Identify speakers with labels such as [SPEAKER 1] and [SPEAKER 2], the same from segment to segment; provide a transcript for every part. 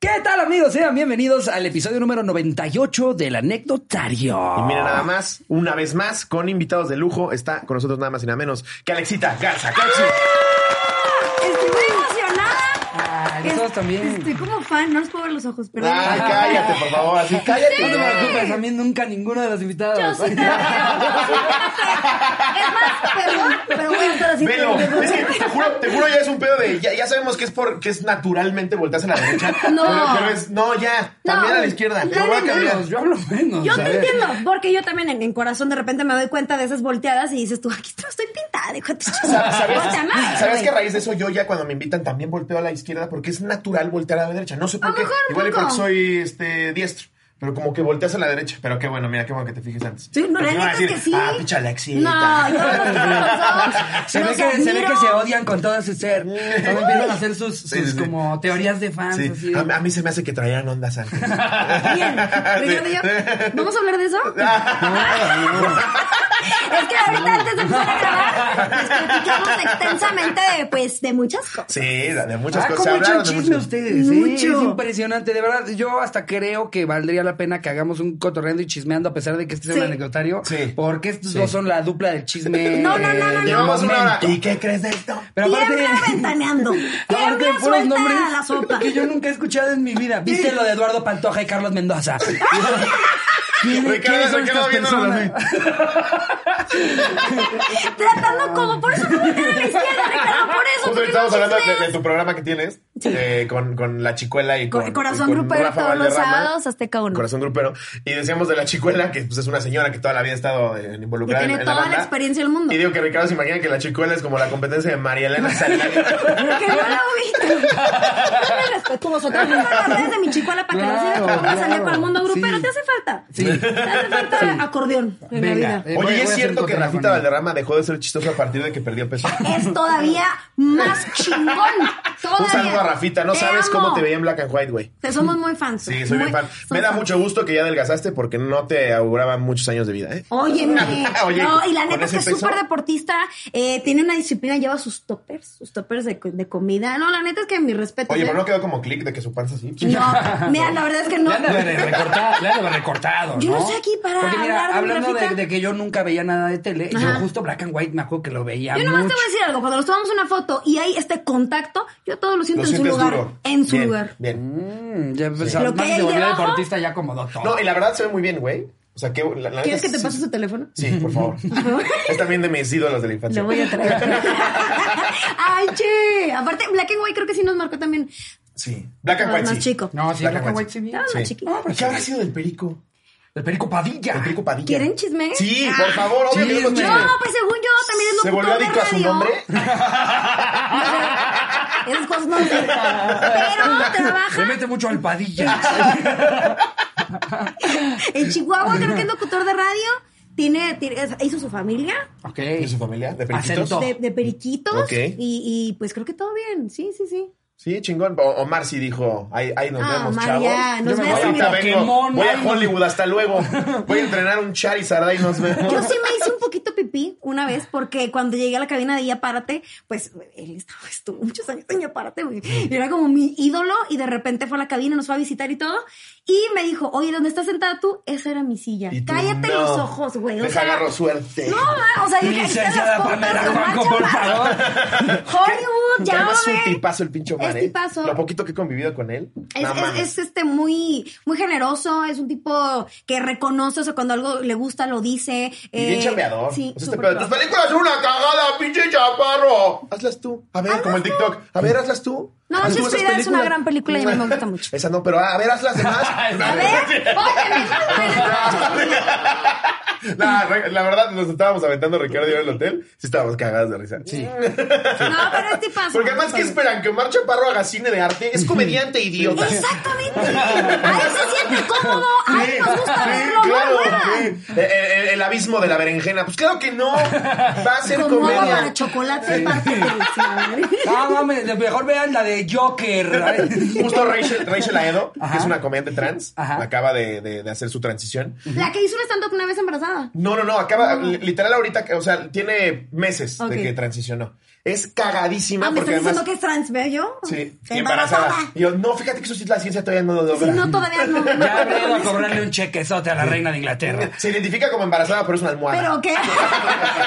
[SPEAKER 1] ¿Qué tal amigos? Sean bienvenidos al episodio número 98 del anecdotario.
[SPEAKER 2] Y mira
[SPEAKER 3] Ah.
[SPEAKER 2] nada más, una vez más, con invitados de lujo, está con nosotros nada más y nada menos que Alexita Garza. Cachi.
[SPEAKER 3] Estoy muy emocionada.
[SPEAKER 1] Ah, nosotros
[SPEAKER 3] Es-
[SPEAKER 1] también.
[SPEAKER 3] Estoy como fan, no les puedo ver los ojos, pero.
[SPEAKER 2] Ay, cállate, por favor, así cállate.
[SPEAKER 1] No te preocupes, a mí nunca ninguno de los invitados.
[SPEAKER 3] Yo sí te veo. Es más, perdón, pero voy a estar así.
[SPEAKER 2] Velo, es que te juro, te juro ya es un pedo de, ya, ya sabemos que es por, que es naturalmente voltearse a la derecha.
[SPEAKER 3] No.
[SPEAKER 2] Pero, pero es, no, ya,
[SPEAKER 3] No.
[SPEAKER 2] también a la izquierda.
[SPEAKER 3] Ya
[SPEAKER 2] Lo voy a
[SPEAKER 3] de
[SPEAKER 2] cambiar.
[SPEAKER 1] Menos, yo hablo menos.
[SPEAKER 3] Yo te
[SPEAKER 1] ¿sabes?
[SPEAKER 3] entiendo, porque yo también en, en corazón de repente me doy cuenta de esas volteadas y dices tú, aquí estoy pintada, hijo de tu
[SPEAKER 2] Sa-
[SPEAKER 3] puta madre,
[SPEAKER 2] ¿Sabes, ¿Sabes
[SPEAKER 3] güey.
[SPEAKER 2] que a raíz de eso yo ya cuando me invitan también volteo a la izquierda? Porque es natural voltear a la derecha. No sé
[SPEAKER 3] A
[SPEAKER 2] por
[SPEAKER 3] lo
[SPEAKER 2] qué.
[SPEAKER 3] mejor un
[SPEAKER 2] Igual y
[SPEAKER 3] poco.
[SPEAKER 2] porque soy este, diestro. Pero como que volteas a la derecha. Pero qué bueno, mira, qué bueno que te fijes antes.
[SPEAKER 3] Sí, no,
[SPEAKER 2] Porque
[SPEAKER 3] la
[SPEAKER 2] me van a
[SPEAKER 3] neta es
[SPEAKER 2] decir,
[SPEAKER 3] que sí.
[SPEAKER 2] Ah, picha Alexita.
[SPEAKER 3] No, yo los quiero a los dos.
[SPEAKER 1] Se, ve
[SPEAKER 3] los
[SPEAKER 1] que, se ve
[SPEAKER 3] admiro.
[SPEAKER 1] que se odian con todo su ser. Cuando empiezan a hacer sus,
[SPEAKER 2] Sí,
[SPEAKER 1] sus
[SPEAKER 2] sí, sí.
[SPEAKER 1] como teorías de fans.
[SPEAKER 2] Sí,
[SPEAKER 1] Así.
[SPEAKER 2] a, a mí se me hace que traían ondas antes.
[SPEAKER 3] Bien, Ricardo y yo, ¿vamos a hablar de eso? Es que ahorita antes de empezar a grabar, les platicamos extensamente de, pues, de muchas cosas.
[SPEAKER 2] Sí, de de muchas
[SPEAKER 1] Ah, como
[SPEAKER 2] cosas. Se
[SPEAKER 1] echan
[SPEAKER 2] hablaron de
[SPEAKER 1] chisme
[SPEAKER 2] muchas-
[SPEAKER 1] ustedes, ¿eh?
[SPEAKER 3] Mucho.
[SPEAKER 1] Es impresionante, de verdad. Yo hasta creo que valdría la pena que hagamos un cotorreando y chismeando, a pesar de que este sea
[SPEAKER 3] Sí.
[SPEAKER 1] un anecdotario.
[SPEAKER 2] Sí.
[SPEAKER 1] Porque estos
[SPEAKER 2] Sí.
[SPEAKER 1] dos son la dupla del chisme.
[SPEAKER 3] No, no, no,
[SPEAKER 1] eh,
[SPEAKER 3] no,
[SPEAKER 1] del
[SPEAKER 2] Llevamos una hora.
[SPEAKER 1] momento.
[SPEAKER 2] ¿Y qué crees de esto?
[SPEAKER 1] Pero aparte.
[SPEAKER 3] Tiembla ventaneando.
[SPEAKER 1] aparte,
[SPEAKER 3] Tiembla
[SPEAKER 1] puros
[SPEAKER 3] suelta
[SPEAKER 1] nombres
[SPEAKER 3] la sopa.
[SPEAKER 1] que yo nunca he escuchado en mi vida. ¿Viste lo de Eduardo Pantoja y Carlos Mendoza? ¿Quién-
[SPEAKER 2] Ricardo-
[SPEAKER 1] quiénes son estas
[SPEAKER 2] Ricardo viéndonos
[SPEAKER 1] personas?
[SPEAKER 3] Tratando como, por eso no me quedé a la izquierda, Ricardo, por eso.
[SPEAKER 2] Justo
[SPEAKER 3] porque
[SPEAKER 2] Pues estamos
[SPEAKER 3] no
[SPEAKER 2] hablando
[SPEAKER 3] chistes.
[SPEAKER 2] de, de tu programa que tienes eh, con, con la chicuela y
[SPEAKER 3] Co-
[SPEAKER 2] con,
[SPEAKER 3] Corazón
[SPEAKER 2] y con
[SPEAKER 3] Grupero
[SPEAKER 2] Rafa
[SPEAKER 3] todos los
[SPEAKER 2] Valderrama.
[SPEAKER 3] sábados, Azteca uno.
[SPEAKER 2] Corazón grupero. Y decíamos de la chicuela, que pues, es una señora que toda la vida ha estado eh, involucrada
[SPEAKER 3] Que
[SPEAKER 2] en-
[SPEAKER 3] tiene
[SPEAKER 2] en la
[SPEAKER 3] toda la
[SPEAKER 2] banda.
[SPEAKER 3] experiencia del mundo.
[SPEAKER 2] Y digo que Ricardo se imagina que la chicuela es como la competencia de María Elena Salinas.
[SPEAKER 3] Que no la ubico. Como vosotros no las redes de mi chicuela para que no se
[SPEAKER 1] Claro,
[SPEAKER 3] vea cómo salió
[SPEAKER 1] claro.
[SPEAKER 3] con el mundo grupero.
[SPEAKER 1] Sí.
[SPEAKER 3] ¿Te hace falta?
[SPEAKER 1] Sí.
[SPEAKER 3] Te hace falta acordeón en
[SPEAKER 1] Venga,
[SPEAKER 3] la vida.
[SPEAKER 1] eh, voy-
[SPEAKER 2] Oye, ¿y
[SPEAKER 1] voy a
[SPEAKER 2] es
[SPEAKER 1] hacer
[SPEAKER 2] cierto
[SPEAKER 1] un
[SPEAKER 2] que
[SPEAKER 1] cotorreo
[SPEAKER 2] Rafita
[SPEAKER 1] con él.
[SPEAKER 2] Valderrama dejó de ser chistoso a partir de que perdió peso?
[SPEAKER 3] Es todavía más chingón. Todavía.
[SPEAKER 2] Un saludo a Rafita. No
[SPEAKER 3] Te
[SPEAKER 2] sabes
[SPEAKER 3] amo.
[SPEAKER 2] cómo te veía en Black and White, güey.
[SPEAKER 3] Te somos muy fans.
[SPEAKER 2] Sí, soy
[SPEAKER 3] muy
[SPEAKER 2] bien fan. Me da mucho gusto que ya adelgazaste porque no te auguraban muchos años de vida, ¿eh?
[SPEAKER 3] Óyeme.
[SPEAKER 2] Oye,
[SPEAKER 3] no, y la
[SPEAKER 2] ¿con
[SPEAKER 3] neta es que es
[SPEAKER 2] ese peso?
[SPEAKER 3] súper deportista. eh, tiene una disciplina, lleva sus toppers, sus toppers de, co- de comida. No, la neta es que mi respeto.
[SPEAKER 2] Oye,
[SPEAKER 3] ¿eh?
[SPEAKER 2] pero no quedó como clic de que su panza así.
[SPEAKER 3] No, mira, la verdad es que no.
[SPEAKER 1] Le han de haber recortado, le han de haber recortado,
[SPEAKER 3] Yo no
[SPEAKER 1] ¿no?
[SPEAKER 3] estoy aquí para
[SPEAKER 1] Porque mira,
[SPEAKER 3] hablar de
[SPEAKER 1] hablando de,
[SPEAKER 3] Rafita.
[SPEAKER 1] de que yo nunca veía nada de tele, yo
[SPEAKER 3] Ajá.
[SPEAKER 1] justo Black and White me acuerdo que lo veía
[SPEAKER 3] Yo nomás
[SPEAKER 1] mucho.
[SPEAKER 3] te voy a decir algo. Cuando nos tomamos una foto y hay este contacto, yo todo lo siento
[SPEAKER 2] Lo
[SPEAKER 3] en su
[SPEAKER 2] sientes
[SPEAKER 3] lugar.
[SPEAKER 2] duro.
[SPEAKER 3] En su
[SPEAKER 2] Bien,
[SPEAKER 3] lugar.
[SPEAKER 2] Bien.
[SPEAKER 1] Mm, ya pensaba,
[SPEAKER 3] Lo que
[SPEAKER 1] más
[SPEAKER 3] hay
[SPEAKER 1] se
[SPEAKER 3] ahí
[SPEAKER 1] volvió
[SPEAKER 3] debajo-
[SPEAKER 1] deportista ya acomodó todo.
[SPEAKER 2] No, y la verdad se ve muy bien, güey. O sea, que la, la
[SPEAKER 3] ¿Quieres que
[SPEAKER 2] neta
[SPEAKER 3] te
[SPEAKER 2] sí-
[SPEAKER 3] pase su teléfono?
[SPEAKER 2] Sí, por favor. es también de mis ídolos de la infancia.
[SPEAKER 3] Lo voy a traer. Ay, che. Aparte, Black and White creo que sí nos marcó también.
[SPEAKER 2] Sí. Black and
[SPEAKER 3] Estabas
[SPEAKER 2] White.
[SPEAKER 3] más
[SPEAKER 2] sí.
[SPEAKER 3] chico.
[SPEAKER 1] No, sí,
[SPEAKER 2] Black
[SPEAKER 1] Black, and
[SPEAKER 2] and White.
[SPEAKER 1] White sí vi.
[SPEAKER 3] Estabas más chiquito.
[SPEAKER 2] No, pero Ah, ¿Qué habrá sido del perico?
[SPEAKER 1] El Perico Padilla.
[SPEAKER 2] El perico Padilla.
[SPEAKER 3] ¿Quieren chisme?
[SPEAKER 2] Sí, por favor, obvio que
[SPEAKER 1] Chisme.
[SPEAKER 2] es
[SPEAKER 3] No, pues según yo también es
[SPEAKER 2] ¿Se
[SPEAKER 3] locutor
[SPEAKER 2] volvió
[SPEAKER 3] de
[SPEAKER 2] adicto a su
[SPEAKER 3] radio.
[SPEAKER 2] nombre?
[SPEAKER 3] Esas cosas no sé. Pero
[SPEAKER 1] Le
[SPEAKER 3] trabaja
[SPEAKER 1] mete mucho al Padilla.
[SPEAKER 3] en Chihuahua, creo que es locutor de radio. Tiene, tiene- es- hizo su familia
[SPEAKER 1] ok.
[SPEAKER 2] ¿Y su familia? ¿De periquitos?
[SPEAKER 1] Acento.
[SPEAKER 3] de, de periquitos.
[SPEAKER 2] Ok.
[SPEAKER 3] Y, y pues creo que todo bien. Sí, sí, sí.
[SPEAKER 2] Sí, chingón. O- Omar sí dijo, ahí, ahí nos
[SPEAKER 3] Ah,
[SPEAKER 2] vemos,
[SPEAKER 3] Omar,
[SPEAKER 2] chavos.
[SPEAKER 3] ya, nos
[SPEAKER 2] Yo me
[SPEAKER 3] vemos.
[SPEAKER 2] voy, ahorita vengo.
[SPEAKER 1] Pokémon,
[SPEAKER 2] Voy a
[SPEAKER 1] ay.
[SPEAKER 2] Hollywood, hasta luego. Voy a entrenar un Charizard, ahí nos vemos.
[SPEAKER 3] Yo sí me hice un poquito pipí una vez porque cuando llegué a la cabina de Ya Párate, pues él estaba, estuvo muchos años en Ya Párate, güey. Y era como mi ídolo y de repente fue a la cabina, nos fue a visitar y todo. Y me dijo, oye, ¿dónde estás sentada tú? Esa era mi silla.
[SPEAKER 2] Y tú,
[SPEAKER 3] Cállate
[SPEAKER 2] no.
[SPEAKER 3] los ojos, güey. O
[SPEAKER 2] Les
[SPEAKER 3] sea,
[SPEAKER 2] agarro suerte.
[SPEAKER 3] No, ma, o sea, yo que ahí están
[SPEAKER 1] Licenciada
[SPEAKER 3] las
[SPEAKER 1] Pamela
[SPEAKER 3] puertas de
[SPEAKER 1] Juanco,
[SPEAKER 3] marcha,
[SPEAKER 1] por
[SPEAKER 3] ma.
[SPEAKER 1] favor.
[SPEAKER 3] Hollywood,
[SPEAKER 2] Que
[SPEAKER 3] ya,
[SPEAKER 2] Además es un
[SPEAKER 3] güey.
[SPEAKER 2] tipazo el pinche Omar,
[SPEAKER 3] Es
[SPEAKER 2] ¿eh?
[SPEAKER 3] tipazo.
[SPEAKER 2] Lo poquito que he convivido con él.
[SPEAKER 3] Es,
[SPEAKER 2] no
[SPEAKER 3] es-
[SPEAKER 2] mames.
[SPEAKER 3] es, este muy, muy generoso, es un tipo que reconoce, o sea, cuando algo le gusta lo dice.
[SPEAKER 2] Y bien
[SPEAKER 3] eh,
[SPEAKER 2] chambeador.
[SPEAKER 3] Sí,
[SPEAKER 2] O sea, este
[SPEAKER 3] súper
[SPEAKER 2] pedo,
[SPEAKER 3] pro.
[SPEAKER 2] tus películas son una cagada, pinche chaparro. Hazlas tú. A ver, como el TikTok. A ver, hazlas tú.
[SPEAKER 3] No,
[SPEAKER 2] Haz tú
[SPEAKER 3] Shakespeare
[SPEAKER 2] esas
[SPEAKER 3] es una
[SPEAKER 2] películas.
[SPEAKER 3] gran película y a mí me gusta mucho.
[SPEAKER 2] Esa no, pero a ver, hazlas demás.
[SPEAKER 3] A ver, oye,
[SPEAKER 2] La, la verdad, nos estábamos aventando Ricardo y yo en el hotel. Sí, estábamos cagadas de risa.
[SPEAKER 1] Sí.
[SPEAKER 3] no, pero este paso.
[SPEAKER 2] Porque además, ¿qué esperan? ¿Que Omar Chaparro haga cine de arte? Es comediante, idiota.
[SPEAKER 3] Exactamente. A él se siente cómodo, a él nos gusta
[SPEAKER 2] Sí,
[SPEAKER 3] verlo,
[SPEAKER 2] claro,
[SPEAKER 3] no hueva.
[SPEAKER 2] sí. Eh, eh, El, abismo de la berenjena. Pues claro que no. Va a ser
[SPEAKER 3] Como agua
[SPEAKER 2] comedia.
[SPEAKER 3] para chocolate, parte de la
[SPEAKER 1] No, mames, mejor vean la de de Joker.
[SPEAKER 2] Justo Rachel, Rachel Aedo,
[SPEAKER 1] Ajá.
[SPEAKER 2] que es una comediante trans,
[SPEAKER 1] Ajá.
[SPEAKER 2] acaba de, de- de hacer su transición.
[SPEAKER 3] La que hizo un stand-up una vez embarazada.
[SPEAKER 2] No, no, no, acaba, li- literal ahorita, o sea, tiene meses
[SPEAKER 3] Ok.
[SPEAKER 2] de que transicionó. Es cagadísima
[SPEAKER 3] Ah, me
[SPEAKER 2] porque
[SPEAKER 3] estás diciendo
[SPEAKER 2] además...
[SPEAKER 3] que es trans, ¿veo yo?
[SPEAKER 2] Sí,
[SPEAKER 3] Está
[SPEAKER 2] embarazada. Y yo, no, fíjate que eso sí la ciencia todavía no lo
[SPEAKER 3] Si
[SPEAKER 2] logra.
[SPEAKER 3] no, todavía no.
[SPEAKER 1] Ya veo a cobrarle un chequezote a la reina de Inglaterra.
[SPEAKER 2] Se identifica como embarazada, pero es una almohada.
[SPEAKER 3] Pero qué.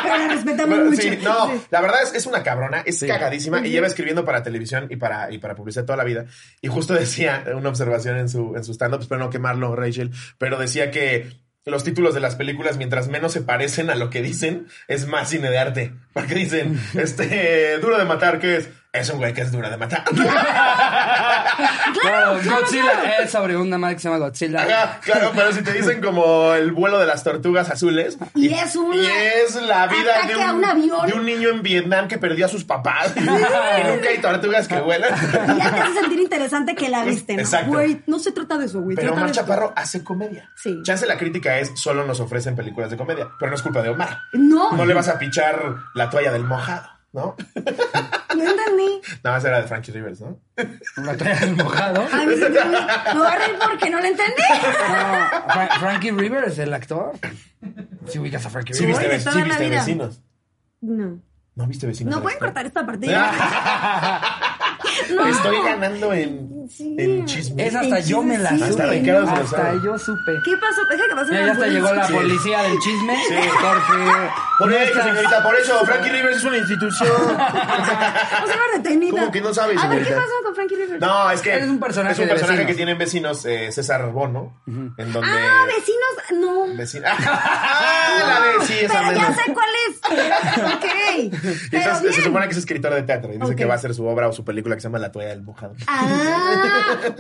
[SPEAKER 3] Pero la respetamos
[SPEAKER 2] Bueno,
[SPEAKER 3] mucho.
[SPEAKER 2] sí, no, la verdad es, es una cabrona, es cagadísima y lleva escribiendo para televisión y para, y para publicidad toda la vida. Y justo decía una observación en su, en su stand-up, espero no quemarlo, Rachel, pero decía que los títulos de las películas, mientras menos se parecen a lo que dicen, es más cine de arte. Porque dicen, este, duro de matar, ¿qué es? Es un güey que es duro de matar.
[SPEAKER 1] Claro, Godzilla es sobre una madre que se llama Godzilla.
[SPEAKER 2] Ajá, claro, pero si te dicen como el vuelo de las tortugas azules.
[SPEAKER 3] Y es una-
[SPEAKER 2] y es la vida
[SPEAKER 3] ataque
[SPEAKER 2] de
[SPEAKER 3] a
[SPEAKER 2] un,
[SPEAKER 3] un avión.
[SPEAKER 2] de un niño en Vietnam que perdió a sus papás. y nunca hay tortugas que vuelan.
[SPEAKER 3] Y ya te hace sentir interesante que la viste, ¿no?
[SPEAKER 2] Exacto.
[SPEAKER 3] Güey, no se trata de eso, güey.
[SPEAKER 2] Pero
[SPEAKER 3] trata
[SPEAKER 2] Omar
[SPEAKER 3] de esto.
[SPEAKER 2] Chaparro hace comedia.
[SPEAKER 3] Sí.
[SPEAKER 2] Chance la crítica es solo nos ofrecen películas de comedia, pero no es culpa de Omar.
[SPEAKER 3] No,
[SPEAKER 2] No le vas a pichar la toalla del mojado, ¿no?
[SPEAKER 3] no entendí.
[SPEAKER 2] Nada más era de Frankie Rivers, ¿no?
[SPEAKER 1] Lo traes mojado.
[SPEAKER 3] Ay, me sentí muy- me voy a reír porque no la entendí.
[SPEAKER 1] Ah, Fra- Frankie Rivers, el actor. Si ubicas a Frankie
[SPEAKER 2] Sí
[SPEAKER 1] Rivers.
[SPEAKER 2] viste,
[SPEAKER 3] Oye,
[SPEAKER 2] sí
[SPEAKER 3] toda la
[SPEAKER 2] viste
[SPEAKER 3] vida.
[SPEAKER 2] vecinos.
[SPEAKER 3] No.
[SPEAKER 2] No viste vecinos.
[SPEAKER 3] No pueden
[SPEAKER 2] ¿verdad?
[SPEAKER 3] cortar esta partida. No.
[SPEAKER 2] Estoy ganando en,
[SPEAKER 3] Sí.
[SPEAKER 2] en chisme.
[SPEAKER 1] Es hasta yo me la
[SPEAKER 3] Sí,
[SPEAKER 2] Hasta
[SPEAKER 1] supe.
[SPEAKER 2] Ricardo se lo
[SPEAKER 1] Hasta
[SPEAKER 2] sabe.
[SPEAKER 1] yo supe.
[SPEAKER 3] ¿Qué pasó? Deja que pase
[SPEAKER 1] Ya, ya hasta llegó la
[SPEAKER 2] Sí.
[SPEAKER 1] policía del chisme. Porque.
[SPEAKER 2] Por eso,
[SPEAKER 1] nuestras-
[SPEAKER 2] señorita, por eso Frankie Rivers es una institución.
[SPEAKER 3] Vamos a hablar de Tainita.
[SPEAKER 2] ¿Cómo que no sabes,
[SPEAKER 3] A ver, ¿qué
[SPEAKER 2] señorita?
[SPEAKER 3] pasó con Frankie Rivers?
[SPEAKER 2] No, es que
[SPEAKER 1] Es un personaje
[SPEAKER 2] es un
[SPEAKER 1] de
[SPEAKER 2] personaje
[SPEAKER 1] vecinos.
[SPEAKER 2] que tienen vecinos eh, César Bono, en donde
[SPEAKER 3] Ah, vecinos. No.
[SPEAKER 2] vecin- Ah, la de sí, esa
[SPEAKER 3] pero ya
[SPEAKER 2] misma.
[SPEAKER 3] sé cuál es. ok.
[SPEAKER 2] Y
[SPEAKER 3] Pero
[SPEAKER 2] Entonces
[SPEAKER 3] bien.
[SPEAKER 2] se supone que es escritor de teatro y dice
[SPEAKER 3] Ok.
[SPEAKER 2] que va a hacer su obra o su película que se llama La toalla del mojado.
[SPEAKER 3] Ah,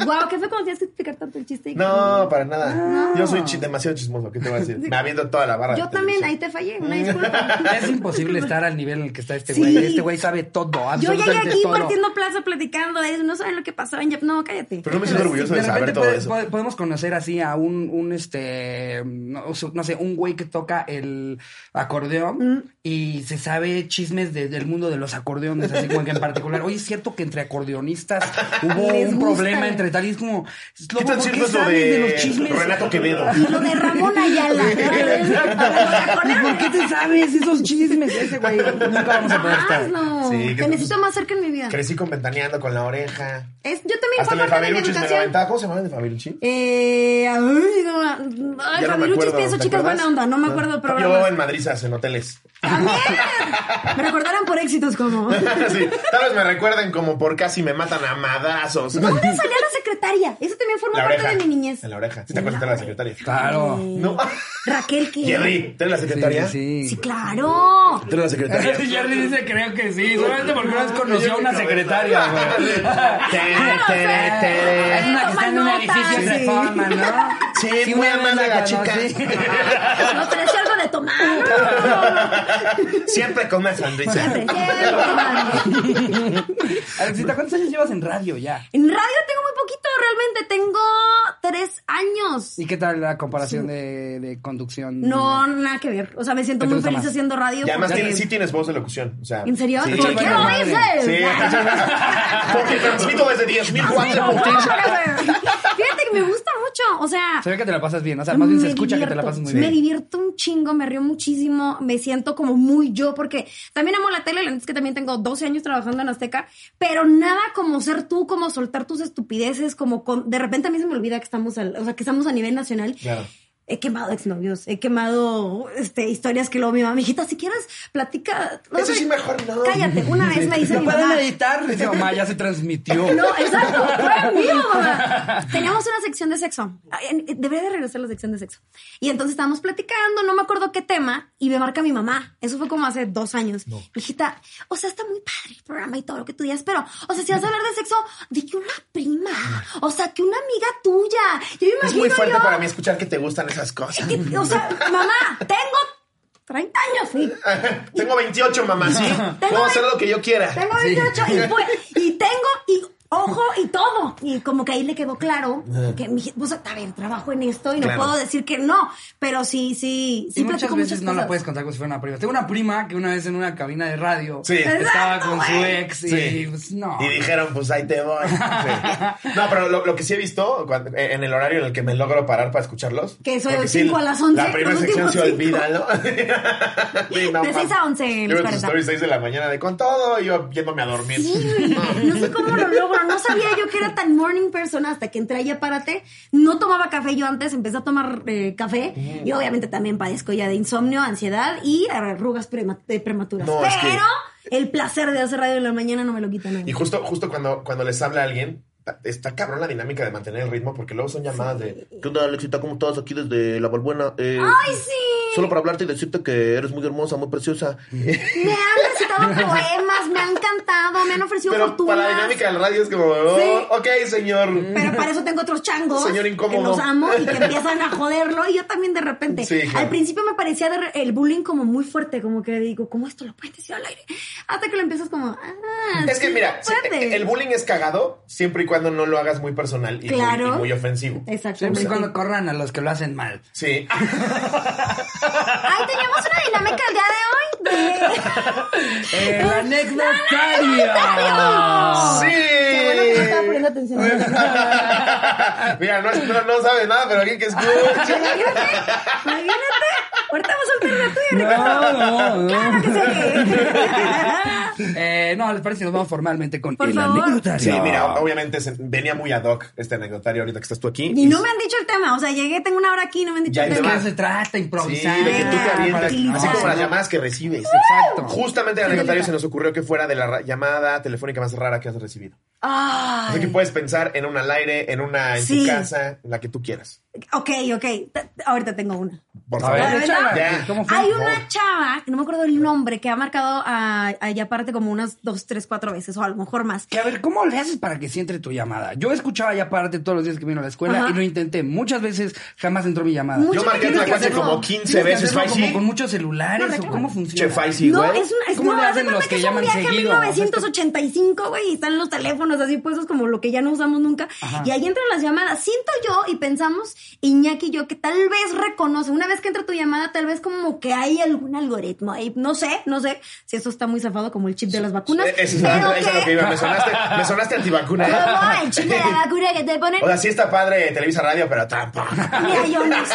[SPEAKER 3] wow, ¿qué fue cuando tienes que explicar tanto el chiste?
[SPEAKER 2] No, para nada. Yo soy chi- demasiado chismoso, ¿qué te voy a decir? Me aviento toda la barra.
[SPEAKER 3] Yo
[SPEAKER 2] de
[SPEAKER 3] también, ahí
[SPEAKER 2] televisión.
[SPEAKER 3] te fallé, una disculpa.
[SPEAKER 1] Es imposible estar al nivel en el que está este
[SPEAKER 3] Sí.
[SPEAKER 1] güey. Este güey sabe todo,
[SPEAKER 3] Yo
[SPEAKER 1] absolutamente
[SPEAKER 3] llegué aquí
[SPEAKER 1] todo.
[SPEAKER 3] partiendo plaza platicando de eso, no saben lo que pasó en Yep. No, cállate.
[SPEAKER 2] Pero no me siento Pues orgulloso de,
[SPEAKER 1] de
[SPEAKER 2] saber
[SPEAKER 1] repente
[SPEAKER 2] todo
[SPEAKER 1] puede-
[SPEAKER 2] eso.
[SPEAKER 1] puede- podemos conocer así a un, un este, no, su- no sé, un güey que toca el
[SPEAKER 3] Mm.
[SPEAKER 1] acordeón y se sabe chismes de- del mundo de los acordeones, así como que en particular. Oye, es cierto que entre acordeonistas hubo
[SPEAKER 3] Les
[SPEAKER 1] un
[SPEAKER 3] gusta.
[SPEAKER 1] problema entre tal y es como,
[SPEAKER 2] ¿Qué
[SPEAKER 1] loco,
[SPEAKER 2] tan
[SPEAKER 1] ¿por
[SPEAKER 2] cierto
[SPEAKER 1] qué
[SPEAKER 2] es lo
[SPEAKER 1] sabes de los
[SPEAKER 2] de
[SPEAKER 1] chismes?
[SPEAKER 2] Renato Quevedo?
[SPEAKER 3] Y lo de Ramón Ayala.
[SPEAKER 1] Exacto. ¿Por qué te sabes esos chismes? Ese güey nunca vamos a poder estar.
[SPEAKER 3] Hazlo.
[SPEAKER 2] Sí, que-
[SPEAKER 3] te necesito más cerca en mi vida.
[SPEAKER 2] Crecí con ventaneando con la oreja.
[SPEAKER 3] Es, yo también
[SPEAKER 2] Hasta
[SPEAKER 3] fue
[SPEAKER 2] el de
[SPEAKER 3] parte de mi
[SPEAKER 2] Fabiruchis me lo
[SPEAKER 3] educación.
[SPEAKER 2] aventaba. ¿Cómo se llamaba el de Fabiruchis?
[SPEAKER 3] Eh, ay, no, ay,
[SPEAKER 2] Ya no me
[SPEAKER 3] Fabiruchis
[SPEAKER 2] acuerdo,
[SPEAKER 3] pienso
[SPEAKER 2] ¿te
[SPEAKER 3] chicas
[SPEAKER 2] acuerdas? Ah.
[SPEAKER 3] buena onda, no me acuerdo el
[SPEAKER 2] Yo
[SPEAKER 3] programa.
[SPEAKER 2] en Madrizas, en hoteles.
[SPEAKER 3] También. Me recordaron por éxitos como. ¿Dónde
[SPEAKER 2] Sí, tal vez me recuerden como por casi me matan a madrazos.
[SPEAKER 3] salía la secretaria? Eso también formó
[SPEAKER 2] La
[SPEAKER 3] parte
[SPEAKER 2] oreja.
[SPEAKER 3] de mi niñez. Eh,
[SPEAKER 2] En la oreja. ¿Sí te acuerdas de la secretaria?
[SPEAKER 1] Claro.
[SPEAKER 2] No.
[SPEAKER 3] Raquel, ¿qué?
[SPEAKER 2] Jerry, ¿tú eres la secretaria?
[SPEAKER 1] Sí,
[SPEAKER 3] Sí, claro.
[SPEAKER 2] ¿Tú eres la secretaria?
[SPEAKER 1] Jerry dice, creo que sí, solamente porque una vez conoció a una secretaria, güey.
[SPEAKER 3] Ah,
[SPEAKER 2] Tere, tere, tere.
[SPEAKER 1] Es una que está en un edificio
[SPEAKER 3] Sí.
[SPEAKER 1] de reforma, ¿no?
[SPEAKER 2] Sí, muy
[SPEAKER 1] una vez
[SPEAKER 2] amable la
[SPEAKER 1] conocí.
[SPEAKER 2] chica.
[SPEAKER 3] No traes algo de tomar.
[SPEAKER 2] Siempre con una sonrisa.
[SPEAKER 3] Siempre, siempre tomando.
[SPEAKER 1] Alexita, ¿cuántos años llevas en radio ya?
[SPEAKER 3] En radio tengo muy poquito, realmente tengo tres años.
[SPEAKER 1] ¿Y qué tal la comparación de, de conducción?
[SPEAKER 3] No, nada que ver. O sea, me siento
[SPEAKER 1] ¿Qué te
[SPEAKER 3] muy
[SPEAKER 1] gusta
[SPEAKER 3] feliz
[SPEAKER 1] más?
[SPEAKER 3] haciendo radio.
[SPEAKER 2] Y además
[SPEAKER 3] porque-
[SPEAKER 2] tienes, sí tienes voz de locución. O sea,
[SPEAKER 3] ¿En serio?
[SPEAKER 2] Sí.
[SPEAKER 3] ¿Por qué
[SPEAKER 1] bueno,
[SPEAKER 3] no
[SPEAKER 1] madre.
[SPEAKER 3] dices?
[SPEAKER 2] Sí. Porque transmito desde 10.000 watts de potencia.
[SPEAKER 3] Fíjate que me gusta mucho. O sea,
[SPEAKER 1] Se ve que te la pasas bien, o sea, más bien se
[SPEAKER 3] me
[SPEAKER 1] escucha que te la
[SPEAKER 3] divierto.
[SPEAKER 1] pasas muy
[SPEAKER 3] Me
[SPEAKER 1] bien.
[SPEAKER 3] divierto un chingo, me río muchísimo, me siento como muy yo, porque también amo la tele, la neta es que también tengo 12 años trabajando en Azteca, pero nada como ser tú, como soltar tus estupideces, como con- de repente a mí se me olvida que estamos, al- o sea, que estamos a nivel nacional.
[SPEAKER 2] Claro.
[SPEAKER 3] He quemado exnovios, he quemado este, historias que luego mi mamá, mijita, si quieres, platica. no
[SPEAKER 2] Eso
[SPEAKER 3] sé".
[SPEAKER 2] sí, mejor no.
[SPEAKER 3] Cállate, una vez me dice
[SPEAKER 1] No
[SPEAKER 3] mi
[SPEAKER 1] pueden
[SPEAKER 3] mamá.
[SPEAKER 1] editar, dice mamá, ya se transmitió.
[SPEAKER 3] No, exacto, fue mío, mamá. Teníamos una sección de sexo. Ay, en- eh, Debería de regresar la sección de sexo. Y entonces estábamos platicando, no me acuerdo qué tema, y me marca mi mamá. Eso fue como hace dos años. Hijita, o sea, está muy padre el programa y todo lo que tú digas, pero, o sea, si vas a hablar de sexo, de que una prima, o sea, que una amiga tuya. Yo me
[SPEAKER 2] Es
[SPEAKER 3] imagino
[SPEAKER 2] muy fuerte
[SPEAKER 3] yo,
[SPEAKER 2] para mí escuchar que te gustan esas cosas.
[SPEAKER 3] que- o sea, mamá, tengo 30 años. sí.
[SPEAKER 2] Tengo 28, mamá, ¿sí? Puedo hacer lo que yo quiera.
[SPEAKER 3] Tengo 28 y, fue- y tengo y ojo y todo. Y como que ahí le quedó claro que mi, pues, a ver, trabajo en esto y no
[SPEAKER 2] Claro.
[SPEAKER 3] puedo decir que no, pero sí, sí, sí
[SPEAKER 1] y muchas
[SPEAKER 3] platico
[SPEAKER 1] veces
[SPEAKER 3] muchas
[SPEAKER 1] no la
[SPEAKER 3] cosas.
[SPEAKER 1] puedes contar como si fuera una prima. Tengo una prima que una vez en una cabina de radio
[SPEAKER 2] Sí.
[SPEAKER 1] estaba
[SPEAKER 3] Exacto,
[SPEAKER 1] con su
[SPEAKER 3] güey.
[SPEAKER 1] ex y
[SPEAKER 2] Sí.
[SPEAKER 1] pues no.
[SPEAKER 2] Y dijeron, pues ahí te voy. Sí. No, pero lo, lo que sí he visto cuando- en el horario en el que me logro parar para escucharlos.
[SPEAKER 3] Que soy
[SPEAKER 2] porque
[SPEAKER 3] de cinco a las once,
[SPEAKER 2] La primera
[SPEAKER 3] los
[SPEAKER 2] sección se
[SPEAKER 3] últimos
[SPEAKER 2] olvida, ¿no? Sí, no,
[SPEAKER 3] De seis
[SPEAKER 2] mames.
[SPEAKER 3] a once,
[SPEAKER 2] Yo veo
[SPEAKER 3] los
[SPEAKER 2] tus
[SPEAKER 3] cuarenta.
[SPEAKER 2] stories 6 de la mañana de con todo y yo yéndome a dormir.
[SPEAKER 3] Sí, güey. no sé cómo lo logro. No sabía yo que era tan morning person hasta que entré allá Párate. No tomaba café yo antes, empecé a tomar eh, café.
[SPEAKER 2] Mm.
[SPEAKER 3] Y obviamente también padezco ya de insomnio, ansiedad y arrugas prema- eh, prematuras.
[SPEAKER 2] No, es que-
[SPEAKER 3] Pero el placer de hacer radio en la mañana no me lo quita nada.
[SPEAKER 2] Y justo, justo cuando, cuando les habla alguien, ta- está cabrón la dinámica de mantener el ritmo, porque luego son llamadas de.
[SPEAKER 4] ¿Qué onda, Alexita? ¿Cómo estás? Aquí desde La Balbuena. Eh,
[SPEAKER 3] ¡Ay, sí!
[SPEAKER 4] Solo para hablarte y decirte que eres muy hermosa, muy preciosa.
[SPEAKER 3] Me han recitado poemas, me han cantado, me han ofrecido
[SPEAKER 2] Pero
[SPEAKER 3] fortunas.
[SPEAKER 2] para la dinámica del radio es como, oh,
[SPEAKER 3] Sí. Mm.
[SPEAKER 2] ok, señor.
[SPEAKER 3] Pero para eso tengo otros changos
[SPEAKER 2] Señor incómodo.
[SPEAKER 3] que los amo y que empiezan a joderlo y yo también de repente.
[SPEAKER 2] Sí, claro.
[SPEAKER 3] Al principio me parecía de re- el bullying como muy fuerte, como que digo, ¿cómo esto lo pueden decir al aire? Hasta que lo empiezas como, ah,
[SPEAKER 2] Es que
[SPEAKER 3] sí,
[SPEAKER 2] mira, sí,
[SPEAKER 3] puede.
[SPEAKER 2] el bullying es cagado siempre y cuando no lo hagas muy personal y, muy- y muy,
[SPEAKER 3] Claro.
[SPEAKER 2] ofensivo.
[SPEAKER 1] Siempre y
[SPEAKER 3] Exactamente.
[SPEAKER 1] cuando corran a los que lo hacen mal.
[SPEAKER 2] Sí.
[SPEAKER 3] Ay, teníamos una dinámica el día de hoy
[SPEAKER 1] El anecdotario.
[SPEAKER 2] ¡Sí!
[SPEAKER 3] Ah, Qué bueno que no estaba poniendo atención.
[SPEAKER 2] Ah, Mira, no, es- no, no sabes nada, pero alguien que
[SPEAKER 3] de...
[SPEAKER 2] escucha.
[SPEAKER 3] Imagínate, imagínate. Ahorita vamos a alternar tú y Enrique.
[SPEAKER 1] No, no, no.
[SPEAKER 3] Claro que sí.
[SPEAKER 1] Eh, no, les parece que nos vamos formalmente con
[SPEAKER 3] Por
[SPEAKER 1] el
[SPEAKER 3] favor.
[SPEAKER 1] anecdotario.
[SPEAKER 2] Sí, mira, obviamente se- venía muy ad hoc este anecdotario ahorita que estás tú aquí.
[SPEAKER 3] Y no me han dicho el tema, o sea, llegué, tengo una hora aquí y no me han dicho
[SPEAKER 2] Ya
[SPEAKER 3] el
[SPEAKER 1] Es
[SPEAKER 2] te
[SPEAKER 1] que
[SPEAKER 2] va.
[SPEAKER 3] tema.
[SPEAKER 1] no se trata
[SPEAKER 2] Sí,
[SPEAKER 1] improvisar.
[SPEAKER 2] de que tú te
[SPEAKER 3] Ah,
[SPEAKER 2] avientas, así
[SPEAKER 3] utilizar,
[SPEAKER 2] como las
[SPEAKER 3] ¿no?
[SPEAKER 2] llamadas que recibes.
[SPEAKER 1] Exacto.
[SPEAKER 2] Justamente el anecdotario se nos ocurrió que fuera de la ra- llamada telefónica más rara que has recibido.
[SPEAKER 3] Ay.
[SPEAKER 2] Así que puedes pensar en una al aire, en una en tu
[SPEAKER 3] Sí.
[SPEAKER 2] casa, en la que tú quieras.
[SPEAKER 3] Ok, ok. T- t- ahorita tengo una.
[SPEAKER 2] Por
[SPEAKER 1] A
[SPEAKER 2] favor.
[SPEAKER 1] ver, échala.
[SPEAKER 2] Ya.
[SPEAKER 1] ¿Cómo fue?
[SPEAKER 3] Hay
[SPEAKER 1] Por favor.
[SPEAKER 3] una chava, que no me acuerdo el nombre, que ha marcado a, a ya parte como unas dos, tres, cuatro veces o a lo mejor más.
[SPEAKER 1] Que a ver, ¿cómo le haces para que sí entre tu llamada? Yo escuchaba ya parte todos los días que vino a la escuela
[SPEAKER 3] Ajá.
[SPEAKER 1] y lo intenté. Muchas veces jamás entró mi llamada.
[SPEAKER 3] Mucho
[SPEAKER 2] Yo marqué
[SPEAKER 3] tienes
[SPEAKER 2] la
[SPEAKER 3] que
[SPEAKER 2] clase
[SPEAKER 3] hacerlo.
[SPEAKER 2] como
[SPEAKER 1] Tienes
[SPEAKER 2] 15
[SPEAKER 1] que
[SPEAKER 2] veces,
[SPEAKER 1] hacerlo como
[SPEAKER 2] Faisy.
[SPEAKER 1] con muchos celulares
[SPEAKER 3] No,
[SPEAKER 1] o cómo
[SPEAKER 2] Che,
[SPEAKER 1] funciona.
[SPEAKER 2] Faisy,
[SPEAKER 3] no,
[SPEAKER 2] güey.
[SPEAKER 3] es una. Es,
[SPEAKER 1] ¿Cómo
[SPEAKER 3] no,
[SPEAKER 1] le
[SPEAKER 3] haz
[SPEAKER 1] hacen
[SPEAKER 3] de cuenta
[SPEAKER 1] los que
[SPEAKER 3] que es un
[SPEAKER 1] llaman
[SPEAKER 3] viaje a
[SPEAKER 1] seguido? O sea, es que-
[SPEAKER 3] 1985, güey, y están los teléfonos así puestos como lo que ya no usamos nunca. Y ahí entran las llamadas. Siento yo y pensamos, Iñaki y yo, que tal vez reconoce, una vez que entra tu llamada, tal vez como que hay algún algoritmo ahí. No sé, no sé si eso está muy zafado como el chip de las vacunas.
[SPEAKER 2] Eh, Eso es,
[SPEAKER 3] pero
[SPEAKER 2] eso es lo que iba. Me sonaste, me sonaste antivacuna. ¿eh?
[SPEAKER 3] Luego, el chip de la vacuna que te ponen.
[SPEAKER 2] O sea, sí está padre Televisa Radio, pero tampoco.
[SPEAKER 3] Mira, yo no sé.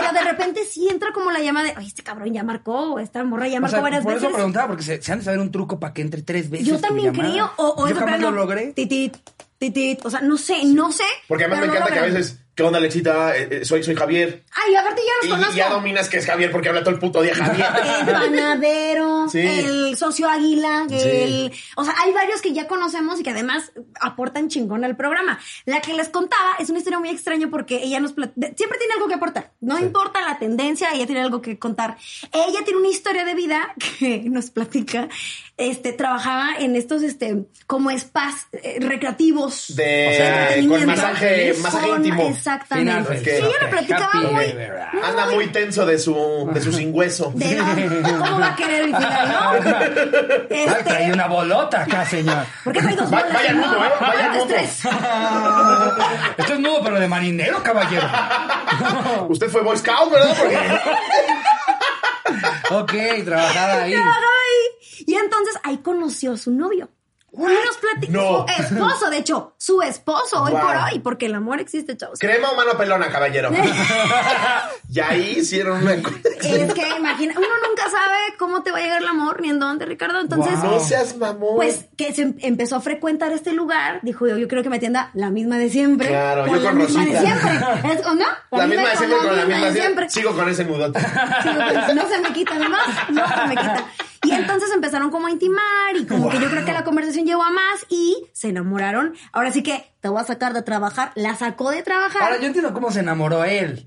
[SPEAKER 3] Pero de repente sí entra como la llama de, ay, este cabrón ya marcó, o esta morra ya
[SPEAKER 1] O
[SPEAKER 3] marcó
[SPEAKER 1] sea,
[SPEAKER 3] varias
[SPEAKER 1] por
[SPEAKER 3] veces.
[SPEAKER 1] eso preguntaba, porque se, se han de saber un truco para que entre tres veces.
[SPEAKER 3] yo
[SPEAKER 1] tu
[SPEAKER 3] también
[SPEAKER 1] llamada.
[SPEAKER 3] creo, o, o
[SPEAKER 1] Yo
[SPEAKER 3] de
[SPEAKER 1] jamás
[SPEAKER 3] plano,
[SPEAKER 1] lo logré.
[SPEAKER 3] Titit, titit, o sea, no sé, no sé.
[SPEAKER 2] Porque además me
[SPEAKER 3] pero
[SPEAKER 2] encanta
[SPEAKER 3] lo
[SPEAKER 2] que a
[SPEAKER 3] logran.
[SPEAKER 2] veces, ¿qué onda, Alexita? Eh, eh, soy, soy Javier.
[SPEAKER 3] Ay, aparte
[SPEAKER 2] Y,
[SPEAKER 3] ya los
[SPEAKER 2] y ya
[SPEAKER 3] conozco.
[SPEAKER 2] dominas que es Javier porque habla todo el puto día
[SPEAKER 3] El
[SPEAKER 2] Javier.
[SPEAKER 3] panadero,
[SPEAKER 2] Sí.
[SPEAKER 3] el socio águila,
[SPEAKER 2] Sí.
[SPEAKER 3] el. O sea, hay varios que ya conocemos y que además aportan chingón al programa. La que les contaba es una historia muy extraña porque ella nos. plat- de- Siempre tiene algo que aportar. No importa la tendencia, ella tiene algo que contar. Ella tiene una historia de vida que nos platica. Este, trabajaba en estos, este, como spas eh, recreativos.
[SPEAKER 2] De-
[SPEAKER 3] entretenimiento.
[SPEAKER 2] con masaje- masaje
[SPEAKER 3] Con-
[SPEAKER 2] íntimo.
[SPEAKER 3] Exactamente.
[SPEAKER 1] Final,
[SPEAKER 2] ok.
[SPEAKER 3] Sí, ella
[SPEAKER 1] ok,
[SPEAKER 3] lo platicaba
[SPEAKER 1] happy
[SPEAKER 3] muy,
[SPEAKER 1] ever.
[SPEAKER 2] Anda muy tenso de su, de su singüeso.
[SPEAKER 3] de no, ¿Cómo va a querer el final, no?
[SPEAKER 1] Ay, trae
[SPEAKER 3] Este,
[SPEAKER 1] una bolota acá, señor.
[SPEAKER 3] ¿Por qué trae dos
[SPEAKER 2] Va-
[SPEAKER 3] bolas?
[SPEAKER 2] vaya
[SPEAKER 3] no,
[SPEAKER 2] nudo, ¿eh? Vaya
[SPEAKER 3] antes
[SPEAKER 2] nudo.
[SPEAKER 3] tres.
[SPEAKER 1] Esto es nuevo, pero de marinero, caballero.
[SPEAKER 2] Usted fue Boy Scout, ¿verdad? Porque
[SPEAKER 1] Ok, trabajada ahí.
[SPEAKER 3] Trabajaba ahí. Y entonces ahí conoció a su novio. Y nos platicó
[SPEAKER 2] No.
[SPEAKER 3] su esposo, de hecho, su esposo hoy
[SPEAKER 2] Wow.
[SPEAKER 3] por hoy, porque el amor existe, chavos.
[SPEAKER 2] crema o mano pelona, caballero. Y ahí hicieron una co-
[SPEAKER 3] Es que imagina, uno nunca sabe cómo te va a llegar el amor ni en dónde, Ricardo. Entonces,
[SPEAKER 1] Wow.
[SPEAKER 2] No seas mamón.
[SPEAKER 3] pues que se em- empezó a frecuentar este lugar, dijo yo, yo creo que me atienda la misma de siempre.
[SPEAKER 2] Claro, yo
[SPEAKER 3] la
[SPEAKER 2] con
[SPEAKER 3] misma de
[SPEAKER 2] Rosita.
[SPEAKER 3] siempre. Es- ¿O no?
[SPEAKER 2] la misma de
[SPEAKER 3] con
[SPEAKER 2] siempre con la
[SPEAKER 3] misma
[SPEAKER 2] misma
[SPEAKER 3] de
[SPEAKER 2] de
[SPEAKER 3] siempre.
[SPEAKER 2] siempre. Sigo con ese nudote.
[SPEAKER 3] Sí, pues, no se me quita, ¿no? No se me quita. Y entonces empezaron como a intimar y como que yo creo que la conversación llegó a más y se enamoraron. Ahora sí que te voy a sacar de trabajar. La sacó de trabajar.
[SPEAKER 1] Ahora yo entiendo cómo se enamoró él.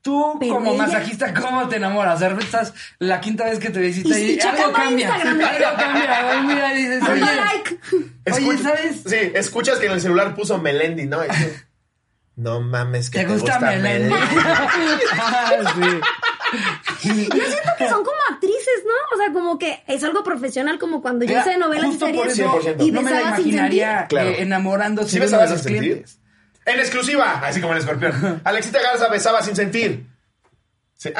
[SPEAKER 1] Tú,
[SPEAKER 3] Pero
[SPEAKER 1] como
[SPEAKER 3] ella-
[SPEAKER 1] masajista, ¿cómo te enamoras? De repente estás la quinta vez que te
[SPEAKER 3] Y
[SPEAKER 1] visitas y,
[SPEAKER 3] sí, checando
[SPEAKER 1] algo cambia.
[SPEAKER 3] Instagram.
[SPEAKER 1] Algo cambia. Ay, Mira, y dices,
[SPEAKER 3] Dando
[SPEAKER 1] oye,
[SPEAKER 3] like.
[SPEAKER 1] oye,
[SPEAKER 2] Escucha-
[SPEAKER 1] ¿sabes?
[SPEAKER 2] Sí, escuchas que en el celular puso Melendi, ¿no? Y tú, no mames, que
[SPEAKER 1] ¿Te gusta Melendi?
[SPEAKER 2] Melendi.
[SPEAKER 1] Ah, sí.
[SPEAKER 3] Yo siento que son como actrices, ¿no? O sea, como que es algo profesional, como cuando yo hice novelas y
[SPEAKER 1] Justo por
[SPEAKER 3] series.
[SPEAKER 1] eso,
[SPEAKER 2] 100%.
[SPEAKER 3] Y
[SPEAKER 1] no me la
[SPEAKER 3] besaba sin
[SPEAKER 1] imaginaría
[SPEAKER 3] sentir.
[SPEAKER 2] Claro.
[SPEAKER 1] eh, enamorándose
[SPEAKER 2] ¿Sí
[SPEAKER 1] de uno
[SPEAKER 2] besaba
[SPEAKER 1] de
[SPEAKER 2] sin
[SPEAKER 1] los
[SPEAKER 2] sentir?
[SPEAKER 1] clientes.
[SPEAKER 2] En exclusiva, así como el escorpión. Alexita Garza besaba sin sentir. Sí.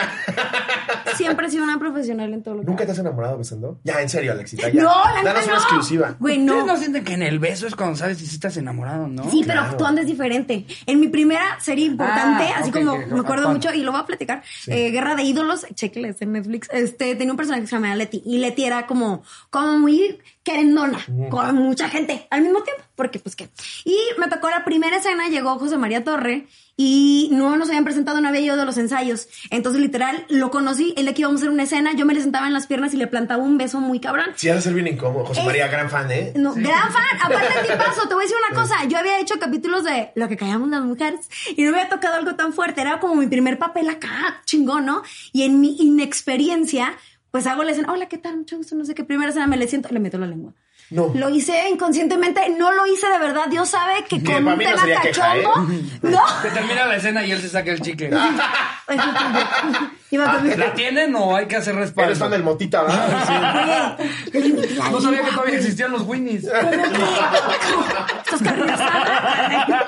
[SPEAKER 3] Siempre he sido una profesional en todo lo que
[SPEAKER 2] ¿Nunca te
[SPEAKER 3] hago.
[SPEAKER 2] has enamorado besando? Ya, en serio, Alexita. Ya.
[SPEAKER 3] No, la neta
[SPEAKER 2] Danos una
[SPEAKER 3] no.
[SPEAKER 2] exclusiva.
[SPEAKER 3] Güey,
[SPEAKER 1] Ustedes
[SPEAKER 3] no.
[SPEAKER 1] no sienten que en el beso es cuando sabes si sí estás enamorado, ¿no?
[SPEAKER 3] Sí, pero actuando es diferente. En mi primera serie importante,
[SPEAKER 1] Ah,
[SPEAKER 3] así
[SPEAKER 1] ok,
[SPEAKER 3] como
[SPEAKER 1] ok,
[SPEAKER 3] me acuerdo
[SPEAKER 1] actuando.
[SPEAKER 3] mucho y lo voy a platicar, eh, Guerra de Ídolos, chequenles en Netflix, este, tenía un personaje que se llamaba Leti y Leti era como, como muy querendona, con mucha gente al mismo tiempo, porque pues qué. Y me tocó la primera escena, llegó José María Torre y no nos habían presentado, no había ido de los ensayos. Entonces, literal, lo conocí, él de que íbamos a hacer una escena, yo me le sentaba en las piernas y le plantaba un beso muy cabrón.
[SPEAKER 2] Sí, ha de ser bien incómodo. José
[SPEAKER 3] Es-
[SPEAKER 2] María, gran fan, ¿eh?
[SPEAKER 3] No, gran fan. Aparte, tipazo, te voy a decir una cosa. Yo había hecho capítulos de lo que callamos las mujeres y no me había tocado algo tan fuerte. Era como mi primer papel acá, chingón, ¿no? Y en mi inexperiencia, pues hago la escena. Hola, ¿qué tal? Mucho gusto, no sé qué. Primera escena me le siento, le meto la lengua.
[SPEAKER 2] No.
[SPEAKER 3] Lo hice inconscientemente, no lo hice de verdad. Dios sabe que
[SPEAKER 2] Que
[SPEAKER 3] con
[SPEAKER 2] para
[SPEAKER 3] un
[SPEAKER 2] mí no
[SPEAKER 3] tela
[SPEAKER 2] sería queja, ¿eh?
[SPEAKER 3] cachondo.
[SPEAKER 1] Se
[SPEAKER 3] No.
[SPEAKER 1] termina la escena y él se saca el chicle.
[SPEAKER 2] Ah,
[SPEAKER 3] Iba a comer.
[SPEAKER 1] ¿La tienen o hay que hacer
[SPEAKER 2] Eres fan
[SPEAKER 1] respaldo?
[SPEAKER 2] del Motita, ¿verdad?
[SPEAKER 3] Oye,
[SPEAKER 1] No sabía que todavía existían los Winnies.
[SPEAKER 3] Estás cargada.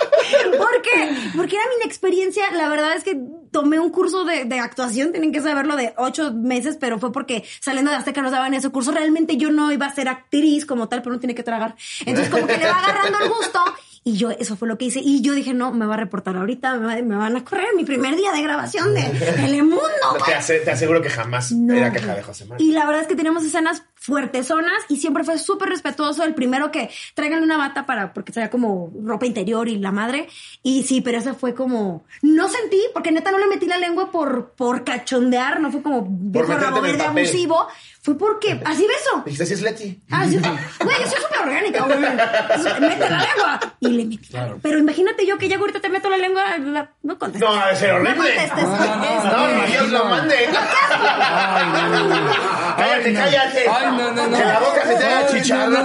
[SPEAKER 3] Porque, porque era mi inexperiencia. La verdad es que tomé un curso de, de actuación, tienen que saberlo, de ocho meses, pero fue porque saliendo de Azteca nos daban ese curso. Realmente yo no iba a ser actriz como tal, pero uno tiene que tragar. Entonces, como que le va agarrando el gusto. Y yo, eso fue lo que hice. Y yo dije, no, me va a reportar ahorita, me, va- me van a correr mi primer día de grabación de Telemundo.
[SPEAKER 2] No, te, ace- te aseguro que jamás
[SPEAKER 3] No.
[SPEAKER 2] era queja de José María.
[SPEAKER 3] Y la verdad es que teníamos escenas fuertezonas y siempre fue súper respetuoso. El primero que traigan una bata para, porque sea como ropa interior y la madre. Y sí, pero esa fue como, no sentí, porque neta no le metí la lengua por, por cachondear, no fue como viejo
[SPEAKER 2] meterte en el
[SPEAKER 3] raboverde
[SPEAKER 2] papel.
[SPEAKER 3] abusivo. Fue porque, así beso.
[SPEAKER 2] Dijiste, sí es Leti.
[SPEAKER 3] Ah, sí, güey, yo soy súper orgánica, güey. Mete la lengua. Y le metí. Pero imagínate yo que ya ahorita te meto la lengua. la- no contestes.
[SPEAKER 2] No, ha de ser horrible.
[SPEAKER 3] No contestes.
[SPEAKER 1] no,
[SPEAKER 2] No,
[SPEAKER 1] no,
[SPEAKER 2] ni Dios lo mande.
[SPEAKER 1] Ay, no, no, no.
[SPEAKER 2] Cállate,
[SPEAKER 1] Ay, no.
[SPEAKER 2] cállate.
[SPEAKER 1] Ay, no, no, no.
[SPEAKER 2] Que la boca se te haga
[SPEAKER 1] Ay,
[SPEAKER 2] chicharra.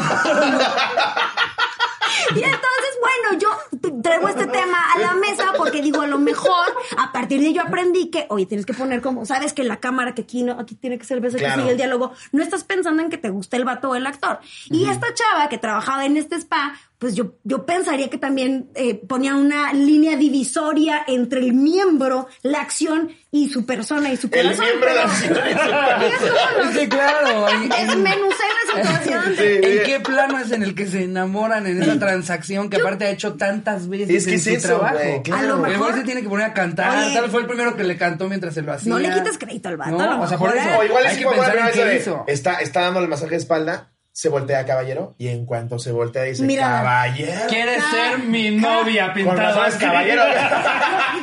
[SPEAKER 3] Y entonces, bueno, yo t- traigo este tema a la mesa porque digo, a lo mejor, a partir de ello aprendí que, oye, tienes que poner como, sabes que la cámara que aquí no, aquí tiene que ser el beso, aquí
[SPEAKER 2] Claro.
[SPEAKER 3] sigue el diálogo. No estás pensando en que te gusta el vato o el actor. Y esta chava que trabajaba en este spa, pues yo, yo pensaría que también eh, ponía una línea divisoria entre el miembro, la acción y su persona y su
[SPEAKER 2] El
[SPEAKER 3] corazón.
[SPEAKER 2] miembro de la
[SPEAKER 3] pero-
[SPEAKER 1] Sí, claro. ¿En, en,
[SPEAKER 3] Desmenucé la situación.
[SPEAKER 2] Sí.
[SPEAKER 1] en qué plano es en el que se enamoran en esa transacción que aparte ha hecho tantas veces
[SPEAKER 2] Es que
[SPEAKER 1] en
[SPEAKER 2] es
[SPEAKER 1] su
[SPEAKER 2] eso,
[SPEAKER 1] trabajo?
[SPEAKER 2] güey, claro.
[SPEAKER 3] A lo
[SPEAKER 1] El güey
[SPEAKER 3] mejor-
[SPEAKER 1] se tiene que poner a cantar.
[SPEAKER 3] Oye.
[SPEAKER 1] Tal vez fue el primero que le cantó mientras se lo hacía.
[SPEAKER 3] No le quites crédito al vato,
[SPEAKER 1] No,
[SPEAKER 3] a lo
[SPEAKER 1] o sea, por
[SPEAKER 3] mejor
[SPEAKER 1] eso.
[SPEAKER 3] era-
[SPEAKER 2] O igual es
[SPEAKER 1] Eh, hay que
[SPEAKER 2] como
[SPEAKER 1] pensar
[SPEAKER 2] la
[SPEAKER 1] en
[SPEAKER 2] primera
[SPEAKER 1] qué
[SPEAKER 2] vez de,
[SPEAKER 1] hizo.
[SPEAKER 2] está, está dando el masaje de espalda, se voltea caballero y en cuanto se voltea dice,
[SPEAKER 3] Mira.
[SPEAKER 2] caballero.
[SPEAKER 1] Quieres
[SPEAKER 3] Ah.
[SPEAKER 1] ser mi novia
[SPEAKER 2] Con
[SPEAKER 1] pintada.
[SPEAKER 2] razón es caballero.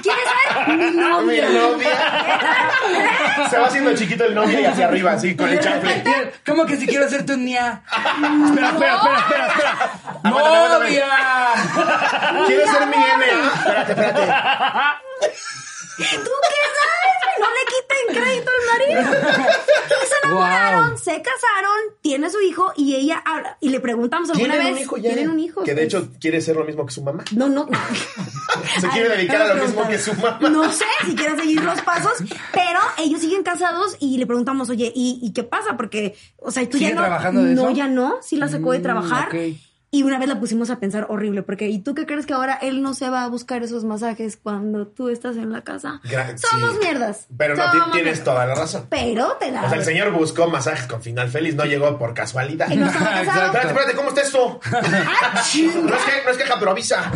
[SPEAKER 3] ¿Quieres ser mi
[SPEAKER 2] Mi
[SPEAKER 3] novia?
[SPEAKER 2] novia. Se va haciendo chiquito el novio y hacia arriba, así, con el chanfle.
[SPEAKER 1] ¿Cómo que si quiero hacerte un día? Espera, espera, espera, espera, espera.
[SPEAKER 2] Aguanta, aguanta, aguanta.
[SPEAKER 1] ¡Novia!
[SPEAKER 2] ¿Quieres ser mi M? Espérate, espérate.
[SPEAKER 3] ¿Tú qué sabes? No le quiten crédito al marido. Y se enamoraron,
[SPEAKER 1] Wow.
[SPEAKER 3] se casaron, tiene su hijo y ella habla. Y le preguntamos alguna
[SPEAKER 2] Tienen
[SPEAKER 3] vez.
[SPEAKER 2] un hijo ya.
[SPEAKER 3] Tienen un hijo. pues.
[SPEAKER 2] Que de
[SPEAKER 3] sí.
[SPEAKER 2] hecho quiere ser lo mismo que su mamá.
[SPEAKER 3] No, no.
[SPEAKER 2] Se quiere
[SPEAKER 3] Ay,
[SPEAKER 2] dedicar a
[SPEAKER 3] no
[SPEAKER 2] lo mismo
[SPEAKER 3] preguntaron.
[SPEAKER 2] que su mamá.
[SPEAKER 3] No sé si quiere seguir los pasos, pero ellos siguen casados y le preguntamos, oye, ¿y, y qué pasa? Porque, o sea, tú
[SPEAKER 1] ¿Sigue
[SPEAKER 3] ya no.
[SPEAKER 1] trabajando de
[SPEAKER 3] no,
[SPEAKER 1] eso?
[SPEAKER 3] ya no. Sí la sacó de
[SPEAKER 1] Mm,
[SPEAKER 3] trabajar.
[SPEAKER 1] ok.
[SPEAKER 3] Y una vez la pusimos a pensar horrible, porque ¿y tú qué crees que ahora él no se va a buscar esos masajes cuando tú estás en la casa?
[SPEAKER 2] Gra-
[SPEAKER 3] Somos
[SPEAKER 2] sí.
[SPEAKER 3] mierdas.
[SPEAKER 2] Pero no, ti-
[SPEAKER 3] Somos
[SPEAKER 2] tienes
[SPEAKER 3] mierdas.
[SPEAKER 2] toda la razón.
[SPEAKER 3] Pero te da.
[SPEAKER 2] O sea, el señor buscó masajes con final feliz, no llegó por casualidad.
[SPEAKER 3] Y no estaba
[SPEAKER 1] Exacto.
[SPEAKER 3] casado.
[SPEAKER 2] Espérate, espérate, ¿cómo está eso?
[SPEAKER 3] ¡Ah,
[SPEAKER 2] No
[SPEAKER 3] chinga!
[SPEAKER 2] es que, no es queja, pero avisa.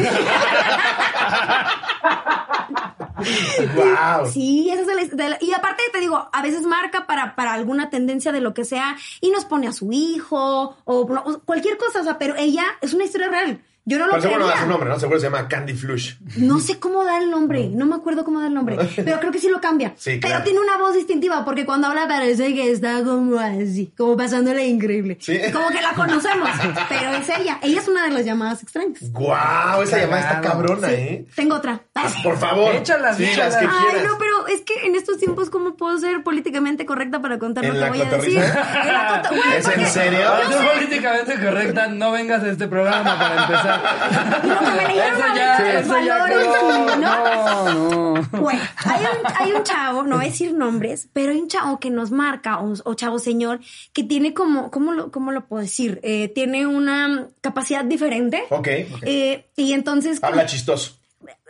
[SPEAKER 2] wow.
[SPEAKER 3] Sí, esa es de la- de la- y aparte te digo, a veces marca para, para alguna tendencia de lo que sea y nos pone a su hijo o, pro- o cualquier cosa, o sea, pero ella es una historia real. Yo no lo
[SPEAKER 2] Pero seguro no da
[SPEAKER 3] creía.
[SPEAKER 2] su nombre, ¿no? Seguro se llama Candy Flush.
[SPEAKER 3] No sé cómo da el nombre, no me acuerdo cómo da el nombre, pero creo que sí lo cambia.
[SPEAKER 2] Sí, claro.
[SPEAKER 3] Pero tiene una voz distintiva porque cuando habla parece que está como así, como pasándole increíble.
[SPEAKER 2] Sí.
[SPEAKER 3] Como que la conocemos, pero es ella. Ella es una de las llamadas extrañas.
[SPEAKER 2] Guau, esa llamada está
[SPEAKER 1] Claro.
[SPEAKER 2] cabrona, ¿eh?
[SPEAKER 3] Tengo otra. Ah, sí.
[SPEAKER 2] Por favor.
[SPEAKER 1] Échalas,
[SPEAKER 2] sí, las
[SPEAKER 1] échalas.
[SPEAKER 2] que
[SPEAKER 3] Ay,
[SPEAKER 2] quieras.
[SPEAKER 3] no, pero yo, es que en estos tiempos, ¿cómo puedo ser políticamente correcta para contar lo
[SPEAKER 2] ¿En
[SPEAKER 3] que
[SPEAKER 2] la
[SPEAKER 3] voy a decir?
[SPEAKER 2] cotorriza?
[SPEAKER 3] En la coto- Güey,
[SPEAKER 2] ¿Es en
[SPEAKER 3] porque-
[SPEAKER 2] serio?
[SPEAKER 3] yo
[SPEAKER 1] Para ser
[SPEAKER 3] sé-
[SPEAKER 1] políticamente correcta, no vengas a este programa para empezar.
[SPEAKER 3] Lo que me leyeron
[SPEAKER 1] Eso
[SPEAKER 3] a mí,
[SPEAKER 1] ya,
[SPEAKER 3] los
[SPEAKER 1] eso ya
[SPEAKER 3] valores,
[SPEAKER 1] quedó.
[SPEAKER 3] ¿no?
[SPEAKER 1] No, no.
[SPEAKER 3] Güey, hay un, hay un chavo, no voy a decir nombres, pero hay un chavo que nos marca, o, o chavo señor, que tiene como, ¿cómo lo, cómo lo puedo decir? Eh, tiene una capacidad diferente.
[SPEAKER 2] Ok, ok.
[SPEAKER 3] Eh, y entonces, como-
[SPEAKER 2] Habla chistoso.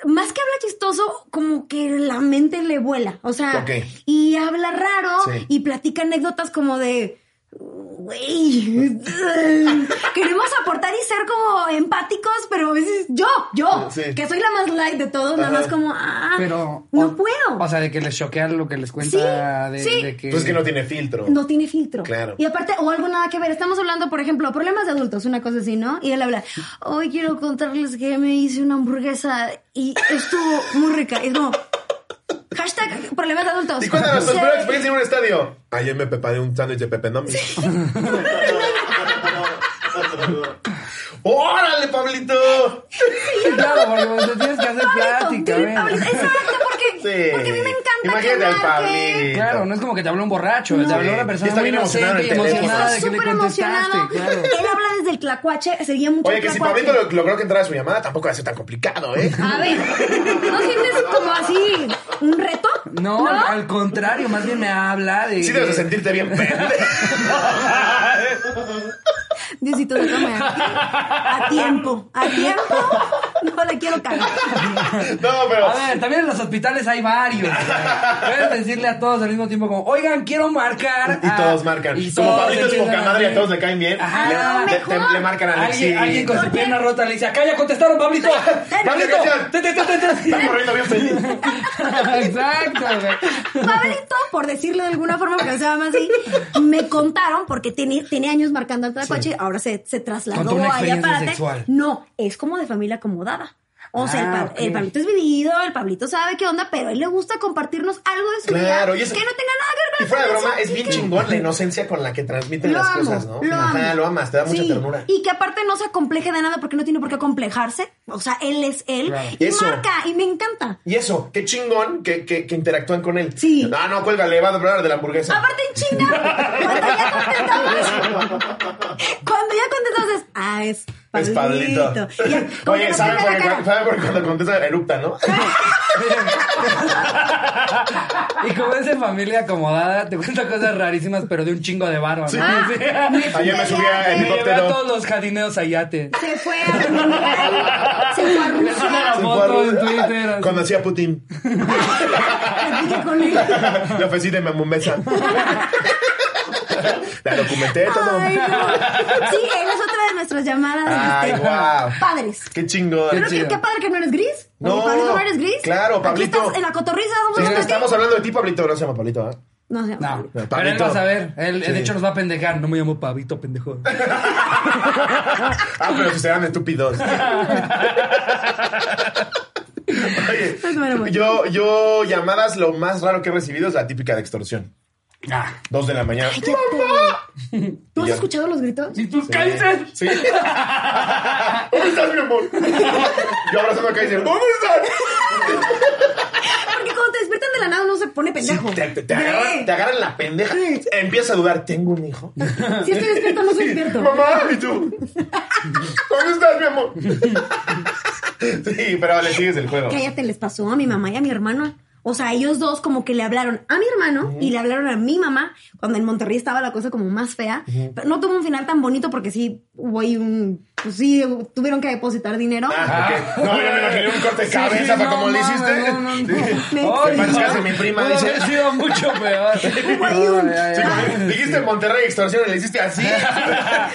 [SPEAKER 3] más que habla chistoso, como que la mente le vuela. O sea,
[SPEAKER 2] Ok.
[SPEAKER 3] y habla raro
[SPEAKER 2] Sí.
[SPEAKER 3] y platica anécdotas como de. Güey, queremos aportar y ser como empáticos, pero a veces yo, yo,
[SPEAKER 2] Sí.
[SPEAKER 3] que soy la más light de todos, nada más como, ah,
[SPEAKER 1] Pero.
[SPEAKER 3] no
[SPEAKER 1] o-
[SPEAKER 3] puedo.
[SPEAKER 1] O sea, de que les choquea lo que les cuenta. de,
[SPEAKER 3] Sí, sí. Pues
[SPEAKER 1] de que.
[SPEAKER 2] Entonces que no tiene filtro.
[SPEAKER 3] no tiene filtro.
[SPEAKER 2] Claro.
[SPEAKER 3] Y aparte, o algo nada que ver. Estamos hablando, por ejemplo, problemas de adultos, una cosa así, ¿no? Y él habla, hoy quiero contarles que me hice una hamburguesa y estuvo muy rica. Y es como, hashtag problemas de adultos.
[SPEAKER 2] Y cuéntanos tu
[SPEAKER 3] Sí.
[SPEAKER 2] primera experiencia en un estadio. Ayer me preparé un sándwich de Pepe Nomi. ¡Órale, Pablito!
[SPEAKER 1] Sí, claro, porque pues, tienes que hacer plática,
[SPEAKER 3] Pablito,
[SPEAKER 1] ven.
[SPEAKER 3] Pablito, Exacto, porque,
[SPEAKER 2] Sí.
[SPEAKER 3] porque a mí me encanta
[SPEAKER 2] Imagínate
[SPEAKER 3] que
[SPEAKER 2] al
[SPEAKER 3] marque.
[SPEAKER 2] Pablito.
[SPEAKER 1] Claro, no es como que te habló un borracho, te habló una persona
[SPEAKER 2] Y está
[SPEAKER 1] muy
[SPEAKER 2] bien emocionado
[SPEAKER 1] inocente y
[SPEAKER 2] en el teléfono.
[SPEAKER 1] emocionada de que le
[SPEAKER 3] Súper emocionado.
[SPEAKER 1] contestaste. Claro.
[SPEAKER 3] Él habla desde el tlacuache, seguía mucho
[SPEAKER 2] Oye,
[SPEAKER 3] el
[SPEAKER 2] que si
[SPEAKER 3] tlacuache.
[SPEAKER 2] Pablito lo- logró que entrara a su llamada, tampoco va a ser tan complicado, ¿eh?
[SPEAKER 1] Ah,
[SPEAKER 3] A ver, ¿no sientes como así un reto?
[SPEAKER 1] No, al contrario, más bien me habla de.
[SPEAKER 2] Sí debes de sentirte bien pendejo.
[SPEAKER 3] Diosito, déjame. A tiempo, a tiempo. No la quiero cagar.
[SPEAKER 2] No, pero...
[SPEAKER 1] A ver, también en los hospitales hay varios. o sea, Puedes decirle a todos al mismo tiempo como, oigan, quiero marcar.
[SPEAKER 2] Y
[SPEAKER 1] a-".
[SPEAKER 2] todos marcan.
[SPEAKER 1] ah, Y
[SPEAKER 2] Como
[SPEAKER 1] todos
[SPEAKER 2] Pablito es
[SPEAKER 1] empiezan
[SPEAKER 2] poca madre y a
[SPEAKER 1] ver.
[SPEAKER 2] todos le caen bien.
[SPEAKER 1] Ajá.
[SPEAKER 3] Ah,
[SPEAKER 2] le,
[SPEAKER 3] mejor.
[SPEAKER 2] le- le marcan a
[SPEAKER 1] Alguien,
[SPEAKER 2] Alexis.
[SPEAKER 1] alguien con su pierna rota le dice, acá ya contestaron, Pablito. Pablito,
[SPEAKER 2] atención.
[SPEAKER 1] te, te, te, te,
[SPEAKER 2] Está corriendo bien feliz.
[SPEAKER 1] te. Exacto, güey.
[SPEAKER 3] Pablito, por decirlo de alguna forma, porque se llama así, me contaron, porque tiene, tiene años marcando al tlacuache, ahora se, se
[SPEAKER 1] Contó
[SPEAKER 3] trasladó
[SPEAKER 1] una
[SPEAKER 3] allá
[SPEAKER 1] experiencia
[SPEAKER 3] para
[SPEAKER 1] sexual.
[SPEAKER 3] No, es como de familia acomodada. O sea, el,
[SPEAKER 1] Ah,
[SPEAKER 3] Pab- el
[SPEAKER 1] ok.
[SPEAKER 3] Pablito es vivido, el Pablito sabe qué onda, pero a él le gusta compartirnos algo de su
[SPEAKER 2] Claro,
[SPEAKER 3] vida
[SPEAKER 2] y eso-
[SPEAKER 3] que no tenga nada que
[SPEAKER 2] Y
[SPEAKER 3] ver con
[SPEAKER 2] fuera
[SPEAKER 3] la
[SPEAKER 2] de broma,
[SPEAKER 3] familia
[SPEAKER 2] es bien
[SPEAKER 3] psíquica.
[SPEAKER 2] chingón la inocencia con la que transmiten
[SPEAKER 3] Lo
[SPEAKER 2] las
[SPEAKER 3] amo,
[SPEAKER 2] cosas, ¿no?
[SPEAKER 3] Lo,
[SPEAKER 2] Ajá,
[SPEAKER 3] amo.
[SPEAKER 2] lo amas, te da mucha
[SPEAKER 3] Sí,
[SPEAKER 2] ternura.
[SPEAKER 3] Y que aparte no se acompleje de nada porque no tiene por qué complejarse. O sea, él es él.
[SPEAKER 1] Claro.
[SPEAKER 3] Y
[SPEAKER 2] Eso.
[SPEAKER 3] marca, y me encanta.
[SPEAKER 2] Y eso, qué chingón que, que, que interactúan con él.
[SPEAKER 3] Sí.
[SPEAKER 2] Ah, no, cuélgale, va a hablar de la hamburguesa.
[SPEAKER 3] Aparte en China, cuando ya contestabas, cuando ya contestabas es, ah, es
[SPEAKER 2] Es
[SPEAKER 3] Pablito.
[SPEAKER 2] Pablito.
[SPEAKER 3] Ya, como que
[SPEAKER 2] Oye,
[SPEAKER 3] nos
[SPEAKER 2] ¿saben
[SPEAKER 3] cambia
[SPEAKER 2] por,
[SPEAKER 3] la
[SPEAKER 2] qué,
[SPEAKER 3] cara.
[SPEAKER 2] saben por qué cuando contesta erupta, no?
[SPEAKER 1] Y como es de familia acomodada, te cuenta cosas rarísimas, pero de un chingo de barro. ¿no?
[SPEAKER 3] Ah,
[SPEAKER 1] Sí.
[SPEAKER 2] Ayer me subí a
[SPEAKER 1] Me llevé a todos
[SPEAKER 2] helicóptero.
[SPEAKER 1] los jardineos a yate.
[SPEAKER 3] Se fue a Rumurray, se fue a
[SPEAKER 1] Me suena la
[SPEAKER 2] Se fue
[SPEAKER 3] Rusia,
[SPEAKER 1] foto
[SPEAKER 2] a
[SPEAKER 1] en
[SPEAKER 2] Rusia.
[SPEAKER 1] Twitter. así.
[SPEAKER 2] Conocí a Putin.
[SPEAKER 3] platica con él.
[SPEAKER 2] Le ofrecí de mamumesa. La documenté todo.
[SPEAKER 3] Ay, no. Sí, él es otra de nuestras llamadas.
[SPEAKER 2] Ay,
[SPEAKER 3] este,
[SPEAKER 2] guau.
[SPEAKER 3] Padres.
[SPEAKER 2] Qué chingón.
[SPEAKER 3] Pero qué,
[SPEAKER 1] chido.
[SPEAKER 3] qué padre que no eres gris. Oye,
[SPEAKER 2] No,
[SPEAKER 3] Pablito, no eres gris.
[SPEAKER 2] claro, Pablito.
[SPEAKER 3] Aquí estás en la cotorriza. Vamos
[SPEAKER 2] Sí,
[SPEAKER 3] a hablar de
[SPEAKER 2] estamos
[SPEAKER 3] ti.
[SPEAKER 2] hablando de ti, Pablito. No se llama Pablito, ¿ah?
[SPEAKER 3] No sé.
[SPEAKER 1] No,
[SPEAKER 2] Pablito.
[SPEAKER 1] pero él va a saber. Él, De hecho, nos va a pendejar. No me llamo Pavito, pendejo.
[SPEAKER 2] Ah, pero que serán estúpidos. Oye,
[SPEAKER 3] Ay, bueno, bueno.
[SPEAKER 2] yo, yo llamadas, lo más raro que he recibido es la típica de extorsión.
[SPEAKER 1] Ah,
[SPEAKER 2] Dos de la mañana.
[SPEAKER 3] Cállate. ¿Tú has
[SPEAKER 2] Ya.
[SPEAKER 3] escuchado los gritos?
[SPEAKER 1] ¿Y tus calces?
[SPEAKER 2] Sí. ¿Dónde estás, mi amor? Yo abrazando acá y diciendo, ¿dónde estás?
[SPEAKER 3] Porque cuando te despiertan de la nada uno se pone pendejo.
[SPEAKER 2] Sí, te, te- te agarran, te agarran la pendeja.
[SPEAKER 3] Sí.
[SPEAKER 2] Empiezas a dudar, ¿tengo un hijo?
[SPEAKER 3] Si estoy despierto, no soy despierto.
[SPEAKER 2] Mamá, ¿y tú? ¿Dónde estás, mi amor? Sí, pero le sigues el juego.
[SPEAKER 3] Cállate, les pasó a mi mamá y a mi hermano. O sea, ellos dos como que le hablaron a mi hermano y le hablaron a mi mamá cuando en Monterrey estaba la cosa como más fea. Pero no tuvo un final tan bonito porque sí hubo ahí un... Pues sí, tuvieron que depositar dinero.
[SPEAKER 2] Ah, ok. No, yo me imaginé un corte de
[SPEAKER 1] Sí,
[SPEAKER 2] cabeza para
[SPEAKER 1] no
[SPEAKER 2] como le
[SPEAKER 1] mames,
[SPEAKER 2] hiciste.
[SPEAKER 1] No, no, no. Ay,
[SPEAKER 3] Me- Te
[SPEAKER 2] pareces
[SPEAKER 1] no.
[SPEAKER 2] a mi prima,
[SPEAKER 1] Pudo
[SPEAKER 2] dice.
[SPEAKER 1] haber sido mucho peor.
[SPEAKER 3] Güey, un-
[SPEAKER 1] Ay, ay,
[SPEAKER 2] Sí,
[SPEAKER 1] ay.
[SPEAKER 2] porque dijiste en Monterrey extorsión y le hiciste así.
[SPEAKER 3] Sí,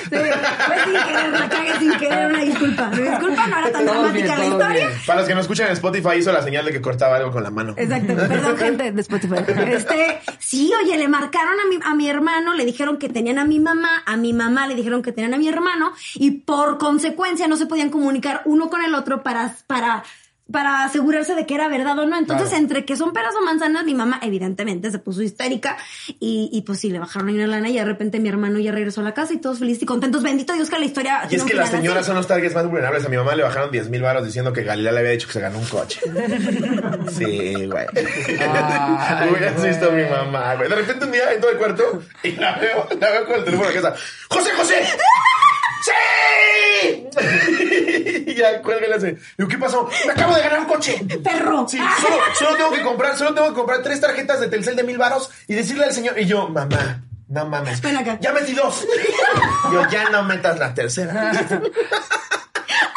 [SPEAKER 3] fue sin querer, la cagué sin querer, una disculpa. Una disculpa, no era tan
[SPEAKER 1] Todo bien,
[SPEAKER 3] dramática la
[SPEAKER 1] todo
[SPEAKER 3] historia.
[SPEAKER 1] bien.
[SPEAKER 2] Para los que no escuchan en Spotify, hizo la señal de que cortaba algo con la mano.
[SPEAKER 3] Exacto, perdón gente de Spotify. Este, sí, oye, le marcaron a mi, a mi hermano, le dijeron que tenían a mi mamá, a mi mamá le dijeron que tenían a mi hermano y por consecuencia no se podían comunicar uno con el otro para, para para asegurarse de que era verdad o no. Entonces,
[SPEAKER 1] Claro.
[SPEAKER 3] entre que son peras o manzanas, mi mamá evidentemente se puso histérica y, y pues sí, le bajaron ahí una lana y de repente mi hermano ya regresó a la casa y todos felices y contentos. Bendito Dios que la historia...
[SPEAKER 2] Y
[SPEAKER 3] tiene
[SPEAKER 2] es
[SPEAKER 3] un
[SPEAKER 2] que las
[SPEAKER 3] final así.
[SPEAKER 2] señoras son los targets más vulnerables. A mi mamá le bajaron 10 mil baros diciendo que Galilea le había dicho que se ganó un coche. Sí, güey.
[SPEAKER 1] Ay,
[SPEAKER 2] Hubieras visto a mi
[SPEAKER 1] güey.
[SPEAKER 2] mamá, güey. De repente un día entro al cuarto y la veo, la veo con el teléfono en la casa. ¡José, José! ¡Sí! y ya cuelga y le hace. Digo, ¿qué pasó? ¡Me acabo de ganar un coche!
[SPEAKER 3] ¡Perro!
[SPEAKER 2] Sí, solo, solo tengo que comprar, solo tengo que comprar tres tarjetas de Telcel de mil varos y decirle al señor. Y yo, mamá, no mames.
[SPEAKER 3] Ven acá.
[SPEAKER 2] Ya metí dos. yo, ya no metas la tercera.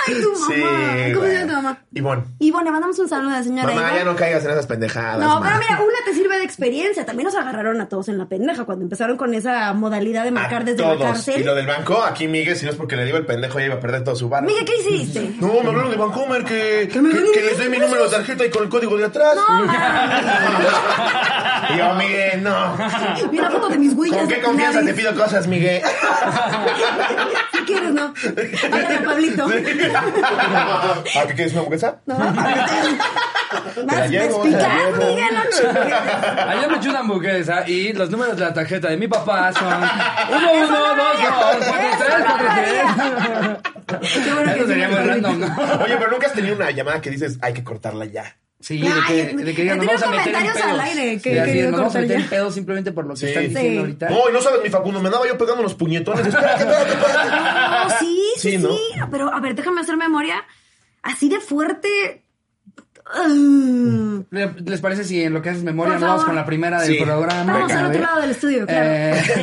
[SPEAKER 3] ¡Ay, tu mamá! ¿Cómo se
[SPEAKER 2] güey.
[SPEAKER 3] llama tu mamá?
[SPEAKER 2] Ivonne.
[SPEAKER 3] Y bueno, le mandamos un saludo a la señora.
[SPEAKER 2] Mamá,
[SPEAKER 3] Eva.
[SPEAKER 2] ya no caigas en esas pendejadas.
[SPEAKER 3] No,
[SPEAKER 2] ma.
[SPEAKER 3] pero mira, una te sirve de experiencia. También nos agarraron a todos en la pendeja cuando empezaron con esa modalidad de marcar
[SPEAKER 2] A
[SPEAKER 3] desde
[SPEAKER 2] todos.
[SPEAKER 3] la cárcel.
[SPEAKER 2] Y lo del banco, aquí Miguel, si no es porque le digo el pendejo, ya iba a perder todo su bar.
[SPEAKER 3] Miguel, ¿qué hiciste?
[SPEAKER 2] No, me hablaron de Vancomer que,
[SPEAKER 3] Que me
[SPEAKER 2] que,
[SPEAKER 3] gané
[SPEAKER 2] que
[SPEAKER 3] diez
[SPEAKER 2] les dé mi número de tarjeta y con el código de atrás.
[SPEAKER 3] No, mames.
[SPEAKER 2] Y yo, Miguel, no.
[SPEAKER 3] Vi la foto de mis huellas.
[SPEAKER 2] ¿Con qué confianza te
[SPEAKER 3] Nadie-
[SPEAKER 2] pido cosas, Miguel?
[SPEAKER 3] Si quieres, no. Háblale a Pablito.
[SPEAKER 2] ¿A qué Ah, quieres una hamburguesa?
[SPEAKER 3] No, Pablito.
[SPEAKER 2] la
[SPEAKER 3] Más
[SPEAKER 2] llevo, te la
[SPEAKER 3] perspicaz,
[SPEAKER 2] llevo.
[SPEAKER 3] Miguel, no chingues.
[SPEAKER 1] Allá me chuta hamburguesa y los números de la tarjeta de mi papá son 1, 1, 2, 2, 4, 3, 4, 3.
[SPEAKER 3] Qué bueno que
[SPEAKER 1] Eso sería
[SPEAKER 3] sí me
[SPEAKER 1] muy random,
[SPEAKER 3] acordé.
[SPEAKER 1] ¿no?
[SPEAKER 2] Oye, pero nunca has tenido una llamada que dices, hay que cortarla ya.
[SPEAKER 1] Sí,
[SPEAKER 3] Ay,
[SPEAKER 1] de que, de que digan,
[SPEAKER 3] he
[SPEAKER 1] nos vamos a
[SPEAKER 3] tenido
[SPEAKER 1] meter en
[SPEAKER 3] comentarios
[SPEAKER 1] pedos.
[SPEAKER 3] al aire
[SPEAKER 1] Sí,
[SPEAKER 3] que he
[SPEAKER 1] así,
[SPEAKER 3] querido
[SPEAKER 1] nos vamos a
[SPEAKER 3] cortar
[SPEAKER 1] meter
[SPEAKER 3] ya.
[SPEAKER 1] en pedos simplemente por lo que
[SPEAKER 2] Sí.
[SPEAKER 1] están diciendo
[SPEAKER 3] Sí. Oh.
[SPEAKER 1] ahorita.
[SPEAKER 2] No, y no sabes, mi Facundo, me andaba yo pegando unos puñetones. Espérate, espérate, espérate.
[SPEAKER 3] No, sí, sí,
[SPEAKER 2] Sí,
[SPEAKER 3] sí,
[SPEAKER 2] ¿no?
[SPEAKER 3] Pero, a ver, déjame hacer memoria. Así de fuerte. Mm.
[SPEAKER 1] ¿Le- ¿Les parece si en lo que haces memoria
[SPEAKER 3] Por
[SPEAKER 1] nos vamos
[SPEAKER 3] favor.
[SPEAKER 1] con la primera del
[SPEAKER 2] Sí.
[SPEAKER 1] programa?
[SPEAKER 3] Vamos
[SPEAKER 1] A
[SPEAKER 3] al otro
[SPEAKER 1] ver.
[SPEAKER 3] lado del estudio, claro.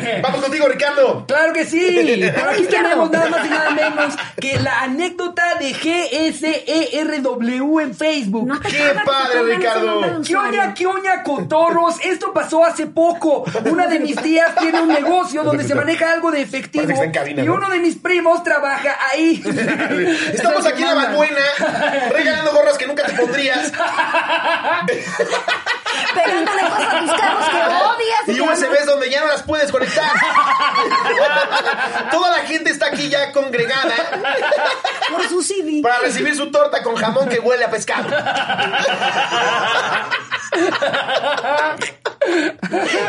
[SPEAKER 1] Eh,
[SPEAKER 2] Vamos contigo, Ricardo.
[SPEAKER 1] ¡Claro que sí! Pero aquí
[SPEAKER 3] Ricardo.
[SPEAKER 1] tenemos nada más y nada menos que la anécdota de GSERW en Facebook.
[SPEAKER 3] No te
[SPEAKER 2] ¡Qué
[SPEAKER 3] cagas que
[SPEAKER 2] padre,
[SPEAKER 3] pongan ese
[SPEAKER 2] Ricardo!
[SPEAKER 3] nombre de
[SPEAKER 2] ¿Qué
[SPEAKER 1] ¿Qué
[SPEAKER 3] usuario.
[SPEAKER 1] oña, qué oña, cotorros? Esto pasó hace poco. Una de mis tías tiene un negocio donde se maneja algo de efectivo.
[SPEAKER 2] Parece que está en cabina,
[SPEAKER 1] y
[SPEAKER 2] ¿no?
[SPEAKER 1] uno de mis primos trabaja ahí.
[SPEAKER 2] Estamos aquí en la Balbuena, regalando gorras que nunca te pondrías.
[SPEAKER 3] Pegándole cosas a tus carros que odias.
[SPEAKER 2] Y
[SPEAKER 3] que amas.
[SPEAKER 2] USBs donde ya no las puedes conectar. Toda la gente está aquí ya congregada
[SPEAKER 3] Por su CD.
[SPEAKER 2] para recibir su torta con jamón que huele a pescado.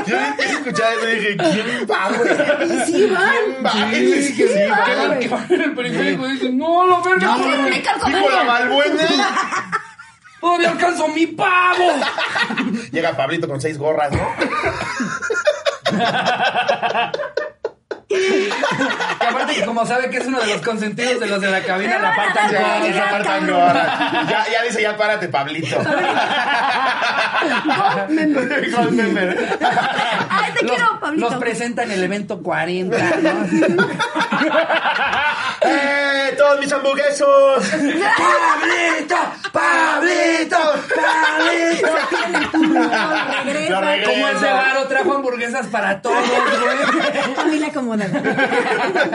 [SPEAKER 2] Yo escuchaba eso y dije, ¿quién va, güey?
[SPEAKER 3] Y sí, van.
[SPEAKER 2] Va, es que sí, va.
[SPEAKER 1] el periférico dice, no, lo verga.
[SPEAKER 3] Yo quiero una
[SPEAKER 2] Dijo la
[SPEAKER 3] calcomanía.
[SPEAKER 2] malbuena.
[SPEAKER 1] Todavía alcanzo mi pavo.
[SPEAKER 2] Llega Pablito con seis gorras, ¿no?
[SPEAKER 1] Que aparte que como sabe que es uno de los consentidos de los de la cabina,
[SPEAKER 3] Me
[SPEAKER 1] la
[SPEAKER 3] van a
[SPEAKER 1] apartan con-
[SPEAKER 2] Ya,
[SPEAKER 3] dar Ay,
[SPEAKER 2] se
[SPEAKER 3] gran
[SPEAKER 2] apartan
[SPEAKER 3] cabrón.
[SPEAKER 2] gorras. Ya, ya dice, ya párate, Pablito. Gold member.
[SPEAKER 3] Ay, te quiero, Pablito.
[SPEAKER 1] Los presenta en el evento 40, ¿no?
[SPEAKER 2] ¡Eh! ¡Todos mis hamburguesos!
[SPEAKER 1] ¡Pablito! ¡Pablito! ¡Pablito!
[SPEAKER 3] No,
[SPEAKER 2] No
[SPEAKER 3] regresa.
[SPEAKER 2] regresa.
[SPEAKER 1] Como ese varo trajo hamburguesas para todos, güey.
[SPEAKER 3] Familia acomodada.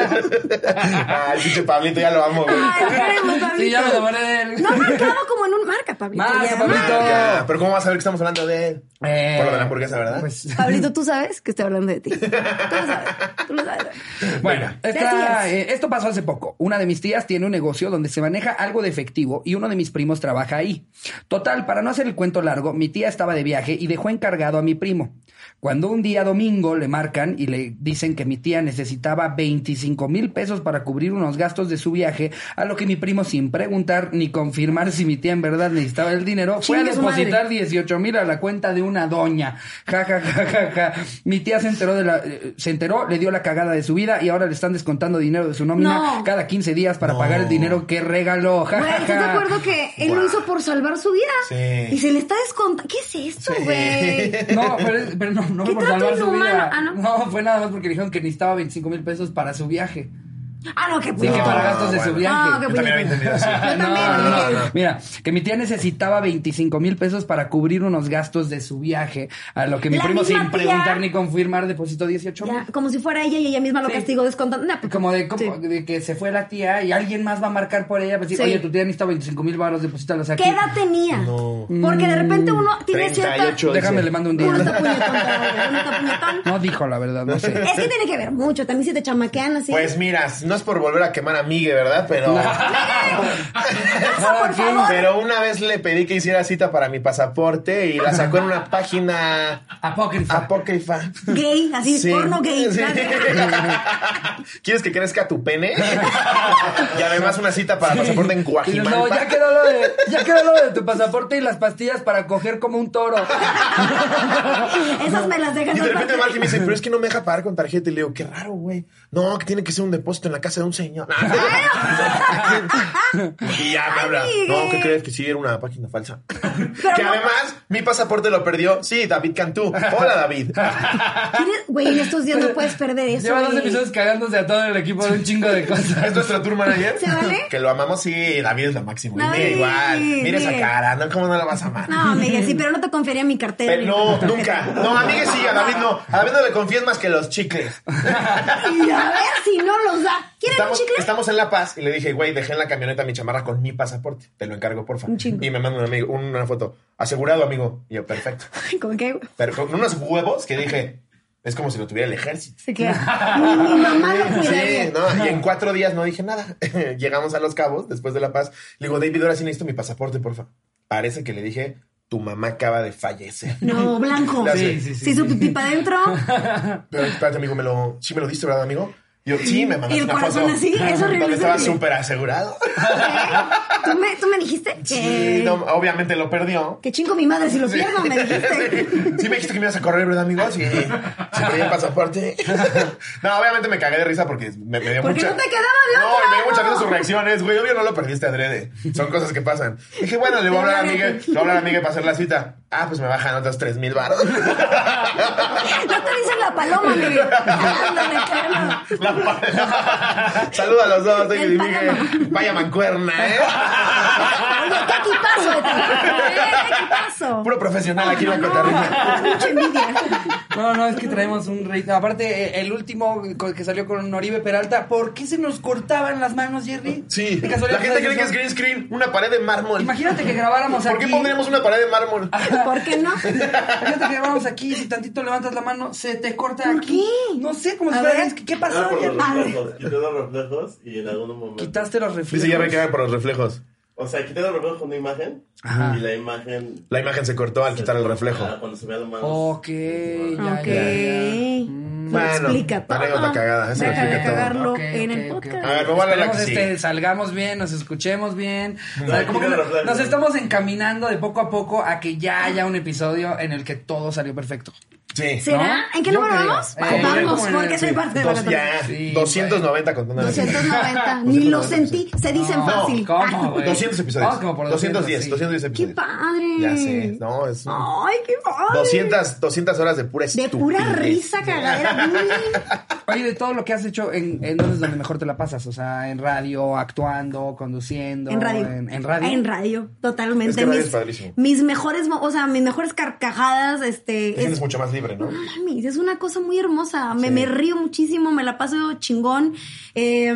[SPEAKER 2] Ay, Ah, pinche Pablito, ya lo amo, güey.
[SPEAKER 3] Ay, te queremos, Pablito.
[SPEAKER 1] Sí, ya me enamoré de él.
[SPEAKER 3] No ha marcado como en un marca, Pablito.
[SPEAKER 1] Marca,
[SPEAKER 3] ya,
[SPEAKER 1] Pablito.
[SPEAKER 3] marca.
[SPEAKER 2] Ya, Pero ¿cómo vas a ver que estamos hablando de él?
[SPEAKER 1] Eh,
[SPEAKER 2] Por lo de la hamburguesa, ¿verdad?
[SPEAKER 1] Pues,
[SPEAKER 3] Pablito, tú sabes que estoy hablando de ti. Tú lo sabes. Tú lo sabes.
[SPEAKER 1] bueno, esta-
[SPEAKER 3] Gracias.
[SPEAKER 1] eh, esto pasó hace poco. Una de mis tías tiene un negocio donde se maneja algo de efectivo y uno de mis primos trabaja ahí. Total, para no hacer el cuento largo, mi tía estaba de viaje y dejó encargado a mi primo. Cuando un día domingo le marcan y le dicen que mi tía necesitaba 25 mil pesos para cubrir unos gastos de su viaje, a lo que mi primo, sin preguntar ni confirmar si mi tía en verdad necesitaba el dinero, fue a
[SPEAKER 3] Chingue su madre.
[SPEAKER 1] depositar 18 mil a la cuenta de una doña. Ja, ja, ja, ja, ja. Mi tía se enteró de la, eh, se enteró, le dio la cagada de su vida y ahora le están descontando dinero de su nómina
[SPEAKER 3] No.
[SPEAKER 1] cada 15 días para pagar el dinero que regaló. Ja,
[SPEAKER 3] Güey,
[SPEAKER 1] ja,
[SPEAKER 3] ¿estás de
[SPEAKER 1] ja.
[SPEAKER 3] acuerdo que él lo hizo por salvar su vida?
[SPEAKER 2] Sí.
[SPEAKER 3] Y se le está descontando. ¿Qué es esto, güey?
[SPEAKER 1] No, pero, es- pero no, no
[SPEAKER 3] ¿Qué
[SPEAKER 1] fue por
[SPEAKER 3] trato
[SPEAKER 1] salvar su
[SPEAKER 3] inhumano?
[SPEAKER 1] vida.
[SPEAKER 3] Ah, ¿no?
[SPEAKER 1] fue nada más porque le dijeron que necesitaba 25 mil pesos para su viaje.
[SPEAKER 3] Ah, no, qué
[SPEAKER 1] Sí, que
[SPEAKER 3] puñetón.
[SPEAKER 1] para gastos de su
[SPEAKER 2] bueno.
[SPEAKER 1] viaje.
[SPEAKER 3] Ah, qué
[SPEAKER 2] Yo también había
[SPEAKER 3] puñetón.
[SPEAKER 2] entendido así.
[SPEAKER 3] Yo también.
[SPEAKER 1] No, no,
[SPEAKER 3] dije,
[SPEAKER 1] no. Mira, que mi tía necesitaba 25 mil pesos para cubrir unos gastos de su viaje, a lo que mi
[SPEAKER 3] La
[SPEAKER 1] primo sin
[SPEAKER 3] misma tía.
[SPEAKER 1] preguntar ni confirmar depositó 18 mil.
[SPEAKER 3] ya, como si fuera ella y ella misma lo
[SPEAKER 1] Sí.
[SPEAKER 3] castigó descontando. Nah, pues,
[SPEAKER 1] Como de, como
[SPEAKER 3] sí.
[SPEAKER 1] de que se fue la tía y alguien más va a marcar por ella. Pues, decir,
[SPEAKER 3] Sí.
[SPEAKER 1] Oye, tu tía necesita 25 mil baros, deposítalos aquí.
[SPEAKER 3] ¿Qué edad tenía? Porque de repente uno tiene cierta.
[SPEAKER 2] 38.
[SPEAKER 1] Déjame,
[SPEAKER 2] dice.
[SPEAKER 1] le mando un
[SPEAKER 3] Uno está
[SPEAKER 1] día.
[SPEAKER 3] puñetón, todavía, uno está puñetón.
[SPEAKER 1] No dijo la verdad, no sé.
[SPEAKER 3] Es que tiene que ver mucho. También si te chamaquean así.
[SPEAKER 2] Pues miras, no es por volver a quemar a Migue, ¿verdad? Pero.
[SPEAKER 3] ¡Migue! casa, por favor.
[SPEAKER 2] Pero una vez le pedí que hiciera cita para mi pasaporte y la sacó en una página
[SPEAKER 1] Apócrifa.
[SPEAKER 2] apócrifa.
[SPEAKER 3] Gay, así,
[SPEAKER 2] Sí.
[SPEAKER 3] porno gay.
[SPEAKER 2] Sí.
[SPEAKER 3] claro.
[SPEAKER 2] ¿Quieres que crezca tu pene? y además una cita para pasaporte en
[SPEAKER 1] Y yo, no,
[SPEAKER 2] Coajimalpa.
[SPEAKER 1] ya quedó, lo de, ya quedó lo de tu pasaporte y las pastillas para coger como un toro.
[SPEAKER 3] Esas me las dejan
[SPEAKER 2] Y de repente
[SPEAKER 3] aparte.
[SPEAKER 2] Marky me dice, pero es que no me deja pagar con tarjeta. Y le digo, qué raro, güey. No, que tiene que ser un depósito en la casa de un señor. y ya me habla.
[SPEAKER 3] Ay,
[SPEAKER 2] No,
[SPEAKER 3] Miguel.
[SPEAKER 2] ¿qué crees? Que sí, era una página falsa. que
[SPEAKER 3] no-
[SPEAKER 2] además, mi pasaporte lo perdió. Sí, David Cantú. Hola, David.
[SPEAKER 3] ¿Quieres- Güey, en estos días no puedes perder eso.
[SPEAKER 1] Lleva dos
[SPEAKER 3] güey.
[SPEAKER 1] episodios cagándose a todo el equipo de un chingo de
[SPEAKER 2] ¿Es
[SPEAKER 1] cosas.
[SPEAKER 2] nuestro tour manager?
[SPEAKER 3] ¿Se vale?
[SPEAKER 2] Que lo amamos, sí. David es lo máximo. Y
[SPEAKER 3] David,
[SPEAKER 2] mira igual. Mira esa
[SPEAKER 3] mira.
[SPEAKER 2] cara. No, ¿Cómo no la vas a amar?
[SPEAKER 3] No, Miguel, sí, pero no te confería mi cartera.
[SPEAKER 2] Pero Eh, no, nunca. No, a mí que sí, a David no. A David no le confíes más que los chicles.
[SPEAKER 3] Y a ver si no los da. ¿Quieren
[SPEAKER 2] Estamos,
[SPEAKER 3] un chicle?
[SPEAKER 2] estamos en La Paz y le dije, güey, dejé en la camioneta mi chamarra con mi pasaporte. Te lo encargo, porfa.
[SPEAKER 3] Un chingo.
[SPEAKER 2] Y me manda un amigo, una foto. Asegurado, amigo. Y yo, perfecto.
[SPEAKER 3] Ay, ¿Con qué? güey?
[SPEAKER 2] Pero con unos huevos que dije, es como si lo tuviera el ejército.
[SPEAKER 3] Sí, claro. Mi, mi mamá lo cuidaría.
[SPEAKER 2] Sí, ¿no? Y en cuatro días no dije nada. Llegamos a Los Cabos, después de La Paz. Le digo, David, ahora sí necesito mi pasaporte, porfa. Parece que le dije, tu mamá acaba de fallecer.
[SPEAKER 3] No, blanco.
[SPEAKER 2] Le hace,
[SPEAKER 1] Sí, sí, sí.
[SPEAKER 3] Si su pipí para adentro
[SPEAKER 2] Pero espérate, amigo, me lo, sí me lo diste, ¿verdad, amigo? Y yo, sí, me mandaste
[SPEAKER 3] y el
[SPEAKER 2] una
[SPEAKER 3] corazón
[SPEAKER 2] foto.
[SPEAKER 3] así, es horrible.
[SPEAKER 2] Donde
[SPEAKER 3] es
[SPEAKER 2] estaba
[SPEAKER 3] horrible.
[SPEAKER 2] súper asegurado.
[SPEAKER 3] ¿Tú me, tú me dijiste que,
[SPEAKER 2] Sí, no, obviamente lo perdió.
[SPEAKER 3] que chingo mi madre si lo pierdo, me dijiste.
[SPEAKER 2] Sí me dijiste que me ibas a correr, ¿verdad, amigo? Sí, sí perdí el pasaporte. No, obviamente me cagué de risa porque me, me dio
[SPEAKER 3] Porque
[SPEAKER 2] mucha...
[SPEAKER 3] no te quedaba de
[SPEAKER 2] No,
[SPEAKER 3] otra,
[SPEAKER 2] y me dio mucha
[SPEAKER 3] ¿no?
[SPEAKER 2] risa sus reacciones, güey. Obvio no lo perdiste adrede. Son cosas que pasan. Dije, bueno, le voy a hablar a Miguel. Le voy a hablar a Miguel para hacer la cita. Ah, pues me bajan otros tres mil baros.
[SPEAKER 3] No te dicen la paloma, Miguel. Ah, Ándale, Carlos.
[SPEAKER 2] Saluda a los dos, soy
[SPEAKER 3] El
[SPEAKER 2] Miguel.
[SPEAKER 3] Panamá.
[SPEAKER 2] Vaya mancuerna, ¿eh?
[SPEAKER 3] Oye, qué equipazo, Beto. Eh, qué equipazo.
[SPEAKER 2] Puro profesional aquí en la cotarrina.
[SPEAKER 3] Ah, Mucha envidia.
[SPEAKER 1] No, no, es que traemos un rey. Aparte, eh, el último co- que salió con Oribe Peralta, ¿por qué se nos cortaban las manos, Jerry?
[SPEAKER 2] Sí,
[SPEAKER 1] De
[SPEAKER 2] la
[SPEAKER 1] casualidad,
[SPEAKER 2] gente
[SPEAKER 1] ¿sabes
[SPEAKER 2] cree que es
[SPEAKER 1] eso?
[SPEAKER 2] green screen, una pared de mármol.
[SPEAKER 1] Imagínate que grabáramos
[SPEAKER 2] ¿Por
[SPEAKER 1] aquí. Ah.
[SPEAKER 2] qué pondríamos una pared de mármol?
[SPEAKER 3] ¿Por qué no?
[SPEAKER 1] Imagínate que grabamos aquí, si tantito levantas la mano, se te corta
[SPEAKER 3] ¿Por
[SPEAKER 1] aquí.
[SPEAKER 3] qué?
[SPEAKER 1] No sé, como si
[SPEAKER 3] A
[SPEAKER 1] fuera
[SPEAKER 3] ver.
[SPEAKER 1] green screen. ¿Qué pasó,
[SPEAKER 5] Ah, por los
[SPEAKER 1] Jerry?
[SPEAKER 5] reflejos. Quité los reflejos y en algún momento.
[SPEAKER 1] Quitaste los reflejos.
[SPEAKER 2] Dice, ya me quedan por los reflejos.
[SPEAKER 5] O sea, quité los reflejos con una imagen y la imagen.
[SPEAKER 2] La imagen se cortó al quitar el reflejo.
[SPEAKER 5] Ah, cuando se vea la mano.
[SPEAKER 1] Ok, ya,
[SPEAKER 3] Ok.
[SPEAKER 1] ya, ya.
[SPEAKER 2] Bueno,
[SPEAKER 3] explica todo.
[SPEAKER 2] anécdota cagada, eso lo
[SPEAKER 3] Deja de
[SPEAKER 2] explica todo. Ah,
[SPEAKER 3] cagarlo
[SPEAKER 1] Ok,
[SPEAKER 3] en
[SPEAKER 1] ok,
[SPEAKER 3] el
[SPEAKER 1] ok,
[SPEAKER 3] podcast.
[SPEAKER 1] ok.
[SPEAKER 2] A ver, vamos a la
[SPEAKER 1] Esperemos,
[SPEAKER 2] que
[SPEAKER 1] este, salgamos bien, nos escuchemos bien. O sea,
[SPEAKER 5] No,
[SPEAKER 1] como que
[SPEAKER 5] quítalo,
[SPEAKER 1] nos,
[SPEAKER 5] Flavio.
[SPEAKER 1] nos estamos encaminando de poco a poco a que ya haya un episodio en el que todo salió perfecto.
[SPEAKER 2] Sí.
[SPEAKER 3] ¿Será?
[SPEAKER 1] ¿No?
[SPEAKER 3] ¿En qué
[SPEAKER 1] Yo
[SPEAKER 3] número
[SPEAKER 1] creo.
[SPEAKER 3] vamos? Pues
[SPEAKER 1] Eh,
[SPEAKER 3] vamos,
[SPEAKER 1] sí.
[SPEAKER 3] porque soy parte de la
[SPEAKER 2] Dos,
[SPEAKER 3] catorce.
[SPEAKER 2] ya,
[SPEAKER 1] Sí,
[SPEAKER 2] 290 contando
[SPEAKER 3] 290. Ni lo sentí. Se dicen
[SPEAKER 1] No,
[SPEAKER 3] fácil.
[SPEAKER 1] ¿cómo, güey?
[SPEAKER 2] 200 episodios.
[SPEAKER 1] Vamos Ah, como por
[SPEAKER 2] 210,
[SPEAKER 1] 200, sí.
[SPEAKER 2] 210
[SPEAKER 3] ¡Qué
[SPEAKER 2] episodios.
[SPEAKER 3] padre!
[SPEAKER 2] Ya sé, no, es un-
[SPEAKER 3] ¡Ay, qué padre!
[SPEAKER 2] 200, 200 horas de pura
[SPEAKER 3] De
[SPEAKER 2] estupidez.
[SPEAKER 3] pura risa cagadera. güey.
[SPEAKER 1] Oye, de todo lo que has hecho, ¿en, en dónde es donde mejor te la pasas? O sea, en radio, actuando, conduciendo.
[SPEAKER 3] En radio.
[SPEAKER 1] En, en radio.
[SPEAKER 3] En radio, totalmente.
[SPEAKER 2] Es que radio
[SPEAKER 3] mis,
[SPEAKER 2] es padrísimo.
[SPEAKER 3] mis mejores, mo- o sea, mis mejores carcajadas, este.
[SPEAKER 2] Te
[SPEAKER 3] es-
[SPEAKER 2] sientes mucho más libre, ¿no?
[SPEAKER 3] mames, es una cosa muy hermosa. Me, me río muchísimo, me la paso chingón. Eh,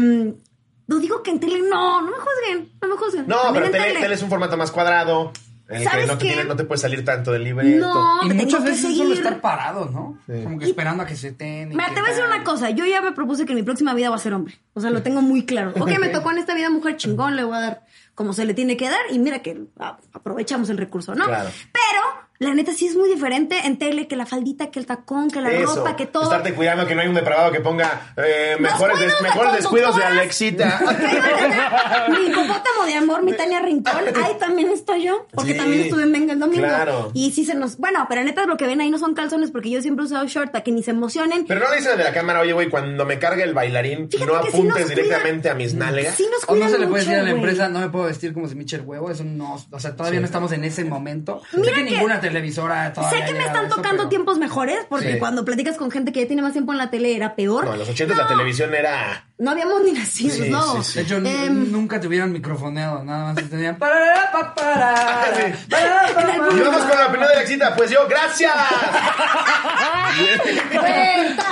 [SPEAKER 3] no digo que en tele, no, no me juzguen, no me juzguen.
[SPEAKER 2] No,
[SPEAKER 3] También
[SPEAKER 2] pero
[SPEAKER 3] en
[SPEAKER 2] tele, tele es un formato más cuadrado. En el que
[SPEAKER 3] ¿Sabes
[SPEAKER 2] no te,
[SPEAKER 3] qué?
[SPEAKER 2] tienes- no te puedes salir tanto del libreto.
[SPEAKER 3] No,
[SPEAKER 1] y
[SPEAKER 3] te tengo
[SPEAKER 1] muchas
[SPEAKER 3] que
[SPEAKER 1] veces es solo
[SPEAKER 3] seguir.
[SPEAKER 1] estar parados, ¿no? Como que esperando a que se ten. y
[SPEAKER 3] Mira,
[SPEAKER 1] que
[SPEAKER 3] te voy a decir
[SPEAKER 1] tal.
[SPEAKER 3] una cosa. Yo ya me propuse que en mi próxima vida voy a ser hombre. O sea, lo tengo muy claro. Ok, me tocó en esta vida mujer chingón, le voy a dar como se le tiene que dar. Y mira que ah, aprovechamos el recurso, ¿no?
[SPEAKER 2] Claro.
[SPEAKER 3] Pero la neta sí es muy diferente en tele que la faldita, que el tacón, que la
[SPEAKER 2] Eso,
[SPEAKER 3] ropa, que todo.
[SPEAKER 2] Estarte cuidando que no hay un depravado que ponga eh,
[SPEAKER 3] Los
[SPEAKER 2] mejores, des-
[SPEAKER 3] cuidos de
[SPEAKER 2] mejores descuidos de
[SPEAKER 3] conductoras.
[SPEAKER 2] Alexita.
[SPEAKER 3] mi hipopótamo de amor, mi Tania Rincón. Ahí también estoy yo, porque
[SPEAKER 2] Sí,
[SPEAKER 3] también estuve en Venga el domingo.
[SPEAKER 2] claro.
[SPEAKER 3] Y sí se nos. Bueno, pero neta, lo que ven ahí no son calzones, porque yo siempre he usado short para que ni se emocionen.
[SPEAKER 2] Pero no le dicen al de la cámara, oye, güey, cuando me cargue el bailarín,
[SPEAKER 3] Fíjate
[SPEAKER 2] no
[SPEAKER 3] que sí
[SPEAKER 2] apuntes
[SPEAKER 3] nos cuida.
[SPEAKER 2] directamente a mis nalgas.
[SPEAKER 3] sí nos
[SPEAKER 1] O no
[SPEAKER 3] cuidan
[SPEAKER 1] se le puede
[SPEAKER 3] mucho,
[SPEAKER 1] decir a la
[SPEAKER 3] güey.
[SPEAKER 1] empresa, no me puedo vestir como si me eche el huevo, eso no, o sea, todavía no estamos en ese momento. sé
[SPEAKER 3] Mira
[SPEAKER 1] que,
[SPEAKER 3] que-
[SPEAKER 1] ninguna televisora todavía
[SPEAKER 3] Sé
[SPEAKER 1] ha
[SPEAKER 3] que me
[SPEAKER 1] llegado
[SPEAKER 3] están
[SPEAKER 1] a eso,
[SPEAKER 3] tocando
[SPEAKER 1] pero-
[SPEAKER 3] tiempos mejores, porque
[SPEAKER 2] Sí.
[SPEAKER 3] cuando platicas con gente que ya tiene más tiempo en la tele era peor.
[SPEAKER 2] No,
[SPEAKER 3] No,
[SPEAKER 2] en los 80 la televisión era.
[SPEAKER 3] habíamos ni nacido,
[SPEAKER 2] Sí,
[SPEAKER 3] no.
[SPEAKER 2] sí,
[SPEAKER 1] De hecho, n-
[SPEAKER 3] Em,
[SPEAKER 1] nunca tuvieron microfoneado, nada más tenían. Para, pa, para,
[SPEAKER 2] Sí.
[SPEAKER 1] para, pa, para.
[SPEAKER 2] Y vamos con la opinión de Alexita. Pues yo, gracias.
[SPEAKER 3] ¡Vuelta!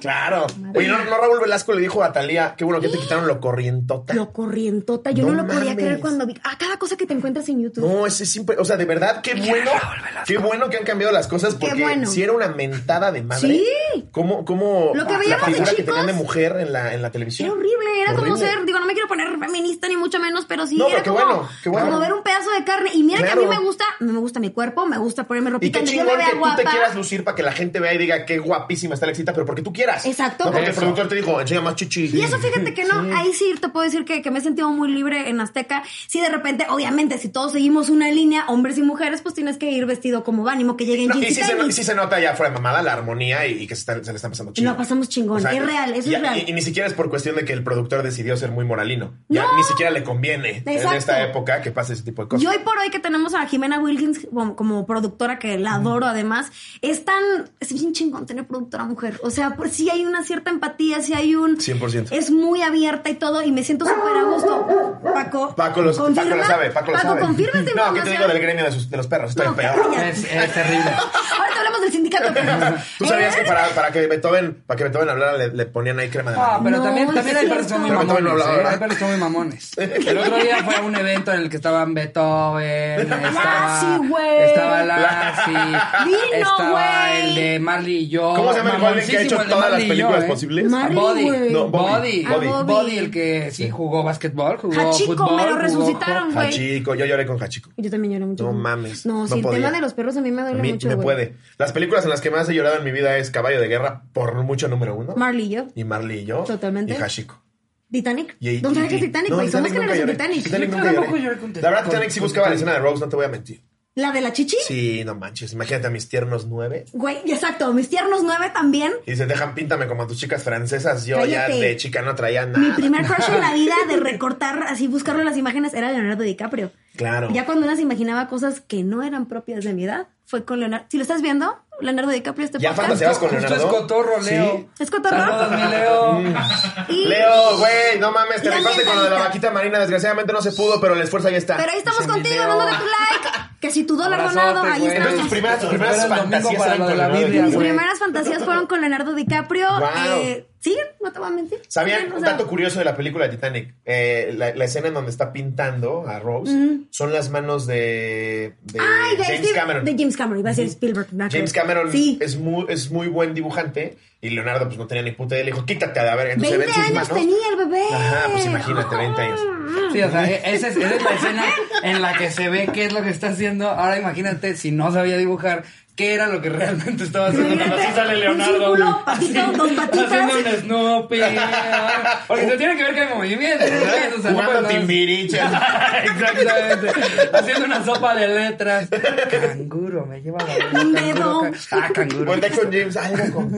[SPEAKER 2] claro. Oye, ¿no, no Raúl Velasco le dijo a Talía, qué bueno que te quitaron lo corrientota.
[SPEAKER 3] Lo corrientota. Yo no,
[SPEAKER 2] No
[SPEAKER 3] lo podía
[SPEAKER 2] mames.
[SPEAKER 3] creer cuando vi. Ah, cada cosa que te encuentras en YouTube.
[SPEAKER 2] No, ese es siempre, o sea, de verdad, qué bueno,
[SPEAKER 1] Raúl Velasco.
[SPEAKER 2] qué bueno que han cambiado las cosas porque
[SPEAKER 3] bueno.
[SPEAKER 2] si era una mentada de madre.
[SPEAKER 3] Sí.
[SPEAKER 2] ¿Cómo, cómo
[SPEAKER 3] Lo que
[SPEAKER 2] la
[SPEAKER 3] veíamos de
[SPEAKER 2] figura que
[SPEAKER 3] chicos-
[SPEAKER 2] tenían de mujer en la, en la televisión?
[SPEAKER 3] Era horrible, era como
[SPEAKER 2] Horrible.
[SPEAKER 3] ser, digo, no me quiero poner feminista ni mucho menos, pero sí
[SPEAKER 2] No,
[SPEAKER 3] era
[SPEAKER 2] pero qué
[SPEAKER 3] como,
[SPEAKER 2] bueno, qué bueno.
[SPEAKER 3] como ver un pedazo de carne. Y mira que a mí
[SPEAKER 2] Claro.
[SPEAKER 3] me gusta, me gusta mi cuerpo, me gusta ponerme
[SPEAKER 2] Y
[SPEAKER 3] ropita,
[SPEAKER 2] qué
[SPEAKER 3] donde yo me
[SPEAKER 2] chingón
[SPEAKER 3] vea
[SPEAKER 2] que tú
[SPEAKER 3] guapa.
[SPEAKER 2] te quieras lucir para que la gente vea y diga qué guapísima está la excita, pero porque tú quieras.
[SPEAKER 3] Exacto.
[SPEAKER 2] No porque el
[SPEAKER 1] Eso.
[SPEAKER 2] productor te dijo, enseña más chichi.
[SPEAKER 3] Y eso fíjate que no, ahí sí te puedo decir que, que me he sentido muy libre en Azteca. Si de repente, obviamente, si todos seguimos una línea, hombres y mujeres, pues tienes que ir vestido como van, ni modo que lleguen
[SPEAKER 2] No,
[SPEAKER 3] jeans
[SPEAKER 2] y,
[SPEAKER 3] y
[SPEAKER 2] sí se, no- y
[SPEAKER 3] tenis.
[SPEAKER 2] sí se nota ya fuera de mamada la armonía y, y que se, están- se le están pasando chido.
[SPEAKER 3] la pasamos chingón, es real, eso
[SPEAKER 2] y-
[SPEAKER 3] es real.
[SPEAKER 2] Y, y ni siquiera es por cuestión de que el productor decidió ser muy moralino. Ya
[SPEAKER 3] No.
[SPEAKER 2] ni siquiera le conviene en
[SPEAKER 3] Exacto.
[SPEAKER 2] esta época que pase ese tipo de cosas.
[SPEAKER 3] Y hoy por hoy que tenemos a Jimena Wilkins como, como productora, que la adoro además, es tan. Es bien chingón tener productora mujer. O sea, pues, sí hay una cierta empatía, sí hay un.
[SPEAKER 2] 100%.
[SPEAKER 3] Es muy abierta y todo, y me siento súper a gusto. Paco.
[SPEAKER 2] Paco, los- Paco
[SPEAKER 3] ¿confirma?
[SPEAKER 2] lo sabe, Paco lo sabe.
[SPEAKER 3] confirma esta
[SPEAKER 2] No, ¿qué te digo
[SPEAKER 3] información?
[SPEAKER 2] del gremio de, sus- de los perros? Estoy
[SPEAKER 3] No,
[SPEAKER 2] peor.
[SPEAKER 3] cállate.
[SPEAKER 1] Es, es terrible.
[SPEAKER 3] Ahorita hablamos del sindicato. pero-
[SPEAKER 2] ¿Tú sabías que
[SPEAKER 3] ¿Eh?
[SPEAKER 2] para, para que Beethoven, para que Beethoven hablara le, le ponían ahí crema de
[SPEAKER 1] Ah,
[SPEAKER 2] maní?
[SPEAKER 1] pero
[SPEAKER 3] No,
[SPEAKER 1] también,
[SPEAKER 3] sí
[SPEAKER 1] también hay
[SPEAKER 3] es
[SPEAKER 1] perros que son muy
[SPEAKER 2] cierto. Pero
[SPEAKER 1] mamones.
[SPEAKER 2] Beethoven no
[SPEAKER 1] ¿eh?
[SPEAKER 2] hablaba,
[SPEAKER 1] Hay perros que son muy mamones. El otro día fue a un evento en el que estaban Beethoven, estaba,
[SPEAKER 3] Lassie, Ah, güey.
[SPEAKER 1] estaba Lassie,
[SPEAKER 3] Vino,
[SPEAKER 1] estaba
[SPEAKER 3] güey.
[SPEAKER 1] el de Marley y yo.
[SPEAKER 2] ¿Cómo se llama el Golden que ha hecho
[SPEAKER 1] Mamoncísimo, el de
[SPEAKER 2] todas las
[SPEAKER 1] Marley y yo,
[SPEAKER 2] películas
[SPEAKER 1] ¿eh?
[SPEAKER 2] posibles?
[SPEAKER 3] Mar- Marley,
[SPEAKER 1] Body,
[SPEAKER 3] güey.
[SPEAKER 2] No,
[SPEAKER 1] Body,
[SPEAKER 2] Body,
[SPEAKER 1] Body,
[SPEAKER 2] Body.
[SPEAKER 1] Body, el que sí jugó basquetbol, jugó
[SPEAKER 3] Hachiko,
[SPEAKER 1] fútbol,
[SPEAKER 3] Ah, me lo
[SPEAKER 1] jugó
[SPEAKER 3] resucitaron, güey.
[SPEAKER 2] Hachico, yo lloré con Hachico.
[SPEAKER 3] Yo también lloré mucho.
[SPEAKER 2] No mames,
[SPEAKER 3] No,
[SPEAKER 2] no
[SPEAKER 3] sí, el
[SPEAKER 2] podía.
[SPEAKER 3] tema de los perros a mí me
[SPEAKER 2] A
[SPEAKER 3] duele
[SPEAKER 2] mí
[SPEAKER 3] mucho.
[SPEAKER 2] me
[SPEAKER 3] güey.
[SPEAKER 2] puede. Las películas en las que más he llorado en mi vida es Caballo de Guerra, por mucho número uno.
[SPEAKER 3] Marley y yo.
[SPEAKER 2] y Marley y yo.
[SPEAKER 3] Totalmente.
[SPEAKER 2] Y Hashiko.
[SPEAKER 3] Titanic.
[SPEAKER 2] Y, y-
[SPEAKER 3] ¿Dónde
[SPEAKER 2] y-
[SPEAKER 3] es Titanic,
[SPEAKER 2] no,
[SPEAKER 3] güey? Somos
[SPEAKER 2] nunca
[SPEAKER 3] generación
[SPEAKER 2] lloré.
[SPEAKER 3] Titanic.
[SPEAKER 2] Titanic
[SPEAKER 1] Yo
[SPEAKER 2] nunca
[SPEAKER 1] tampoco
[SPEAKER 2] lloré.
[SPEAKER 1] lloré con Titanic.
[SPEAKER 2] La verdad,
[SPEAKER 1] Con-
[SPEAKER 2] Titanic sí
[SPEAKER 1] con
[SPEAKER 2] buscaba la
[SPEAKER 1] Titanic.
[SPEAKER 2] escena de Rose, no te voy a mentir.
[SPEAKER 3] ¿La de la chichi?
[SPEAKER 2] Sí, no manches. Imagínate a mis tiernos nueve.
[SPEAKER 3] Güey, exacto. Mis tiernos nueve también.
[SPEAKER 2] Y se dejan píntame como a tus chicas francesas. Yo
[SPEAKER 3] Cállate.
[SPEAKER 2] ya de chica no traía nada.
[SPEAKER 3] Mi primer crush en la vida de recortar, así buscarle las imágenes, era Leonardo DiCaprio.
[SPEAKER 2] Claro.
[SPEAKER 3] Ya cuando una se imaginaba cosas que no eran propias de mi edad, fue con Leonardo. Si lo estás viendo, Leonardo DiCaprio este
[SPEAKER 2] Ya
[SPEAKER 3] podcast.
[SPEAKER 2] fantaseabas con
[SPEAKER 1] Justo
[SPEAKER 2] Leonardo.
[SPEAKER 1] es cotorro, Leo.
[SPEAKER 2] Sí. Mm.
[SPEAKER 3] ¿Es cotorro?
[SPEAKER 1] Saludos, mi Leo.
[SPEAKER 3] Y-
[SPEAKER 2] Leo, güey, no mames, te
[SPEAKER 3] Y
[SPEAKER 2] rifaste
[SPEAKER 3] alguien
[SPEAKER 2] con lo de la
[SPEAKER 3] ahorita.
[SPEAKER 2] vaquita marina. Desgraciadamente no se pudo, pero el esfuerzo ahí está.
[SPEAKER 3] Pero ahí estamos
[SPEAKER 1] Ese mi
[SPEAKER 3] contigo,
[SPEAKER 1] Leo.
[SPEAKER 3] dándole tu like. Que si tu dólar
[SPEAKER 1] Abrazote,
[SPEAKER 3] donado, ahí
[SPEAKER 1] güey.
[SPEAKER 2] Entonces,
[SPEAKER 3] estamos.
[SPEAKER 2] tus primeras, tus
[SPEAKER 1] Espera
[SPEAKER 2] primeras
[SPEAKER 1] el domingo
[SPEAKER 2] fantasías
[SPEAKER 1] para
[SPEAKER 2] eran
[SPEAKER 1] lo de
[SPEAKER 2] con
[SPEAKER 1] la
[SPEAKER 2] Leonardo
[SPEAKER 1] Biblia,
[SPEAKER 3] Mis
[SPEAKER 2] DiCaprio.
[SPEAKER 1] güey.
[SPEAKER 3] primeras fantasías fueron con Leonardo DiCaprio.
[SPEAKER 2] Guau.
[SPEAKER 3] Eh, sí, no te voy a mentir.
[SPEAKER 2] ¿Sabían
[SPEAKER 3] Sí, o
[SPEAKER 2] un
[SPEAKER 3] sea,
[SPEAKER 2] dato curioso de la película de Titanic? Eh, la, la escena en donde está pintando a Rose son las manos de, de
[SPEAKER 3] Ay, de
[SPEAKER 2] James
[SPEAKER 3] Steve-
[SPEAKER 2] Cameron.
[SPEAKER 3] De James Cameron, iba a decir Spielberg. nada que
[SPEAKER 2] James
[SPEAKER 3] ver.
[SPEAKER 2] Cameron
[SPEAKER 3] Sí.
[SPEAKER 2] es, muy, es muy buen dibujante y Leonardo pues no tenía ni puta idea. Le dijo, quítate a la verga. Entonces
[SPEAKER 3] 20
[SPEAKER 2] ven sus
[SPEAKER 3] años
[SPEAKER 2] manos.
[SPEAKER 3] tenía el bebé.
[SPEAKER 2] Ajá, pues imagínate, 20 años.
[SPEAKER 1] Sí, o sea, e- esa es, esa es la escena en la que se ve qué es lo que está haciendo. Ahora imagínate si no sabía dibujar, qué era lo que realmente estaba haciendo.
[SPEAKER 3] Imagínate,
[SPEAKER 1] Así sale Leonardo.
[SPEAKER 3] un círculo, patito,
[SPEAKER 1] Así,
[SPEAKER 3] dos patitas.
[SPEAKER 1] Haciendo un Snoopy. ah, Porque se tiene que ver que hay movimiento. ¿sabes? O sea, no puede
[SPEAKER 2] Jugando
[SPEAKER 1] nada-
[SPEAKER 2] timbiriche.
[SPEAKER 1] Exactamente. Haciendo una sopa de letras. Canguro, me lleva la boca,
[SPEAKER 3] Un
[SPEAKER 1] canguro,
[SPEAKER 3] dedo.
[SPEAKER 1] ca- Ah, canguro.
[SPEAKER 2] Voltea con James. Ay, loco.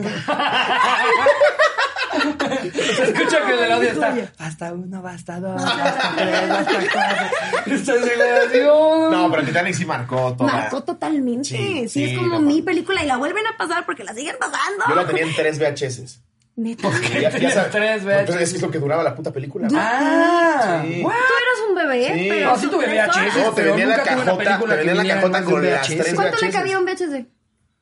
[SPEAKER 1] Se escucha que el audio está.
[SPEAKER 3] Oye.
[SPEAKER 1] Hasta uno, basta dos, hasta tres, hasta cuatro. Estás en la relación.
[SPEAKER 2] No, pero Titanic sí marcó toda.
[SPEAKER 3] Marcó totalmente. Sí,
[SPEAKER 2] Sí,
[SPEAKER 3] es
[SPEAKER 2] sí,
[SPEAKER 3] como
[SPEAKER 2] no
[SPEAKER 3] mi
[SPEAKER 2] mames.
[SPEAKER 3] película y la vuelven a pasar porque la siguen pasando.
[SPEAKER 2] Yo la tenía en tres VHS.
[SPEAKER 3] Neta.
[SPEAKER 1] qué?
[SPEAKER 2] Ya- ya
[SPEAKER 1] Tenías
[SPEAKER 2] sabes,
[SPEAKER 1] tres
[SPEAKER 2] pues,
[SPEAKER 1] VHS.
[SPEAKER 2] Es lo que duraba la puta película. güey.
[SPEAKER 1] Ah,
[SPEAKER 2] Sí.
[SPEAKER 1] wow.
[SPEAKER 3] Tú eras un bebé,
[SPEAKER 2] Sí.
[SPEAKER 3] pero.
[SPEAKER 1] No, Ah, sí
[SPEAKER 3] son
[SPEAKER 1] tuve
[SPEAKER 3] tres
[SPEAKER 1] VHS,
[SPEAKER 3] horas.
[SPEAKER 2] No, te
[SPEAKER 1] pero
[SPEAKER 2] venía la
[SPEAKER 1] nunca tuve una
[SPEAKER 2] cajota,
[SPEAKER 1] película
[SPEAKER 2] te
[SPEAKER 1] que
[SPEAKER 2] venía la
[SPEAKER 1] viniera
[SPEAKER 2] cajota
[SPEAKER 1] más de un
[SPEAKER 2] con las
[SPEAKER 1] VHS.
[SPEAKER 2] tres
[SPEAKER 3] ¿Cuánto le
[SPEAKER 2] VHS?
[SPEAKER 3] cabía un VHS?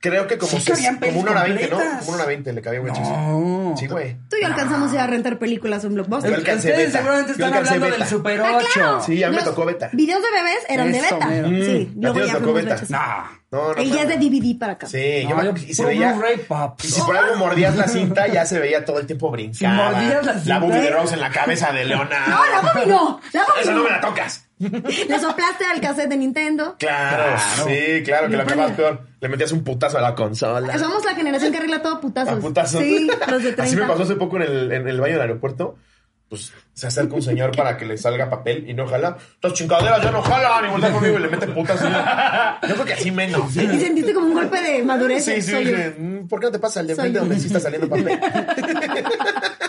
[SPEAKER 2] Creo que como,
[SPEAKER 1] Sí cabían
[SPEAKER 2] ses- como una hora veinte, ¿no?
[SPEAKER 1] completas.
[SPEAKER 2] Como una hora veinte le cabía un VHS.
[SPEAKER 1] No.
[SPEAKER 2] Sí, güey.
[SPEAKER 3] Tú y yo alcanzamos ya a rentar películas en Blockbuster.
[SPEAKER 2] Yo alcancé
[SPEAKER 1] Ustedes
[SPEAKER 2] beta.
[SPEAKER 1] seguramente
[SPEAKER 2] Yo
[SPEAKER 1] están
[SPEAKER 2] alcancé
[SPEAKER 1] hablando del
[SPEAKER 2] beta.
[SPEAKER 1] Super
[SPEAKER 3] Ah,
[SPEAKER 1] 8.
[SPEAKER 3] claro.
[SPEAKER 2] Sí, a mí me tocó beta.
[SPEAKER 3] Videos de bebés eran de
[SPEAKER 1] Eso,
[SPEAKER 3] beta.
[SPEAKER 1] mero.
[SPEAKER 3] Sí,
[SPEAKER 2] Mm,
[SPEAKER 3] luego
[SPEAKER 2] a ti
[SPEAKER 3] ya
[SPEAKER 2] te tocó
[SPEAKER 3] fuimos
[SPEAKER 2] beta.
[SPEAKER 3] VHS.
[SPEAKER 1] No.
[SPEAKER 2] No, no.
[SPEAKER 3] El día es de
[SPEAKER 2] mames.
[SPEAKER 3] DVD para acá.
[SPEAKER 2] Sí, yo
[SPEAKER 1] No,
[SPEAKER 2] me-
[SPEAKER 1] yo
[SPEAKER 2] y se
[SPEAKER 1] puro
[SPEAKER 2] veía.
[SPEAKER 1] Blu-ray, paps.
[SPEAKER 2] Y si por algo mordías la cinta, ya se veía todo el tiempo brincada.
[SPEAKER 1] Si mordías la cinta,
[SPEAKER 2] boobie de
[SPEAKER 1] ¿eh?
[SPEAKER 2] Rose en la cabeza de Leona.
[SPEAKER 3] No, ¡Ah, la Bobby no. La Bobby
[SPEAKER 2] Eso no
[SPEAKER 3] no.
[SPEAKER 2] me la tocas.
[SPEAKER 3] Le soplaste al cassette de Nintendo.
[SPEAKER 2] Claro, sí, claro que
[SPEAKER 3] No,
[SPEAKER 2] la acabas
[SPEAKER 3] pero-
[SPEAKER 2] peor. Le metías un putazo a la consola.
[SPEAKER 3] Somos la generación que arregla todo putazos.
[SPEAKER 2] A putazos.
[SPEAKER 3] Pues, Sí, los de 30.
[SPEAKER 2] Así me pasó hace poco en el, en el baño del aeropuerto. Pues se acerca un señor para que le salga papel y no jala. Las chingaderas ya no jalan. Y voltea conmigo y le mete putas. Yo creo que así menos.
[SPEAKER 3] Y sentiste como un golpe de madurez.
[SPEAKER 2] Sí, sí,
[SPEAKER 3] Soy yo.
[SPEAKER 2] dije, "Mm, ¿por qué no te pasa el de
[SPEAKER 3] Soy
[SPEAKER 2] frente
[SPEAKER 3] yo.
[SPEAKER 2] donde sí está saliendo papel?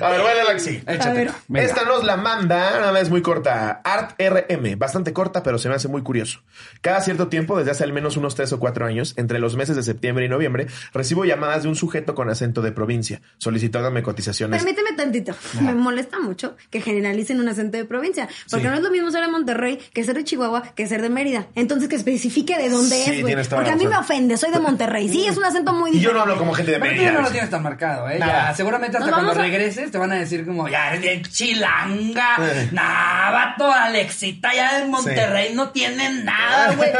[SPEAKER 2] A ver, bueno, Laxi.
[SPEAKER 1] Échatelo.
[SPEAKER 3] ver.
[SPEAKER 1] Venga.
[SPEAKER 2] Esta nos la manda, nada es muy corta. Art RM, bastante corta, pero se me hace muy curioso. Cada cierto tiempo, desde hace al menos unos tres o cuatro años, entre los meses de septiembre y noviembre, recibo llamadas de un sujeto con acento de provincia, solicitándome cotizaciones.
[SPEAKER 3] Permíteme tantito. Me molesta mucho que generalicen un acento de provincia. Porque
[SPEAKER 2] Sí.
[SPEAKER 3] no es lo mismo ser de Monterrey que ser de Chihuahua que ser de Mérida. Entonces que especifique de dónde
[SPEAKER 2] Sí,
[SPEAKER 3] es, güey.
[SPEAKER 2] tienes toda
[SPEAKER 3] Porque
[SPEAKER 2] la
[SPEAKER 3] a mí me
[SPEAKER 2] razón.
[SPEAKER 3] ofende. Soy de Monterrey. Sí, es un acento muy
[SPEAKER 2] Y yo
[SPEAKER 3] diferente.
[SPEAKER 2] no hablo como gente de
[SPEAKER 1] Pero tú ya no
[SPEAKER 2] Mérida.
[SPEAKER 1] lo tienes tan marcado, ¿eh?
[SPEAKER 2] Nada.
[SPEAKER 1] Ya, seguramente hasta
[SPEAKER 3] Nos
[SPEAKER 1] cuando
[SPEAKER 3] vamos a-
[SPEAKER 1] regreses te van a decir como, ya eres bien chilanga, navato, Alexita, ya en Monterrey no tienen nada, güey.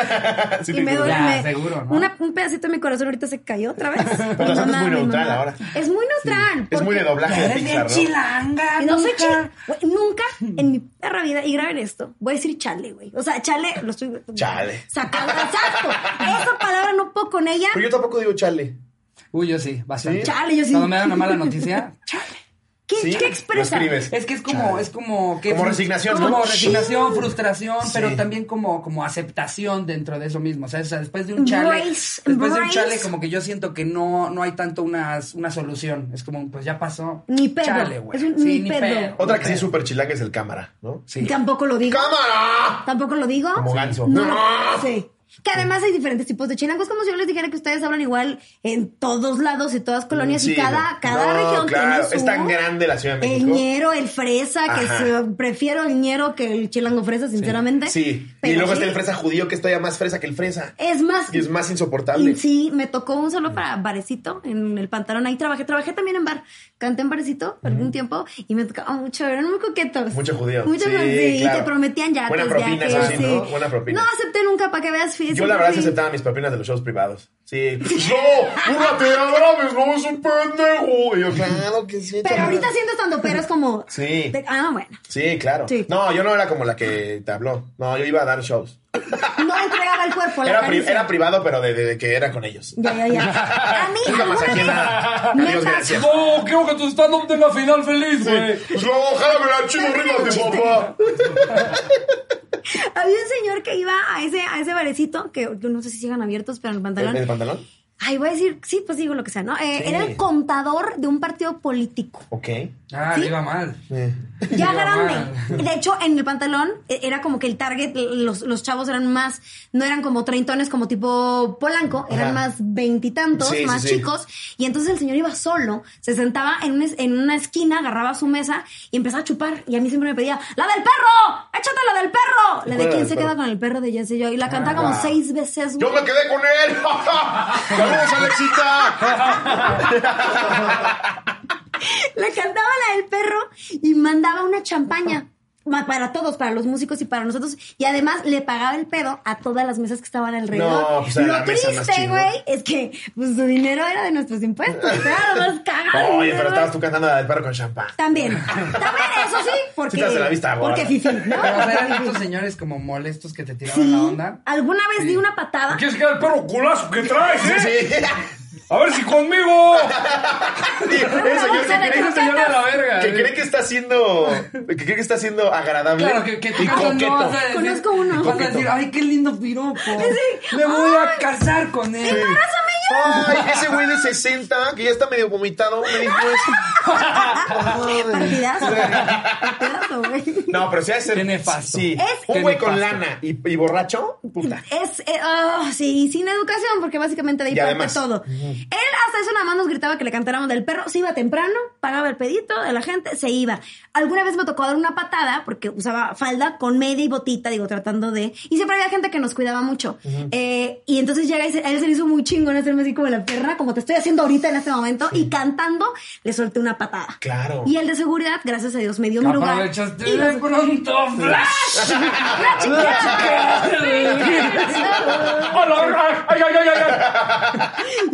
[SPEAKER 2] Sí,
[SPEAKER 3] y me
[SPEAKER 2] sí, sí.
[SPEAKER 3] duele.
[SPEAKER 1] Ya,
[SPEAKER 3] me-
[SPEAKER 1] seguro, ¿no?
[SPEAKER 3] una- un pedacito de mi corazón ahorita se cayó otra vez.
[SPEAKER 2] Pero la gente
[SPEAKER 3] No
[SPEAKER 2] es muy
[SPEAKER 3] mames,
[SPEAKER 2] neutral
[SPEAKER 3] mamá.
[SPEAKER 2] ahora.
[SPEAKER 3] Es muy neutral.
[SPEAKER 2] Es muy
[SPEAKER 3] porque-
[SPEAKER 2] de doblaje
[SPEAKER 1] Ya
[SPEAKER 2] de
[SPEAKER 1] eres bien
[SPEAKER 2] Pixar, ¿no?
[SPEAKER 1] chilanga,
[SPEAKER 3] No soy
[SPEAKER 1] nunca.
[SPEAKER 3] chile. güey, Nunca en mi perra vida, y graben esto, voy a decir chale, güey. O sea, chale, lo estoy.
[SPEAKER 2] Chale.
[SPEAKER 3] Sacando. Exacto. Esa palabra no puedo con ella.
[SPEAKER 2] Pero yo tampoco digo chale.
[SPEAKER 1] Uy, yo sí, bastante.
[SPEAKER 2] ¿Sí?
[SPEAKER 3] Chale, yo sí.
[SPEAKER 1] Cuando me dan una mala noticia,
[SPEAKER 3] ¿Qué,
[SPEAKER 2] ¿Sí?
[SPEAKER 3] qué
[SPEAKER 2] Lo
[SPEAKER 3] expresa?
[SPEAKER 2] escribes.
[SPEAKER 1] Es que es como, es como que
[SPEAKER 2] Como
[SPEAKER 1] frus-
[SPEAKER 2] resignación,
[SPEAKER 1] como
[SPEAKER 2] ¿no?
[SPEAKER 1] resignación, frustración,
[SPEAKER 2] Sí.
[SPEAKER 1] pero también como, como aceptación dentro de eso mismo. O sea, o sea, después de un chale,
[SPEAKER 3] Embrace,
[SPEAKER 1] después de un
[SPEAKER 3] embrace.
[SPEAKER 1] chale, como que yo siento que no, no hay tanto una, una solución. Es como, pues ya pasó.
[SPEAKER 3] Ni pedo.
[SPEAKER 1] Chale, güey.
[SPEAKER 3] Es un ni pedo.
[SPEAKER 2] Otra que sí es
[SPEAKER 1] pedo.
[SPEAKER 2] súper chilanga es el cámara, ¿no?
[SPEAKER 1] Sí.
[SPEAKER 3] Tampoco lo digo.
[SPEAKER 2] ¡Cámara!
[SPEAKER 3] Tampoco lo digo.
[SPEAKER 2] Como ganso.
[SPEAKER 3] No, sí. Que además hay diferentes tipos de chilangos, como si yo les dijera que ustedes hablan igual en todos lados y todas colonias y
[SPEAKER 2] Sí,
[SPEAKER 3] cada,
[SPEAKER 2] no.
[SPEAKER 3] cada
[SPEAKER 2] No,
[SPEAKER 3] región
[SPEAKER 2] claro.
[SPEAKER 3] tiene su...
[SPEAKER 2] Es tan grande la Ciudad de
[SPEAKER 3] El
[SPEAKER 2] México.
[SPEAKER 3] ñero, el fresa, que
[SPEAKER 2] Ajá.
[SPEAKER 3] se- prefiero el ñero que el chilango fresa, sinceramente.
[SPEAKER 2] Sí. Y
[SPEAKER 3] Pero
[SPEAKER 2] luego
[SPEAKER 3] sí,
[SPEAKER 2] está el fresa judío, que es todavía más fresa que el fresa.
[SPEAKER 3] Es más,
[SPEAKER 2] Y es más Mm. insoportable.
[SPEAKER 3] Sí, me tocó un solo para barecito en el pantalón. Ahí trabajé, trabajé también en bar. Canté en barecito algún tiempo y me tocaba mucho, eran muy coquetos.
[SPEAKER 2] Mucho judío.
[SPEAKER 3] Mucho
[SPEAKER 2] Sí,
[SPEAKER 3] judío. Sí,
[SPEAKER 2] claro.
[SPEAKER 3] te prometían ya.
[SPEAKER 2] Buena propina, eso sí, ¿no? Buena propina.
[SPEAKER 3] No acepté nunca para que veas fiesta.
[SPEAKER 2] Yo la verdad sí aceptaba mis propinas de los shows privados. Sí. ¡No! ¡Una tiradora de no es un pendejo! Y yo, claro que sí.
[SPEAKER 3] Pero
[SPEAKER 2] chaval.
[SPEAKER 3] ahorita siento estando pero es como.
[SPEAKER 2] Sí.
[SPEAKER 3] de- ah, bueno.
[SPEAKER 2] Sí, claro.
[SPEAKER 3] Sí.
[SPEAKER 2] No, yo no era como la que te habló. No, yo iba a dar shows.
[SPEAKER 3] No entregaba el cuerpo. la
[SPEAKER 2] Era, pri-
[SPEAKER 3] caricia.
[SPEAKER 2] era privado, pero de, de- de que era con ellos.
[SPEAKER 3] Ya, ya, ya. A mí,
[SPEAKER 2] Nunca
[SPEAKER 3] alguna
[SPEAKER 2] más aquí
[SPEAKER 3] vez.
[SPEAKER 2] nada.
[SPEAKER 3] neta,
[SPEAKER 2] Adiós, gracias.
[SPEAKER 1] No, creo que tu stand-up de la final feliz, güey.
[SPEAKER 2] Pues no, jálame la chido arriba de papá.
[SPEAKER 3] Había un señor que iba a ese, a ese barecito, que que no sé si sigan abiertos, pero en el pantalón.
[SPEAKER 2] ¿El, el pantalón?
[SPEAKER 3] Ay, voy a decir, sí, pues digo lo que sea, ¿no? Eh,
[SPEAKER 2] Sí.
[SPEAKER 3] Era el contador de un partido político.
[SPEAKER 2] Ok.
[SPEAKER 1] Ah, le iba mal.
[SPEAKER 3] Ya
[SPEAKER 1] Qué
[SPEAKER 3] grande. De hecho, en el pantalón eh, era como que el target, los, los chavos eran más, no eran como treintones como tipo polanco, eran
[SPEAKER 2] Ajá.
[SPEAKER 3] más veintitantos,
[SPEAKER 2] Sí, sí,
[SPEAKER 3] más
[SPEAKER 2] sí.
[SPEAKER 3] chicos. Y entonces el señor iba solo, se sentaba en una, es- en una esquina, agarraba su mesa y empezaba a chupar. Y a mí siempre me pedía, ¡la del perro! ¡Échate la del perro! La
[SPEAKER 2] cuál
[SPEAKER 3] de
[SPEAKER 2] era
[SPEAKER 3] quién
[SPEAKER 2] el
[SPEAKER 3] se
[SPEAKER 2] perro?
[SPEAKER 3] queda con el perro de Jess y yo. Y la cantaba como
[SPEAKER 2] wow.
[SPEAKER 3] seis veces.
[SPEAKER 2] ¡Yo
[SPEAKER 3] güey.
[SPEAKER 2] me quedé con él! ¡Saludos, Alexita!
[SPEAKER 3] Le cantaba la del perro y mandaba una champaña. Ma- Para todos, para los músicos y para nosotros. Y además le pagaba el pedo a todas las mesas que estaban alrededor.
[SPEAKER 2] No, pues, era
[SPEAKER 3] Lo
[SPEAKER 2] la mesa más
[SPEAKER 3] triste,
[SPEAKER 2] chingona.
[SPEAKER 3] güey, es que pues, su dinero era de nuestros impuestos. Era lo más cagado.
[SPEAKER 2] Oye, pero
[SPEAKER 3] güey.
[SPEAKER 2] estabas tú cantando la del perro con champán.
[SPEAKER 3] También. También, eso sí, porque.
[SPEAKER 2] Sí te hace la vista gorda.
[SPEAKER 3] porque fifi, ¿no?
[SPEAKER 1] Pero, o sea, eran estos señores como molestos que te tiraban la
[SPEAKER 3] Sí.
[SPEAKER 1] onda.
[SPEAKER 3] Alguna vez di una patada.
[SPEAKER 1] ¿Quieres quedar el perro culazo que traes, eh?
[SPEAKER 2] Sí.
[SPEAKER 1] A ver si conmigo.
[SPEAKER 2] Sí, el señor que
[SPEAKER 3] Una
[SPEAKER 2] cree,
[SPEAKER 1] Ese señor de la verga.
[SPEAKER 2] que cree que está siendo que cree que está siendo agradable
[SPEAKER 1] Claro, que, que
[SPEAKER 2] y
[SPEAKER 1] tú no
[SPEAKER 2] coqueto.
[SPEAKER 1] vas a decir-
[SPEAKER 3] Conozco uno.
[SPEAKER 1] Vas a decir, ay, qué lindo piropo.
[SPEAKER 3] Sí.
[SPEAKER 1] Me voy a
[SPEAKER 3] Ay.
[SPEAKER 1] casar con él.
[SPEAKER 2] Ay, ese güey de 60 que ya está medio vomitado me dijo eso.
[SPEAKER 3] Partidazo. Partidazo, güey.
[SPEAKER 2] No, pero si hace
[SPEAKER 1] Qué nefasto.
[SPEAKER 2] Sí,
[SPEAKER 3] Es-
[SPEAKER 2] un güey con
[SPEAKER 1] Qué nefasto.
[SPEAKER 2] lana y, y borracho, puta.
[SPEAKER 3] Es, eh, oh, sí, sin educación, porque básicamente de ahí
[SPEAKER 2] Y
[SPEAKER 3] parte
[SPEAKER 2] además-
[SPEAKER 3] todo. Él hasta eso nada más nos gritaba que le cantáramos del perro, se iba temprano, pagaba el pedito de la gente, se iba. Alguna vez me tocó dar una patada, porque usaba falda con media y botita, digo, tratando de... Y siempre había gente que nos cuidaba mucho. Eh, y entonces llega y se- a él se le hizo muy chingón hacerme así como la perra, como te estoy haciendo ahorita en este momento, y cantando le solté una patada.
[SPEAKER 2] Claro.
[SPEAKER 3] Y el de seguridad, gracias a Dios, me dio mi lugar.
[SPEAKER 1] Aprovechaste
[SPEAKER 3] Y
[SPEAKER 1] de
[SPEAKER 3] nos-
[SPEAKER 1] pronto, flash.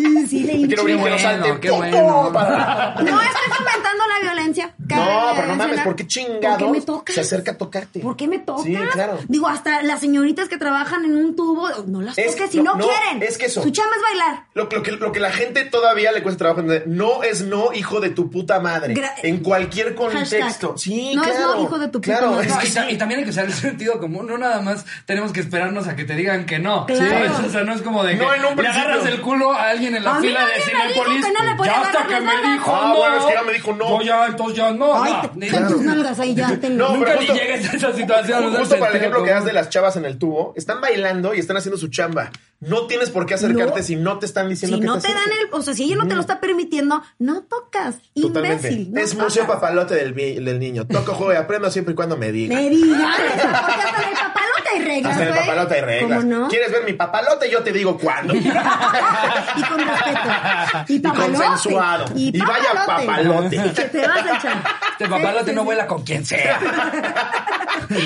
[SPEAKER 3] Y sí, le hinché.
[SPEAKER 2] Quiero abrir que no
[SPEAKER 1] bueno,
[SPEAKER 2] salte.
[SPEAKER 1] qué
[SPEAKER 2] ¡Poto!
[SPEAKER 1] bueno.
[SPEAKER 2] Para-
[SPEAKER 3] No estoy fomentando la violencia. cada
[SPEAKER 2] No, pero no mames,
[SPEAKER 3] escena,
[SPEAKER 2] ¿por qué chingados
[SPEAKER 3] ¿Por qué me tocas?
[SPEAKER 2] se acerca a tocarte?
[SPEAKER 3] ¿Por qué me tocas?
[SPEAKER 2] Sí, claro.
[SPEAKER 3] Digo, hasta las señoritas que trabajan en un tubo, no las
[SPEAKER 2] Es-
[SPEAKER 3] toques si no,
[SPEAKER 2] no, no,
[SPEAKER 3] quieren.
[SPEAKER 2] es que eso.
[SPEAKER 3] Su chamba es bailar.
[SPEAKER 2] Lo, lo que, lo que la gente todavía le cuesta trabajo entender, no es no, hijo de tu puta madre.
[SPEAKER 3] Gra-
[SPEAKER 2] en cualquier contexto.
[SPEAKER 3] Hashtag.
[SPEAKER 2] Sí,
[SPEAKER 3] No es
[SPEAKER 2] claro.
[SPEAKER 3] no, hijo de tu puta
[SPEAKER 2] claro,
[SPEAKER 3] madre.
[SPEAKER 2] es
[SPEAKER 1] No,
[SPEAKER 2] que
[SPEAKER 1] y,
[SPEAKER 2] sí.
[SPEAKER 1] ta- y también hay que usar el sentido común, no nada más tenemos que esperarnos a que te digan que no.
[SPEAKER 3] Claro.
[SPEAKER 1] ¿sabes? O sea, no es como de que
[SPEAKER 2] No, en un
[SPEAKER 1] le
[SPEAKER 2] principio.
[SPEAKER 1] agarras el culo a alguien en la
[SPEAKER 3] A mí
[SPEAKER 1] fila de
[SPEAKER 3] nadie me dijo
[SPEAKER 1] Cinépolis.
[SPEAKER 3] que no le podía
[SPEAKER 1] ya hasta
[SPEAKER 3] agarrar
[SPEAKER 1] que
[SPEAKER 3] las
[SPEAKER 1] me
[SPEAKER 3] nalgas".
[SPEAKER 1] dijo
[SPEAKER 2] Ah,
[SPEAKER 1] no.
[SPEAKER 2] bueno, es que ya me dijo
[SPEAKER 1] Yo
[SPEAKER 2] no.
[SPEAKER 1] ya, entonces ya no.
[SPEAKER 3] Ay,
[SPEAKER 1] no,
[SPEAKER 3] te-
[SPEAKER 1] ni-
[SPEAKER 3] con tus nalgas ahí ya te
[SPEAKER 2] No,
[SPEAKER 1] Nunca
[SPEAKER 2] pero
[SPEAKER 1] ni
[SPEAKER 2] justo-
[SPEAKER 1] llegues a esa situación. o sea,
[SPEAKER 2] Justo para el
[SPEAKER 1] sentido
[SPEAKER 2] ejemplo que
[SPEAKER 1] común.
[SPEAKER 2] das de las chavas en el tubo, están bailando y están haciendo su chamba. No tienes por qué acercarte
[SPEAKER 3] No.
[SPEAKER 2] si no te están diciendo
[SPEAKER 3] Si
[SPEAKER 2] que
[SPEAKER 3] no
[SPEAKER 2] te
[SPEAKER 3] te dan
[SPEAKER 2] acerques.
[SPEAKER 3] el, o sea, si ella no te lo está permitiendo, no tocas.
[SPEAKER 2] Totalmente.
[SPEAKER 3] Imbécil. no
[SPEAKER 2] es museo
[SPEAKER 3] tocas.
[SPEAKER 2] papalote del, vi- del niño. Toco, juego y aprendo siempre y cuando me diga.
[SPEAKER 3] Me digas, porque hasta en el papalote hay reglas.
[SPEAKER 2] Hasta en el
[SPEAKER 3] güey.
[SPEAKER 2] papalote hay reglas.
[SPEAKER 3] ¿Cómo no?
[SPEAKER 2] ¿Quieres ver mi papalote? Yo te digo cuándo.
[SPEAKER 3] y con respeto. Y
[SPEAKER 2] Y
[SPEAKER 3] papalote.
[SPEAKER 2] consensuado. Y vaya papalote.
[SPEAKER 3] Que te vas a echar.
[SPEAKER 1] Este papalote
[SPEAKER 3] Sí,
[SPEAKER 1] no
[SPEAKER 3] sí,
[SPEAKER 1] vuela con quien sea.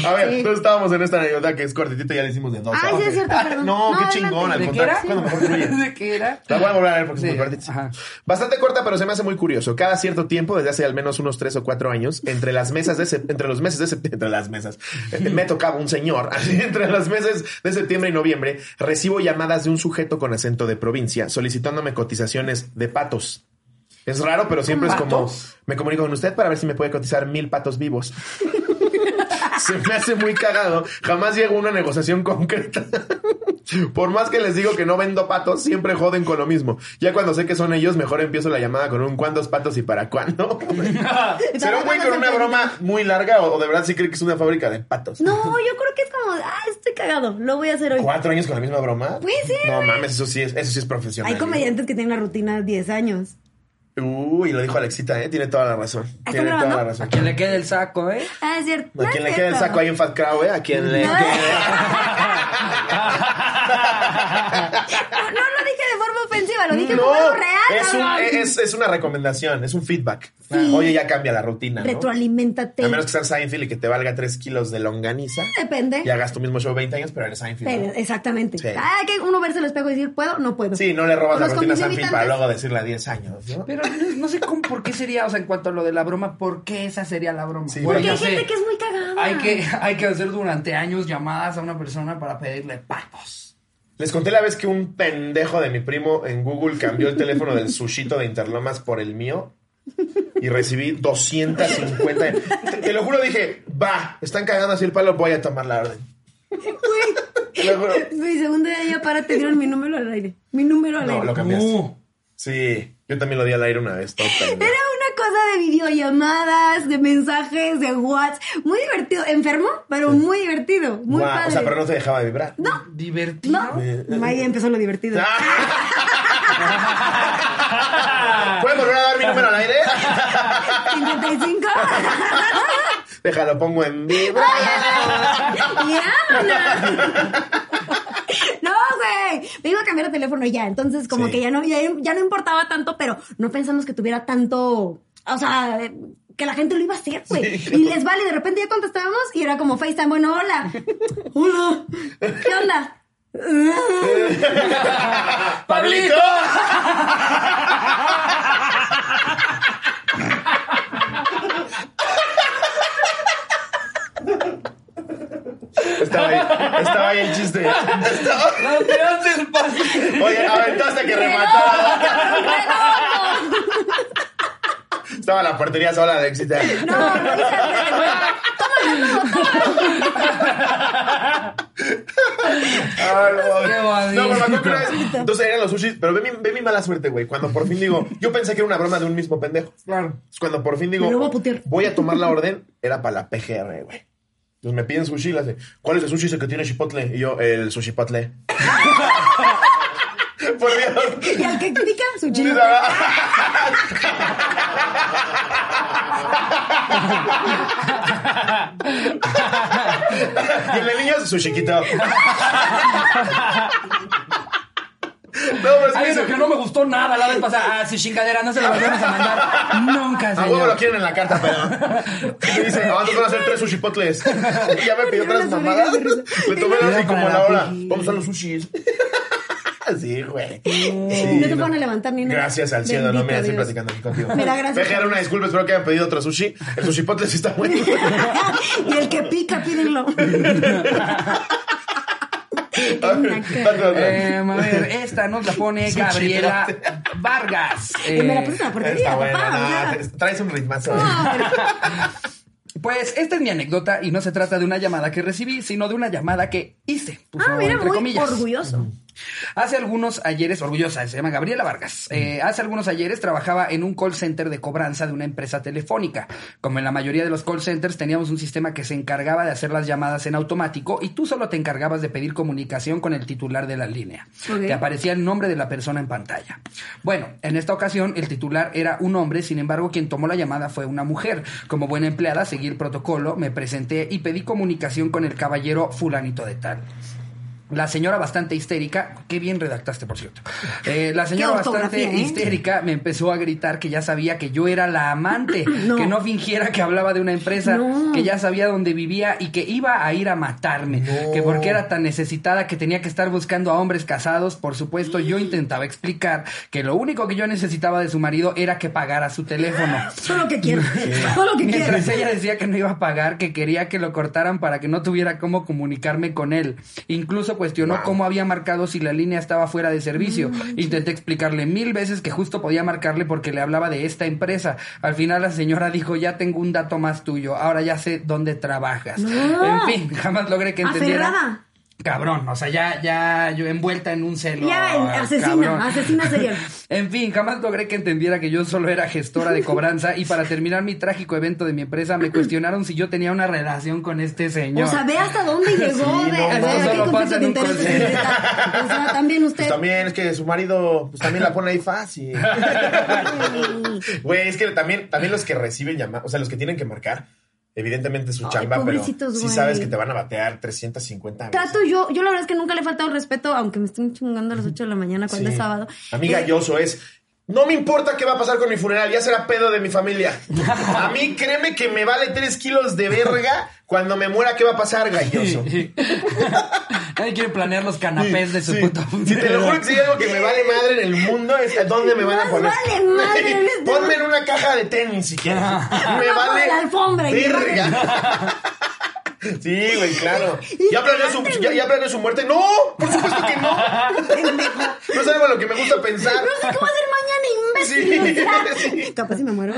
[SPEAKER 2] A ver,
[SPEAKER 3] Sí.
[SPEAKER 2] entonces estábamos en esta anécdota que es cortitita y ya le hicimos de dos.
[SPEAKER 3] Ay, sí, es cierto, perdón.
[SPEAKER 2] Ah, No,
[SPEAKER 3] No,
[SPEAKER 2] qué
[SPEAKER 3] adelante.
[SPEAKER 2] chingón. Al
[SPEAKER 1] ¿De qué era?
[SPEAKER 2] contrario, cuando mejor fluye.
[SPEAKER 1] ¿De qué era?
[SPEAKER 2] La voy a volver a leer porque es
[SPEAKER 1] Sí,
[SPEAKER 2] muy cortita.
[SPEAKER 1] ajá.
[SPEAKER 2] Bastante corta, pero se me hace muy curioso. Cada cierto tiempo, desde hace al menos unos tres o cuatro años, entre las mesas de sep- entre los meses de septiembre, entre las mesas, eh, me tocaba un señor. Así, entre los meses de septiembre y noviembre, recibo llamadas de un sujeto con acento de provincia solicitándome cotizaciones de patos. Es raro, pero siempre es como me comunico con usted para ver si me puede cotizar mil patos vivos. Se me hace muy cagado. Jamás llego a una negociación concreta. Por más que les digo que no vendo patos, siempre joden con lo mismo. Ya cuando sé que son ellos, mejor empiezo la llamada con un cuántos patos y para cuándo. ¿Será un güey con una broma muy larga o o de verdad sí cree que es una fábrica de patos?
[SPEAKER 3] No, yo creo que es como, ah, estoy cagado, lo voy a hacer hoy.
[SPEAKER 2] ¿Cuatro años con la misma broma?
[SPEAKER 3] Puede ser,
[SPEAKER 2] No
[SPEAKER 3] güey.
[SPEAKER 2] mames, eso sí es, eso sí es profesional. ¿eh?
[SPEAKER 3] Hay comediantes que tienen la rutina de 10 años.
[SPEAKER 2] Uy, lo dijo Alexita, ¿eh? Tiene toda la razón.
[SPEAKER 3] ¿Está
[SPEAKER 2] Tiene toda
[SPEAKER 3] grabando?
[SPEAKER 2] la razón.
[SPEAKER 1] A quien le quede el saco, ¿eh?
[SPEAKER 3] Ah, es cierto.
[SPEAKER 2] ¿A
[SPEAKER 3] no
[SPEAKER 2] quien
[SPEAKER 3] es
[SPEAKER 2] le quede el
[SPEAKER 3] cierto.
[SPEAKER 2] saco ahí en Fat Crow, eh? ¿A quien le
[SPEAKER 3] No.
[SPEAKER 2] quede?
[SPEAKER 3] No, no lo dije de forma ofensiva, lo dije
[SPEAKER 2] No,
[SPEAKER 3] como algo real.
[SPEAKER 2] es, un-
[SPEAKER 3] cabrón.
[SPEAKER 2] es, es una recomendación, es un feedback.
[SPEAKER 3] Sí.
[SPEAKER 2] Oye, ya cambia la rutina. ¿no?
[SPEAKER 3] Retroaliméntate.
[SPEAKER 2] A menos que seas Seinfeld y que te valga 3 kilos de longaniza
[SPEAKER 3] Depende.
[SPEAKER 2] y hagas tu mismo show 20 años, pero eres Seinfeld.
[SPEAKER 3] Pero, eh,
[SPEAKER 2] ¿no?
[SPEAKER 3] exactamente.
[SPEAKER 2] Sí.
[SPEAKER 3] Ah, que uno verse el espejo y decir, ¿puedo? No puedo.
[SPEAKER 2] Sí, no le robas la
[SPEAKER 3] Conozco
[SPEAKER 2] rutina a
[SPEAKER 3] mis
[SPEAKER 2] Seinfeld para
[SPEAKER 3] limitantes.
[SPEAKER 2] luego decirle a 10 años, ¿no?
[SPEAKER 1] Pero no, no sé cómo, por qué sería, o sea, en cuanto a lo de la broma, ¿por qué esa sería la broma?
[SPEAKER 2] Sí,
[SPEAKER 1] Bueno,
[SPEAKER 3] Porque hay
[SPEAKER 1] no sé.
[SPEAKER 3] gente que es muy cagada.
[SPEAKER 1] hay que, hay que hacer durante años llamadas a una persona para pedirle patos.
[SPEAKER 2] Les conté la vez que un pendejo de mi primo en Google cambió el teléfono del sushito de Interlomas por el mío y recibí 250. Te, te lo juro, dije, va, están cagando así el palo, voy a tomar la orden. Te lo juro.
[SPEAKER 3] Mi segundo día ya para te dieron mi número al aire. Mi número al
[SPEAKER 2] No,
[SPEAKER 3] aire.
[SPEAKER 2] lo cambiaste.
[SPEAKER 1] Uh.
[SPEAKER 2] Sí, yo también lo di al aire una vez. todo
[SPEAKER 3] Era
[SPEAKER 2] pendejo.
[SPEAKER 3] una cosa de videollamadas, de mensajes, de WhatsApp. Muy divertido. Enfermo, pero muy divertido. Muy
[SPEAKER 2] Guau,
[SPEAKER 3] padre.
[SPEAKER 2] o sea, pero no Eh, te dejaba de vibrar.
[SPEAKER 3] No.
[SPEAKER 1] Divertido.
[SPEAKER 3] No, ahí empezó lo divertido.
[SPEAKER 2] ¿Puedes volver a dar mi número al aire?
[SPEAKER 3] 55.
[SPEAKER 2] Déjalo, pongo en vivo.
[SPEAKER 3] Y vámonos. No, güey. Me iba a cambiar de teléfono ya. Entonces, como
[SPEAKER 2] Sí.
[SPEAKER 3] que ya no, ya, ya no importaba tanto, pero no pensamos que tuviera tanto. O sea, que la gente lo iba a hacer, güey.
[SPEAKER 2] Sí.
[SPEAKER 3] Y les vale, de repente ya contestábamos y era como FaceTime. Bueno, hola. Hola. ¿Qué onda?
[SPEAKER 2] ¡Pablito! Estaba ahí, estaba ahí el chiste.
[SPEAKER 1] No te haces el pato.
[SPEAKER 2] Oye, aventaste que rematara.
[SPEAKER 3] ¡Redondo!
[SPEAKER 2] Estaba la portería sola de éxito.
[SPEAKER 3] ¡Redondo! No, no,
[SPEAKER 1] Qué
[SPEAKER 2] Ay,
[SPEAKER 1] bonito.
[SPEAKER 2] No, pero me acuerdo que una vez- Entonces eran los sushis, pero ve mi, ve mi mala suerte, güey. Cuando por fin digo, yo pensé que era una broma de un mismo pendejo.
[SPEAKER 1] Claro.
[SPEAKER 2] Entonces, cuando por fin digo,
[SPEAKER 3] Me lo voy a putear.
[SPEAKER 2] tomar la orden, era para la PGR, güey. Entonces me piden sushi y le hacen, ¿cuál es el sushi ese que tiene Chipotle? Y yo, el sushi potle. por Dios.
[SPEAKER 3] Y al que critica, su
[SPEAKER 2] Sí,
[SPEAKER 3] chino.
[SPEAKER 2] sabe. y el de niños, su chiquito. no, pero es que
[SPEAKER 1] Hay
[SPEAKER 2] eso-
[SPEAKER 1] uno que no me gustó nada la vez pasada. Ah, sí, chingadera, no se la volvemos a mandar. Nunca,
[SPEAKER 2] A
[SPEAKER 3] Ah,
[SPEAKER 2] huevo lo
[SPEAKER 1] señor.
[SPEAKER 2] quieren en la carta, pero. Y me dice, ah, entonces van a hacer tres sushipotles. Y ya me pidió tres
[SPEAKER 3] Las
[SPEAKER 2] mamadas.
[SPEAKER 3] orejas de risa.
[SPEAKER 2] Le tomé la hora y como a
[SPEAKER 1] Para
[SPEAKER 2] la
[SPEAKER 1] la
[SPEAKER 2] hora.
[SPEAKER 1] piji.
[SPEAKER 2] Vamos a los sushis. Sí, güey.
[SPEAKER 3] No
[SPEAKER 2] Sí,
[SPEAKER 3] Eh, te fueron a levantar ni nada.
[SPEAKER 2] Gracias al cielo, no me
[SPEAKER 3] Bendito
[SPEAKER 2] estoy
[SPEAKER 3] Dios.
[SPEAKER 2] platicando aquí contigo.
[SPEAKER 3] Mira, gracias.
[SPEAKER 2] Vejear, una disculpa, espero que hayan pedido otro sushi. El sushi potle sí está bueno.
[SPEAKER 3] y el que pica, pídenlo.
[SPEAKER 1] Eh, a ver, esta nos la pone
[SPEAKER 2] Sí,
[SPEAKER 1] Gabriela Vargas.
[SPEAKER 3] Que me la
[SPEAKER 1] Eh,
[SPEAKER 3] puse en la portería,
[SPEAKER 2] Está bueno,
[SPEAKER 3] papá. o sea.
[SPEAKER 2] no, traes un ritmazo.
[SPEAKER 1] Pues esta es mi anécdota y no se trata de una llamada que recibí, sino de una llamada que hice. puso
[SPEAKER 3] Ah, mira,
[SPEAKER 1] entre
[SPEAKER 3] muy
[SPEAKER 1] comillas.
[SPEAKER 3] orgulloso.
[SPEAKER 1] Hace algunos ayeres, orgullosa, se llama Gabriela Vargas. Eh, hace algunos ayeres trabajaba en un call center de cobranza de una empresa telefónica. Como en la mayoría de los call centers, teníamos un sistema que se encargaba de hacer las llamadas en automático y tú solo te encargabas de pedir comunicación con el titular de la línea.
[SPEAKER 3] Ok.
[SPEAKER 1] Te aparecía el nombre de la persona en pantalla. Bueno, en esta ocasión el titular era un hombre, sin embargo, quien tomó la llamada fue una mujer. Como buena empleada, seguí el protocolo, me presenté y pedí comunicación con el caballero fulanito de tal. La señora bastante histérica, qué bien redactaste, por cierto. Eh, la señora bastante
[SPEAKER 3] ortografía, ¿eh?
[SPEAKER 1] histérica me empezó a gritar que ya sabía que yo era la amante,
[SPEAKER 3] No.
[SPEAKER 1] que no fingiera que hablaba de una empresa,
[SPEAKER 3] No.
[SPEAKER 1] que ya sabía dónde vivía y que iba a ir a matarme, que porque era tan necesitada que tenía que estar buscando a hombres casados. Por supuesto, yo intentaba explicar que lo único que yo necesitaba de su marido era que pagara su teléfono.
[SPEAKER 3] Solo que quiero. Solo que quiero.
[SPEAKER 1] Mientras ella decía que no iba a pagar, que quería que lo cortaran para que no tuviera cómo comunicarme con él. Incluso cuestionó cómo había marcado si la línea estaba fuera de servicio. Intenté explicarle mil veces que justo podía marcarle porque le hablaba de esta empresa. Al final la señora dijo, ya tengo un dato más tuyo, ahora ya sé dónde trabajas.
[SPEAKER 3] No. Ah,
[SPEAKER 1] En fin, jamás logré que entendiera.
[SPEAKER 3] Aferrada.
[SPEAKER 1] Cabrón, o sea, ya, ya yo envuelta en un celo.
[SPEAKER 3] Ya, asesina,
[SPEAKER 1] cabrón.
[SPEAKER 3] asesina serial.
[SPEAKER 1] En fin, jamás logré que entendiera que yo solo era gestora de cobranza y para terminar mi trágico evento de mi empresa me cuestionaron si yo tenía una relación con este señor.
[SPEAKER 3] O sea, ve hasta dónde llegó.
[SPEAKER 2] Sí,
[SPEAKER 3] ve,
[SPEAKER 2] no,
[SPEAKER 3] o sea,
[SPEAKER 2] eso
[SPEAKER 3] qué
[SPEAKER 1] no pasa
[SPEAKER 3] conflicto de
[SPEAKER 1] en un
[SPEAKER 3] intereses,
[SPEAKER 1] call
[SPEAKER 3] señorita. O sea, también usted.
[SPEAKER 2] Pues también es que su marido pues también la pone ahí fácil. Güey, es que también, también los que reciben llamadas, o sea, los que tienen que marcar, evidentemente es su
[SPEAKER 3] Ay,
[SPEAKER 2] chamba, pero si
[SPEAKER 3] pobrecitos, güey.
[SPEAKER 2] sabes que te van a batear 350 veces.
[SPEAKER 3] Trato yo, yo la verdad es que nunca le he faltado el respeto, aunque me estén chungando a las 8 de la mañana cuando es
[SPEAKER 2] Sí.
[SPEAKER 3] sábado.
[SPEAKER 2] Amiga,
[SPEAKER 3] Eh,
[SPEAKER 2] yo soy es. No me importa qué va a pasar con mi funeral, ya será pedo de mi familia. A mí créeme que me vale tres kilos de verga cuando me muera, ¿qué va a pasar, galloso?
[SPEAKER 1] Nadie quiere planear los canapés de su
[SPEAKER 2] Sí.
[SPEAKER 1] puta
[SPEAKER 2] Si te lo juro que si hay algo que me vale madre en el mundo es a dónde me van a
[SPEAKER 3] Más
[SPEAKER 2] poner.
[SPEAKER 3] vale madre en este
[SPEAKER 2] Ponme en una caja de tenis si quieres.
[SPEAKER 1] Ah.
[SPEAKER 2] Me
[SPEAKER 3] No,
[SPEAKER 2] vale.
[SPEAKER 3] por la alfombra, y me
[SPEAKER 2] Verga. Sí, güey, claro. ¿Ya planeó, su, ya, ya planeó su muerte? No, por supuesto que no. No es algo a lo que me gusta pensar.
[SPEAKER 3] No sé qué va a hacer mañana, imbécil.
[SPEAKER 2] Sí.
[SPEAKER 3] o sea,
[SPEAKER 2] Sí.
[SPEAKER 3] Capaz si me muero.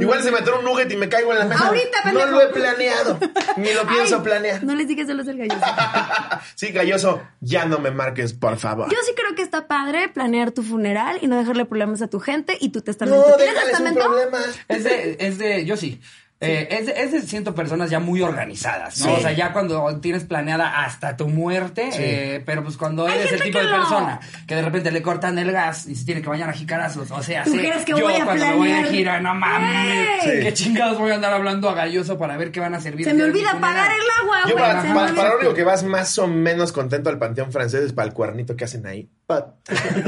[SPEAKER 2] Igual se me atora un nugget y me caigo en la mesa.
[SPEAKER 3] Ahorita,
[SPEAKER 2] No
[SPEAKER 3] pendejo.
[SPEAKER 2] lo he planeado. Ni lo pienso
[SPEAKER 3] Ay,
[SPEAKER 2] planear.
[SPEAKER 3] No les digas de los del gallo.
[SPEAKER 2] Sí, galloso, ya no me marques, por favor.
[SPEAKER 3] Yo sí creo que está padre planear tu funeral y no dejarle problemas a tu gente y tu testamento.
[SPEAKER 2] no,
[SPEAKER 3] ¿Tienes
[SPEAKER 2] déjales un problema.
[SPEAKER 1] Es de, es de, yo sí. Eh, es, de, es de siento personas ya muy organizadas, ¿no?
[SPEAKER 3] Sí.
[SPEAKER 1] O sea, ya cuando tienes planeada hasta tu muerte, eh, pero pues cuando
[SPEAKER 3] Hay
[SPEAKER 1] eres el
[SPEAKER 3] gente
[SPEAKER 1] tipo
[SPEAKER 3] que
[SPEAKER 1] de
[SPEAKER 3] no.
[SPEAKER 1] persona que de repente le cortan el gas y se tiene que bañar a jicarazos, o sea,
[SPEAKER 3] ¿Tú
[SPEAKER 1] sí,
[SPEAKER 3] crees que
[SPEAKER 1] yo
[SPEAKER 3] voy a
[SPEAKER 1] cuando me voy a
[SPEAKER 3] planear?
[SPEAKER 1] gira, no mames,
[SPEAKER 3] Güey.
[SPEAKER 1] qué chingados voy a andar hablando a Galloso para ver qué van a servir.
[SPEAKER 3] Se me
[SPEAKER 1] de
[SPEAKER 3] olvida
[SPEAKER 1] original?
[SPEAKER 3] pagar el agua,
[SPEAKER 2] Yo
[SPEAKER 3] güey,
[SPEAKER 2] para,
[SPEAKER 3] se me
[SPEAKER 2] para-
[SPEAKER 3] olvida.
[SPEAKER 2] para lo único que vas más o menos contento al panteón francés es para el cuernito que hacen ahí. Pa-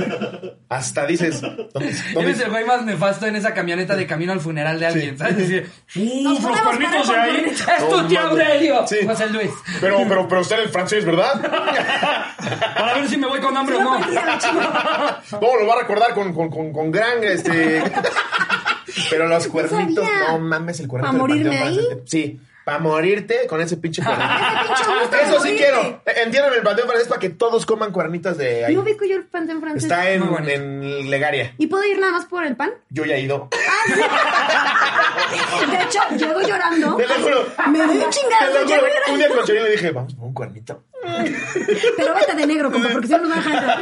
[SPEAKER 2] Hasta dices, ¿dónde, dónde-
[SPEAKER 1] Eres el güey más nefasto en esa camioneta de camino al funeral de alguien, ¿sabes? Dice,
[SPEAKER 3] Nos
[SPEAKER 1] ¡Uf, los
[SPEAKER 3] podemos
[SPEAKER 1] cuernitos de
[SPEAKER 3] parar
[SPEAKER 1] ahí!
[SPEAKER 3] con
[SPEAKER 1] ¡Es
[SPEAKER 3] cuernitos.
[SPEAKER 1] tu tío
[SPEAKER 2] mames.
[SPEAKER 1] Aurelio!
[SPEAKER 2] Sí.
[SPEAKER 1] José Luis.
[SPEAKER 2] Pero, pero, pero usted es francés, ¿verdad?
[SPEAKER 1] Para ver si me voy con hambre o no.
[SPEAKER 2] ¿Cómo lo va a recordar con, con, con, con gran este? Pero los cuernitos,
[SPEAKER 3] sabía.
[SPEAKER 2] no mames, el cuernito.
[SPEAKER 3] ¿Pa'
[SPEAKER 2] del
[SPEAKER 3] morirme
[SPEAKER 2] Panteón
[SPEAKER 3] ahí?
[SPEAKER 2] Francés. Sí, para morirte con ese pinche
[SPEAKER 3] Ese
[SPEAKER 2] cuernito.
[SPEAKER 3] pinche gusto de
[SPEAKER 2] Eso sí
[SPEAKER 3] morirte.
[SPEAKER 2] quiero. Eh, Entiéndame el panteón francés para que todos coman cuernitos de ahí.
[SPEAKER 3] No ubico yo el panteón francés.
[SPEAKER 2] Está en,
[SPEAKER 1] Muy bueno.
[SPEAKER 2] en Legaria.
[SPEAKER 3] ¿Y puedo ir nada más por el pan?
[SPEAKER 2] Yo ya he ido.
[SPEAKER 3] De hecho, llego llorando.
[SPEAKER 2] Te lo juro.
[SPEAKER 3] Me dio un
[SPEAKER 2] Te
[SPEAKER 3] chingazo,
[SPEAKER 2] lo
[SPEAKER 3] llego
[SPEAKER 2] juro. Un día
[SPEAKER 3] llorando.
[SPEAKER 2] con Chayel le dije, vamos por un cuernito.
[SPEAKER 3] Pero vete de negro, compa, porque si no nos van a dejar.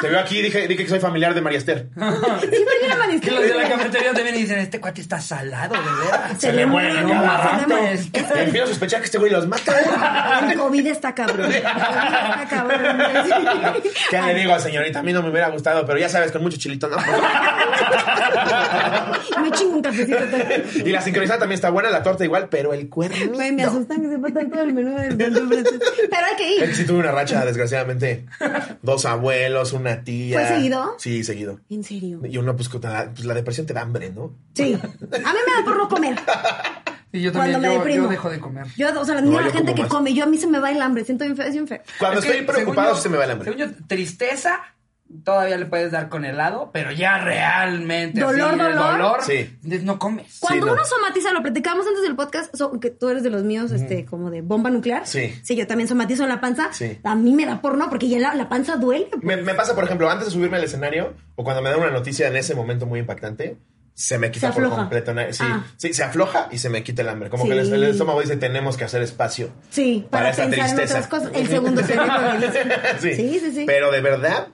[SPEAKER 2] Te veo aquí, dije, dije que soy familiar de María Esther.
[SPEAKER 3] Siempre viene
[SPEAKER 1] Que los de la
[SPEAKER 3] amanecido.
[SPEAKER 1] cafetería te vienen y dicen, este cuate está salado, de veras.
[SPEAKER 3] Se le muere
[SPEAKER 1] No,
[SPEAKER 3] cada
[SPEAKER 1] rato.
[SPEAKER 3] rato.
[SPEAKER 1] Es que-
[SPEAKER 2] Empiezo a sospechar que este güey los mata.
[SPEAKER 3] El COVID está cabrón. El COVID está cabrón.
[SPEAKER 2] ¿Qué le digo, señorita? A mí no me hubiera gustado, pero ya sabes, con mucho chilito, ¿no?
[SPEAKER 3] Me chingo un cafecito. también.
[SPEAKER 2] y la sincronizada también está buena, la torta igual, pero el cuernito.
[SPEAKER 3] Güey, me asustan que sepa tanto del menú del panteón francés. Pero hay que
[SPEAKER 2] Es que
[SPEAKER 3] ir.
[SPEAKER 2] sí tuve una racha, desgraciadamente. Dos abuelos, una tía.
[SPEAKER 3] ¿Fue seguido?
[SPEAKER 2] Sí, seguido.
[SPEAKER 3] En serio.
[SPEAKER 2] Y uno, pues, con la- pues, la depresión te da hambre, ¿no?
[SPEAKER 3] Sí. A mí me da por no comer.
[SPEAKER 1] Y yo
[SPEAKER 3] Cuando
[SPEAKER 1] también,
[SPEAKER 3] me
[SPEAKER 1] yo,
[SPEAKER 3] deprimo.
[SPEAKER 1] yo dejo de comer.
[SPEAKER 3] Yo, o sea, admiro
[SPEAKER 2] No,
[SPEAKER 3] a la
[SPEAKER 2] yo
[SPEAKER 3] gente
[SPEAKER 2] como
[SPEAKER 3] que
[SPEAKER 2] más.
[SPEAKER 3] come. Yo a mí se me va el hambre. Siento bien feo, es bien feo.
[SPEAKER 2] Cuando
[SPEAKER 1] Es que,
[SPEAKER 2] estoy preocupado,
[SPEAKER 1] según yo-
[SPEAKER 2] se me va el hambre.
[SPEAKER 1] Según yo, tristeza todavía le puedes dar con helado, pero ya realmente
[SPEAKER 3] Dolor,
[SPEAKER 1] así, el
[SPEAKER 3] dolor.
[SPEAKER 1] dolor
[SPEAKER 2] Sí.
[SPEAKER 1] no comes.
[SPEAKER 3] Cuando
[SPEAKER 2] no.
[SPEAKER 3] uno somatiza, lo platicamos antes del podcast, so- que tú eres de los míos, este, como de bomba nuclear.
[SPEAKER 2] Sí.
[SPEAKER 3] Sí, yo también somatizo la panza.
[SPEAKER 2] Sí.
[SPEAKER 3] A mí me da porno porque ya la, la panza duele.
[SPEAKER 2] Me, me pasa, por ejemplo, antes de subirme al escenario o cuando me dan una noticia en ese momento muy impactante, se me quita
[SPEAKER 3] Se
[SPEAKER 2] por
[SPEAKER 3] afloja.
[SPEAKER 2] completo. na- Sí,
[SPEAKER 3] Ah.
[SPEAKER 2] sí, se afloja y se me quita el hambre. Como
[SPEAKER 3] Sí.
[SPEAKER 2] que el, el estómago dice, tenemos que hacer espacio.
[SPEAKER 3] Sí,
[SPEAKER 2] Para
[SPEAKER 3] para,
[SPEAKER 2] esta
[SPEAKER 3] pensar en
[SPEAKER 2] tristeza.
[SPEAKER 3] otras cosas. El segundo cerebro le dice.
[SPEAKER 2] sí.
[SPEAKER 3] Sí, sí, sí.
[SPEAKER 2] Pero de verdad,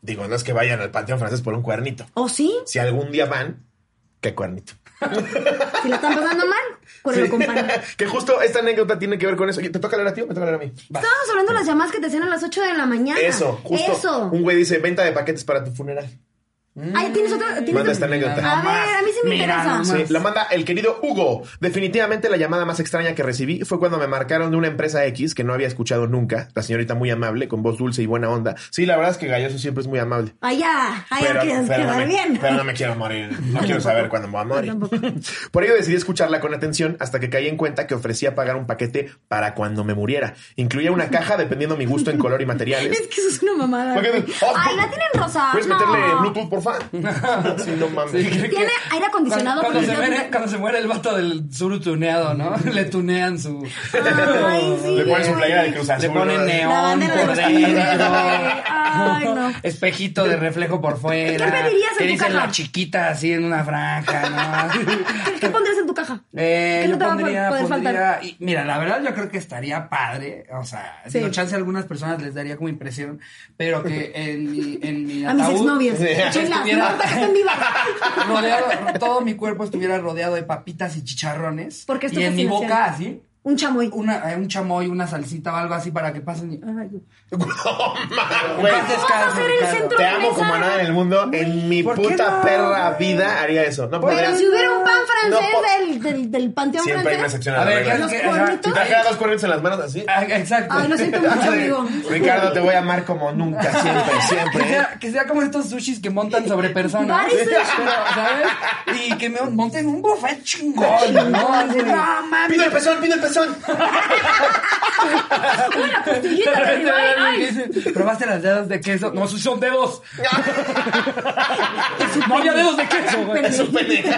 [SPEAKER 2] digo, no es que vayan al Panteón Francés por un cuernito.
[SPEAKER 3] ¿O sí?
[SPEAKER 2] Si algún día van, qué cuernito.
[SPEAKER 3] Si la están pasando mal, con Pues lo
[SPEAKER 2] Sí.
[SPEAKER 3] comparan.
[SPEAKER 2] que justo esta anécdota tiene que ver con eso. Oye, ¿Te toca leer a ti o me toca leer a mí?
[SPEAKER 1] Vas.
[SPEAKER 3] Estábamos hablando de las llamadas que te hacían a las 8 de la mañana.
[SPEAKER 2] Eso, justo.
[SPEAKER 3] Eso.
[SPEAKER 2] Un güey dice, venta de paquetes para tu funeral.
[SPEAKER 3] Ahí tienes otra. tienes
[SPEAKER 2] Mm. Manda
[SPEAKER 3] otra-
[SPEAKER 2] esta anécdota.
[SPEAKER 3] A ver, a mí sí me
[SPEAKER 1] Mira
[SPEAKER 3] interesa.
[SPEAKER 1] nomás.
[SPEAKER 2] Sí, la manda el querido Hugo. Definitivamente la llamada más extraña que recibí fue cuando me marcaron de una empresa X que no había escuchado nunca. La señorita muy amable, con voz dulce y buena onda. Sí, la verdad es que Galloso siempre es muy amable.
[SPEAKER 3] Allá, allá quieres
[SPEAKER 2] no
[SPEAKER 3] quedar
[SPEAKER 2] me,
[SPEAKER 3] bien.
[SPEAKER 2] pero no me quiero morir. No quiero saber cuándo me voy a morir. Por ello decidí escucharla con atención hasta que caí en cuenta que ofrecía pagar un paquete para cuando me muriera. Incluía una caja dependiendo mi gusto en color y materiales.
[SPEAKER 3] Es que eso es una mamada.
[SPEAKER 2] ¿Por qué no?
[SPEAKER 3] güey. Ay, la tienen rosada.
[SPEAKER 2] ¿Puedes
[SPEAKER 3] no.
[SPEAKER 2] meterle Bluetooth, por favor? Sí, no mames.
[SPEAKER 3] Tiene aire acondicionado.
[SPEAKER 1] Cuando, cuando se
[SPEAKER 3] pero
[SPEAKER 1] muere,
[SPEAKER 3] está-
[SPEAKER 1] cuando se muere el vato del sur tuneado, ¿no? Le tunean su.
[SPEAKER 3] Ay, sí,
[SPEAKER 2] Le ponen su
[SPEAKER 3] güey.
[SPEAKER 2] playera de Cruz Azul.
[SPEAKER 1] Le ponen
[SPEAKER 2] ¿no?
[SPEAKER 3] La
[SPEAKER 1] neón
[SPEAKER 3] bandera
[SPEAKER 1] por
[SPEAKER 3] de los
[SPEAKER 1] dentro.
[SPEAKER 3] Tigres. Ay, no.
[SPEAKER 1] Espejito de reflejo por fuera.
[SPEAKER 3] ¿Qué pedirías en
[SPEAKER 1] Que
[SPEAKER 3] tu
[SPEAKER 1] dicen
[SPEAKER 3] caja?
[SPEAKER 1] la chiquita así en una franja, ¿no?
[SPEAKER 3] ¿Qué- ¿Qué pondrías en tu caja?
[SPEAKER 1] Eh,
[SPEAKER 3] ¿Qué no
[SPEAKER 1] yo
[SPEAKER 3] te va a
[SPEAKER 1] pondría,
[SPEAKER 3] poder
[SPEAKER 1] pondría-
[SPEAKER 3] faltar?
[SPEAKER 1] y mira, la verdad yo creo que estaría padre, o sea,
[SPEAKER 3] Sí.
[SPEAKER 1] digo, chance a algunas personas les daría como impresión, pero que en mi, en mi
[SPEAKER 3] A mis
[SPEAKER 1] ataúd
[SPEAKER 3] exnovias.
[SPEAKER 1] Sí.
[SPEAKER 3] Échenlas, no importa que estén vivas.
[SPEAKER 1] rodeado, todo mi cuerpo estuviera rodeado de papitas y chicharrones.
[SPEAKER 3] Porque esto
[SPEAKER 1] y
[SPEAKER 3] es
[SPEAKER 1] en mi
[SPEAKER 3] fascinación.
[SPEAKER 1] boca así,
[SPEAKER 3] Un chamoy.
[SPEAKER 1] una, eh, un chamoy, una salsita o algo así para que pasen. y-
[SPEAKER 3] Ay, güey.
[SPEAKER 2] No mames.
[SPEAKER 1] Güey,
[SPEAKER 3] Vamos a hacer el
[SPEAKER 1] Ricardo.
[SPEAKER 3] centro
[SPEAKER 2] Te
[SPEAKER 3] de
[SPEAKER 2] amo
[SPEAKER 3] mesa.
[SPEAKER 2] como a nada en el mundo. En mi
[SPEAKER 1] ¿por qué
[SPEAKER 2] puta
[SPEAKER 1] no?
[SPEAKER 2] perra vida haría eso. No podría.
[SPEAKER 3] Pero si hubiera un pan francés
[SPEAKER 2] No, po-
[SPEAKER 3] del, del, del panteón
[SPEAKER 2] Siempre hay una
[SPEAKER 3] francés.
[SPEAKER 2] excepción a
[SPEAKER 1] A
[SPEAKER 2] Ah, la
[SPEAKER 1] ver, ¿qué
[SPEAKER 2] regla.
[SPEAKER 3] Los
[SPEAKER 1] que- ajá,
[SPEAKER 2] Si
[SPEAKER 3] cuernitos.
[SPEAKER 2] trajera dos cuernos en las manos así.
[SPEAKER 1] Ah, Exacto.
[SPEAKER 3] Ay, lo siento mucho, amigo.
[SPEAKER 2] Ricardo, te voy a amar como nunca, siempre,
[SPEAKER 1] Que
[SPEAKER 2] siempre. eh.
[SPEAKER 1] sea, que sea como estos sushis que montan sobre personas.
[SPEAKER 3] Varios sushi.
[SPEAKER 1] Pero, ¿sabes? Y que me monten un buffet chingón, ¿no? Así, no mames.
[SPEAKER 2] Pido el pezón, pido el pezón.
[SPEAKER 1] De repente
[SPEAKER 3] Ay,
[SPEAKER 1] me ven y me dicen, ¿Probaste las dedos de queso? No, son dedos. no había dedos de queso, güey.
[SPEAKER 2] Es un pendejo.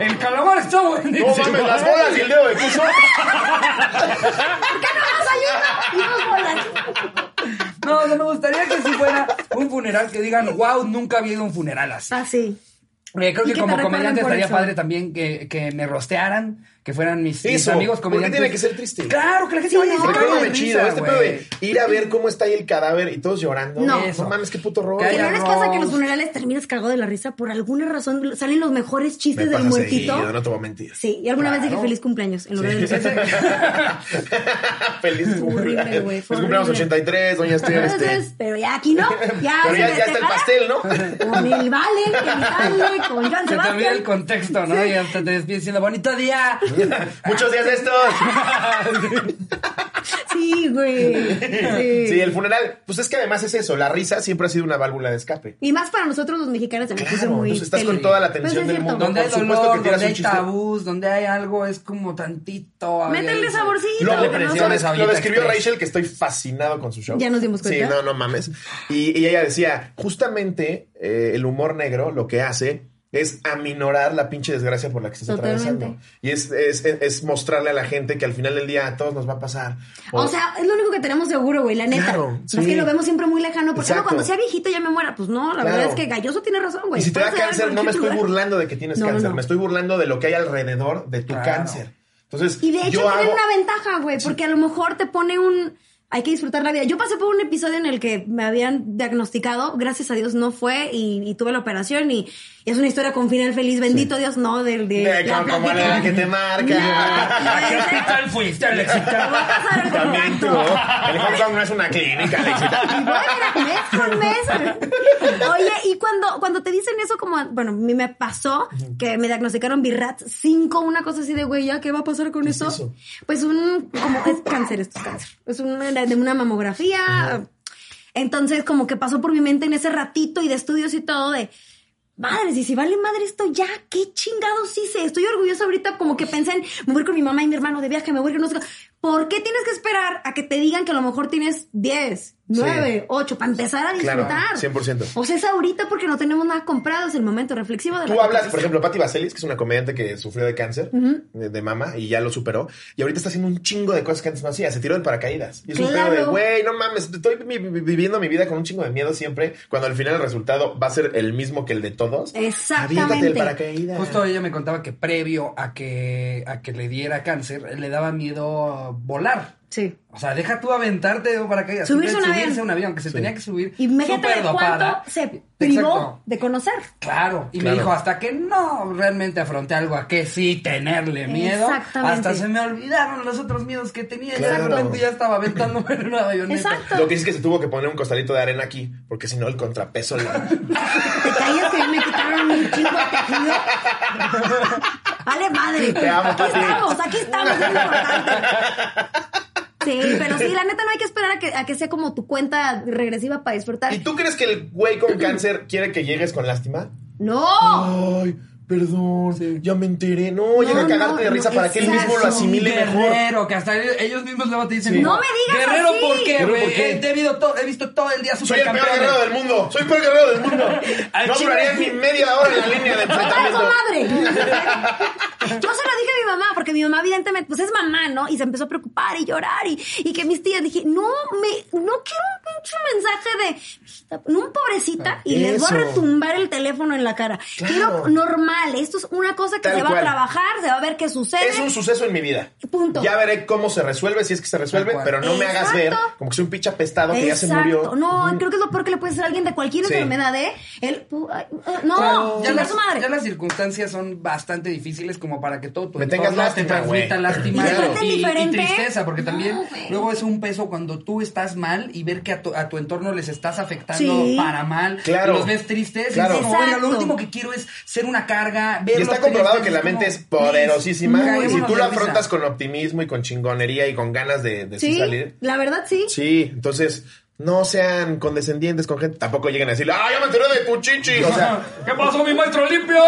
[SPEAKER 1] El calamar está buenísimo.
[SPEAKER 2] No Oh, mames, las bolas y el dedo de queso.
[SPEAKER 3] ¿Por qué no nos ayuda? Y nos volan.
[SPEAKER 1] No, no, me gustaría que si fuera un funeral que digan, wow, nunca había ido a un funeral así.
[SPEAKER 3] Ah, sí.
[SPEAKER 1] Eh, creo
[SPEAKER 3] Y
[SPEAKER 1] que
[SPEAKER 3] que
[SPEAKER 1] como
[SPEAKER 3] te
[SPEAKER 1] comediante
[SPEAKER 3] recuerden por
[SPEAKER 1] estaría
[SPEAKER 3] eso.
[SPEAKER 1] padre también que, que me rostearan, que fueran mis, mis
[SPEAKER 2] Eso,
[SPEAKER 1] amigos
[SPEAKER 2] ¿por qué
[SPEAKER 1] comediantes.
[SPEAKER 2] tiene que ser triste?
[SPEAKER 1] Claro, que la gente se vaya y se
[SPEAKER 3] no,
[SPEAKER 1] caiga de
[SPEAKER 2] Recuérdame
[SPEAKER 1] risa,
[SPEAKER 2] chido, este
[SPEAKER 1] güey.
[SPEAKER 2] pedo de ir a ver cómo está ahí el cadáver y todos llorando.
[SPEAKER 3] No.
[SPEAKER 2] No, mames, qué puto robo.
[SPEAKER 1] Que
[SPEAKER 3] Que
[SPEAKER 1] haya
[SPEAKER 3] no les pasa que en los
[SPEAKER 1] roast.
[SPEAKER 3] funerales terminas cagado de la risa. Por alguna razón salen los mejores
[SPEAKER 2] Me
[SPEAKER 3] chistes del
[SPEAKER 2] pasa
[SPEAKER 3] muertito.
[SPEAKER 2] seguido, no te voy a mentir.
[SPEAKER 3] Sí, y alguna vez dije feliz cumpleaños en lugar de los
[SPEAKER 2] Feliz
[SPEAKER 3] horrible,
[SPEAKER 2] cumpleaños.
[SPEAKER 3] güey,
[SPEAKER 2] Feliz
[SPEAKER 3] fue
[SPEAKER 2] cumpleaños
[SPEAKER 3] horrible.
[SPEAKER 2] 83, doña Esther. este.
[SPEAKER 3] Entonces, pero ya aquí no. Ya,
[SPEAKER 2] Pero
[SPEAKER 3] se
[SPEAKER 2] ya, ya está el
[SPEAKER 3] festejará
[SPEAKER 2] pastel, ¿no?
[SPEAKER 3] Con el Vale, con el Vale, con Joan
[SPEAKER 1] Se te olvida el
[SPEAKER 3] Sebastián.
[SPEAKER 1] contexto, ¿no? Y hasta te despides diciendo, bonito día.
[SPEAKER 2] Muchos días de estos.
[SPEAKER 3] Sí, güey. Sí.
[SPEAKER 2] Sí, el funeral. Pues es que además es eso. La risa siempre ha sido una válvula de escape.
[SPEAKER 3] Y más para nosotros los mexicanos se me puso
[SPEAKER 2] Claro,
[SPEAKER 3] muy
[SPEAKER 2] pues estás
[SPEAKER 3] tele.
[SPEAKER 2] con toda la
[SPEAKER 3] Pues
[SPEAKER 2] atención
[SPEAKER 3] es
[SPEAKER 2] del
[SPEAKER 3] cierto.
[SPEAKER 2] mundo.
[SPEAKER 1] Donde hay
[SPEAKER 2] Por supuesto que
[SPEAKER 1] dolor,
[SPEAKER 2] tiras
[SPEAKER 1] donde
[SPEAKER 2] un
[SPEAKER 1] hay
[SPEAKER 2] chiste.
[SPEAKER 1] tabús, donde hay algo, es como tantito. había
[SPEAKER 3] Métele
[SPEAKER 1] ahí,
[SPEAKER 3] saborcito.
[SPEAKER 2] Lo,
[SPEAKER 1] Lo
[SPEAKER 3] Dale,
[SPEAKER 2] lo-
[SPEAKER 1] depresión
[SPEAKER 2] lo
[SPEAKER 1] es ahorita
[SPEAKER 2] describió
[SPEAKER 1] express.
[SPEAKER 2] Rachel que estoy fascinado con su show.
[SPEAKER 3] Ya nos dimos cuenta.
[SPEAKER 2] Sí, no, no mames. Y, y ella decía, justamente eh, el humor negro lo que hace es aminorar la pinche desgracia por la que estás
[SPEAKER 3] Totalmente.
[SPEAKER 2] atravesando. Y es, es, es- es mostrarle a la gente que al final del día a todos nos va a pasar.
[SPEAKER 3] O sea, es lo único que tenemos seguro, güey, la neta.
[SPEAKER 2] Oh. Claro,
[SPEAKER 3] Es
[SPEAKER 2] sí.
[SPEAKER 3] que lo vemos siempre muy lejano. Por ejemplo,
[SPEAKER 2] Exacto.
[SPEAKER 3] cuando sea viejito ya me muera. Pues no, la
[SPEAKER 2] Claro.
[SPEAKER 3] verdad es que Galloso tiene razón, güey.
[SPEAKER 2] y si te da
[SPEAKER 3] Puedes dar en
[SPEAKER 2] cáncer, no me
[SPEAKER 3] cualquier
[SPEAKER 2] estoy
[SPEAKER 3] lugar.
[SPEAKER 2] burlando de que tienes
[SPEAKER 3] No,
[SPEAKER 2] cáncer,
[SPEAKER 3] no.
[SPEAKER 2] me estoy burlando de lo que hay alrededor de tu
[SPEAKER 1] Claro.
[SPEAKER 2] cáncer. Entonces,
[SPEAKER 3] Y de hecho
[SPEAKER 2] yo
[SPEAKER 3] tienen
[SPEAKER 2] hago-
[SPEAKER 3] una ventaja, güey, porque a lo mejor te pone un... Hay que disfrutar la vida. Yo pasé por un episodio en el que me habían diagnosticado, gracias a Dios no fue, y, y tuve la operación, y es una historia con final feliz, bendito Dios, no, del de...
[SPEAKER 2] De-
[SPEAKER 3] la
[SPEAKER 2] como- como
[SPEAKER 3] plática.
[SPEAKER 2] la que te marca.
[SPEAKER 3] No,
[SPEAKER 1] ¿A qué
[SPEAKER 3] güey,
[SPEAKER 1] hospital fuiste,
[SPEAKER 3] te
[SPEAKER 1] Alexita?
[SPEAKER 3] voy a pasar el
[SPEAKER 2] También tú. El
[SPEAKER 3] contacto.
[SPEAKER 2] Hong Kong no es una clínica, Alexita.
[SPEAKER 3] Y voy mes con mes. Oye, y cuando, cuando te dicen eso, como, bueno, a mí me pasó que me diagnosticaron Birrat 5, una cosa así de, güey, ¿ya qué va a pasar con eso?
[SPEAKER 2] eso?
[SPEAKER 3] Pues un, como, es cáncer, esto es cáncer. Es una, de una mamografía. Entonces, como que pasó por mi mente en ese ratito y de estudios y todo de, madres, y si vale madre esto ya, qué chingados hice. Estoy orgulloso ahorita, como que pensé en, me voy con mi mamá y mi hermano de viaje, me voy con no sé qué. ¿Por qué tienes que esperar a que te digan que a lo mejor tienes 10, 9, 8 para empezar a
[SPEAKER 2] Claro,
[SPEAKER 3] disfrutar?
[SPEAKER 2] 100%.
[SPEAKER 3] O sea, es ahorita porque no tenemos nada comprado, es el momento reflexivo de
[SPEAKER 2] Tú
[SPEAKER 3] la
[SPEAKER 2] hablas,
[SPEAKER 3] conversación.
[SPEAKER 2] por ejemplo, Patti Vaselis, que es una comediante que sufrió de cáncer de, de mama y ya lo superó. Y ahorita está haciendo un chingo de cosas que antes no hacía. Se tiró del paracaídas. Y es un pedo
[SPEAKER 3] Claro.
[SPEAKER 2] de, güey, no mames, estoy mi- mi- viviendo mi vida con un chingo de miedo siempre, cuando al final el resultado va a ser el mismo que el de todos. Aviéntate del
[SPEAKER 3] Exactamente.
[SPEAKER 2] paracaídas.
[SPEAKER 1] Justo ella me contaba que previo a que, a que le diera cáncer, le daba miedo volar.
[SPEAKER 3] Sí.
[SPEAKER 1] O sea, deja tú aventarte de un paracaídas.
[SPEAKER 3] Subirse a un
[SPEAKER 1] Subirse
[SPEAKER 3] avión.
[SPEAKER 1] a un avión, que se tenía que subir.
[SPEAKER 3] Y Imagínate de
[SPEAKER 1] súper dopada.
[SPEAKER 3] cuánto se privó
[SPEAKER 1] Exacto.
[SPEAKER 3] de conocer.
[SPEAKER 1] Claro, y
[SPEAKER 2] Claro.
[SPEAKER 1] me dijo, hasta que no realmente afronté algo a que sí tenerle miedo,
[SPEAKER 3] Exactamente.
[SPEAKER 1] hasta se me olvidaron los otros miedos que tenía y de
[SPEAKER 2] Claro.
[SPEAKER 1] repente ya estaba aventándome en una avioneta.
[SPEAKER 3] Exacto.
[SPEAKER 2] Lo que sí es que se tuvo que poner un costalito de arena aquí, porque si no el contrapeso le...
[SPEAKER 3] Te callas que me quitaron un chingo de tejido. Vale, madre.
[SPEAKER 2] Te amo,
[SPEAKER 3] aquí
[SPEAKER 2] Pati.
[SPEAKER 3] estamos, aquí estamos, es importante. Sí, pero sí, la neta no hay que esperar a que, a que sea como tu cuenta regresiva para disfrutar.
[SPEAKER 2] ¿Y tú crees que el güey con cáncer quiere que llegues con lástima?
[SPEAKER 3] ¡No!
[SPEAKER 2] Ay, perdón, ya me enteré. No, llega a
[SPEAKER 3] no,
[SPEAKER 2] cagarte de
[SPEAKER 3] no,
[SPEAKER 2] risa para que él
[SPEAKER 3] exacto.
[SPEAKER 2] mismo lo asimile mejor.
[SPEAKER 1] Guerrero, que hasta ellos mismos luego te dicen,
[SPEAKER 2] Sí.
[SPEAKER 1] como,
[SPEAKER 3] No me digas
[SPEAKER 1] Guerrero,
[SPEAKER 3] así.
[SPEAKER 1] ¿por qué,
[SPEAKER 2] Guerrero,
[SPEAKER 1] güey?
[SPEAKER 2] ¿por qué?
[SPEAKER 1] Eh, te He, visto todo, he visto todo el día
[SPEAKER 2] Soy el peor
[SPEAKER 1] supercampeones.
[SPEAKER 2] guerrero del mundo. Soy el peor guerrero del mundo.
[SPEAKER 1] Al
[SPEAKER 2] No
[SPEAKER 1] chile.
[SPEAKER 2] duraría ni media hora en la línea de
[SPEAKER 3] ¡Ahora
[SPEAKER 2] enfrentamiento.
[SPEAKER 3] madre! Yo se lo dije a mi mamá, porque mi mamá, evidentemente, pues es mamá, ¿no? Y se empezó a preocupar y llorar. Y, y que mis tías dije, no, me, no quiero un pinche mensaje de "Mijita, no, pobrecita, y les voy a
[SPEAKER 2] Ah, Eso.
[SPEAKER 3] retumbar el teléfono en la cara.
[SPEAKER 2] Claro.
[SPEAKER 3] Quiero normal. Esto es una cosa que
[SPEAKER 2] Tal
[SPEAKER 3] se va
[SPEAKER 2] cual.
[SPEAKER 3] a trabajar, se va a ver qué sucede.
[SPEAKER 2] Es un suceso en mi vida.
[SPEAKER 3] Punto.
[SPEAKER 2] Ya veré cómo se resuelve, si es que se resuelve,
[SPEAKER 1] Tal cual.
[SPEAKER 2] pero no me hagas ver
[SPEAKER 3] Exacto.
[SPEAKER 2] como que soy un pinche apestado que ya se
[SPEAKER 3] Exacto.
[SPEAKER 2] murió.
[SPEAKER 3] No, creo que es lo peor que le puede hacer a alguien de cualquier
[SPEAKER 2] Sí.
[SPEAKER 3] enfermedad, ¿eh? El, pu- ay, ah, no,
[SPEAKER 1] Claro, ya
[SPEAKER 3] chingar
[SPEAKER 1] las,
[SPEAKER 3] su madre.
[SPEAKER 1] ya las circunstancias son bastante difíciles como para que todo tu
[SPEAKER 2] Me tengas
[SPEAKER 1] entorno
[SPEAKER 2] lástima,
[SPEAKER 1] te transmita
[SPEAKER 2] güey.
[SPEAKER 1] lástima
[SPEAKER 2] Y
[SPEAKER 1] y,
[SPEAKER 2] aparte
[SPEAKER 1] y
[SPEAKER 3] diferente.
[SPEAKER 1] tristeza, porque también
[SPEAKER 3] No, güey.
[SPEAKER 1] luego es un peso cuando tú estás mal y ver que a tu, a tu entorno les estás afectando
[SPEAKER 3] Sí.
[SPEAKER 1] para mal,
[SPEAKER 2] Claro.
[SPEAKER 1] los ves tristes,
[SPEAKER 2] Claro.
[SPEAKER 1] y es como, "Oiga, lo
[SPEAKER 3] Exacto.
[SPEAKER 1] último que quiero es ser una carga,
[SPEAKER 2] Y
[SPEAKER 1] verlos
[SPEAKER 2] está comprobado
[SPEAKER 1] tristes",
[SPEAKER 2] que la
[SPEAKER 1] como,
[SPEAKER 2] mente es poderosísima.
[SPEAKER 1] Muy
[SPEAKER 2] Y si tú
[SPEAKER 1] buena
[SPEAKER 2] lo
[SPEAKER 1] risa.
[SPEAKER 2] afrontas con optimismo y con chingonería y con ganas de, de sí
[SPEAKER 3] Sí,
[SPEAKER 2] salir.
[SPEAKER 3] la verdad sí.
[SPEAKER 2] Sí, entonces no sean condescendientes con gente. Tampoco lleguen a decir, ah, ya me enteré de tu chichi. O sea,
[SPEAKER 1] ¿Qué pasó, mi maestro limpio?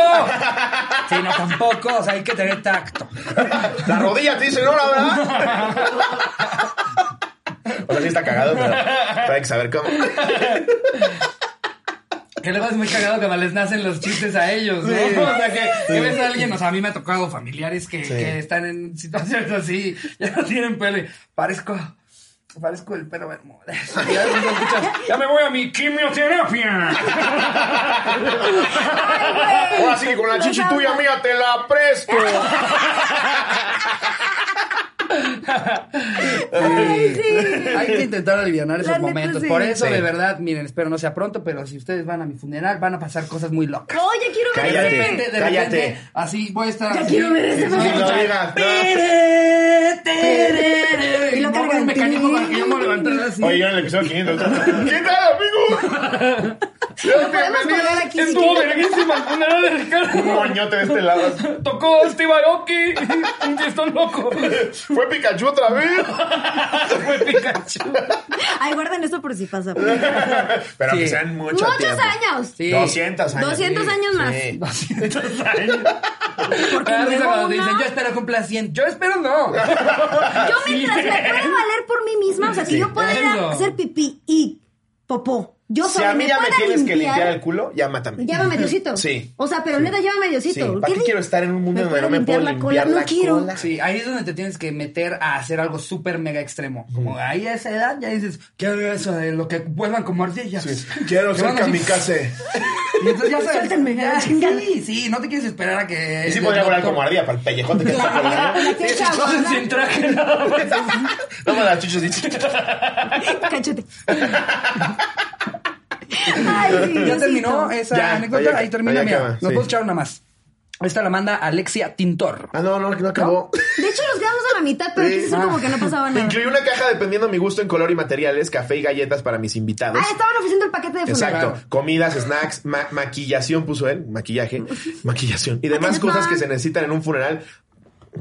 [SPEAKER 1] sí, no, tampoco, o sea, hay que tener tacto.
[SPEAKER 2] la rodilla te dice, no, la verdad. o sea, sí está cagado, pero, pero hay que saber cómo.
[SPEAKER 1] Que luego es muy cagado cuando les nacen los chistes a ellos, ¿no?
[SPEAKER 2] Sí.
[SPEAKER 1] O sea, que, que ves a alguien, o sea, a mí me ha tocado familiares que,
[SPEAKER 2] Sí.
[SPEAKER 1] que están en situaciones así, ya no tienen pelo y parezco, parezco el perro Bermúdez. Y ya, después escuchas, "Ya me voy a mi quimioterapia.
[SPEAKER 2] Ahora sí que con la
[SPEAKER 3] Los
[SPEAKER 2] chichi
[SPEAKER 3] amo.
[SPEAKER 2] tuya, mía, te la presto.
[SPEAKER 3] Ay, sí.
[SPEAKER 1] Hay que intentar aliviar
[SPEAKER 3] La
[SPEAKER 1] esos
[SPEAKER 3] neta,
[SPEAKER 1] momentos.
[SPEAKER 3] sí.
[SPEAKER 1] Por eso,
[SPEAKER 2] Sí.
[SPEAKER 1] de verdad, miren, espero no sea pronto, pero si ustedes van a mi funeral, van a pasar cosas muy locas.
[SPEAKER 3] Oye, quiero ver
[SPEAKER 1] De
[SPEAKER 2] Cállate.
[SPEAKER 3] ese.
[SPEAKER 1] repente, de
[SPEAKER 2] cállate.
[SPEAKER 1] repente, así voy a estar.
[SPEAKER 3] Ya
[SPEAKER 1] así.
[SPEAKER 3] quiero ver
[SPEAKER 1] Sí,
[SPEAKER 3] ese
[SPEAKER 2] Sí, no
[SPEAKER 3] momento.
[SPEAKER 2] digas, no.
[SPEAKER 1] Tere, tere.
[SPEAKER 3] Y lo
[SPEAKER 1] Y pongo
[SPEAKER 3] cargan.
[SPEAKER 1] el mecanismo para que yo me levantara así.
[SPEAKER 2] Oye, yo en el episodio 500. ¿Qué tal, amigo?
[SPEAKER 3] Lo podemos poner aquí. si quieres.
[SPEAKER 1] verguísima el funeral de
[SPEAKER 2] Un
[SPEAKER 1] Ricardo.
[SPEAKER 2] moñote de este lado.
[SPEAKER 1] Tocó Steve Aoki. Un fiestón loco.
[SPEAKER 2] Fue Pikachu otra vez.
[SPEAKER 1] Fue Pikachu.
[SPEAKER 3] Ay, guarden esto por si pasa.
[SPEAKER 2] Pero que
[SPEAKER 1] Sí.
[SPEAKER 2] sean mucho
[SPEAKER 3] Muchos
[SPEAKER 2] tiempo.
[SPEAKER 3] años.
[SPEAKER 1] Sí.
[SPEAKER 2] 200 años.
[SPEAKER 3] 200 años más.
[SPEAKER 2] Sí.
[SPEAKER 1] 200 años.
[SPEAKER 3] Porque
[SPEAKER 1] Me da risa
[SPEAKER 3] luego
[SPEAKER 1] cuando te
[SPEAKER 3] una-
[SPEAKER 1] dicen, yo espero cumpla 100. Yo espero no.
[SPEAKER 3] Yo mientras me pueda valer por mí misma, o sea, que yo pueda ir
[SPEAKER 1] eso.
[SPEAKER 3] a hacer pipí y popó, yo
[SPEAKER 2] Si
[SPEAKER 3] sola
[SPEAKER 2] a mí
[SPEAKER 3] me
[SPEAKER 2] ya me
[SPEAKER 3] pueda
[SPEAKER 2] tienes que limpiar el
[SPEAKER 3] limpiar.
[SPEAKER 2] culo, ya mátame.
[SPEAKER 3] Llámame Diosito.
[SPEAKER 2] Sí.
[SPEAKER 3] O sea, pero neta, llámame
[SPEAKER 2] Sí,
[SPEAKER 3] Diosito.
[SPEAKER 2] ¿para qué
[SPEAKER 3] di-
[SPEAKER 2] quiero estar en un mundo donde
[SPEAKER 3] puedo
[SPEAKER 2] no me puedo limpiar la
[SPEAKER 3] No quiero.
[SPEAKER 2] cola?
[SPEAKER 1] Sí, ahí es donde te tienes que meter a hacer algo súper mega extremo. Como ahí a esa edad ya dices, quiero eso de lo que vuelvan como ardillas.
[SPEAKER 2] Quiero
[SPEAKER 1] Que
[SPEAKER 2] ser
[SPEAKER 1] van así.
[SPEAKER 2] kamikaze.
[SPEAKER 1] Y entonces ya sabes.
[SPEAKER 3] Suéltenme, ya,
[SPEAKER 1] Ah,
[SPEAKER 3] chingada.
[SPEAKER 1] Sí, sí, no te quieres esperar a que.
[SPEAKER 2] Y sí podría volar como
[SPEAKER 1] ardillas.
[SPEAKER 2] ardilla para el pellejote que está
[SPEAKER 3] Claro,
[SPEAKER 2] colgando.
[SPEAKER 3] la tienes que
[SPEAKER 1] Entonces
[SPEAKER 3] aguantar.
[SPEAKER 1] sin traje nada más.
[SPEAKER 2] Toma la chucha así.
[SPEAKER 3] Cachete. Ay, sí,
[SPEAKER 1] Ya
[SPEAKER 3] Diosito.
[SPEAKER 1] terminó esa
[SPEAKER 2] Ya,
[SPEAKER 1] anécdota.
[SPEAKER 2] ahí
[SPEAKER 1] Ahí termina.
[SPEAKER 2] ahí
[SPEAKER 1] mira.
[SPEAKER 2] acaba,
[SPEAKER 1] Nos
[SPEAKER 2] sí.
[SPEAKER 1] podemos echar una más. Esta la manda Alexia Tintor.
[SPEAKER 2] Ah, no, no, no acabó.
[SPEAKER 3] De hecho, nos quedamos a la mitad, pero aquí sí
[SPEAKER 1] Ah.
[SPEAKER 3] como que no pasaba
[SPEAKER 2] Me
[SPEAKER 3] nada.
[SPEAKER 2] incluí una caja dependiendo mi gusto en color y materiales, café y galletas para mis invitados.
[SPEAKER 3] Ah, estaban ofreciendo el paquete de funeral.
[SPEAKER 2] Exacto, comidas, snacks, ma- maquillación puso él, maquillaje, maquillación y demás
[SPEAKER 3] Maquillación.
[SPEAKER 2] cosas que se necesitan en un funeral,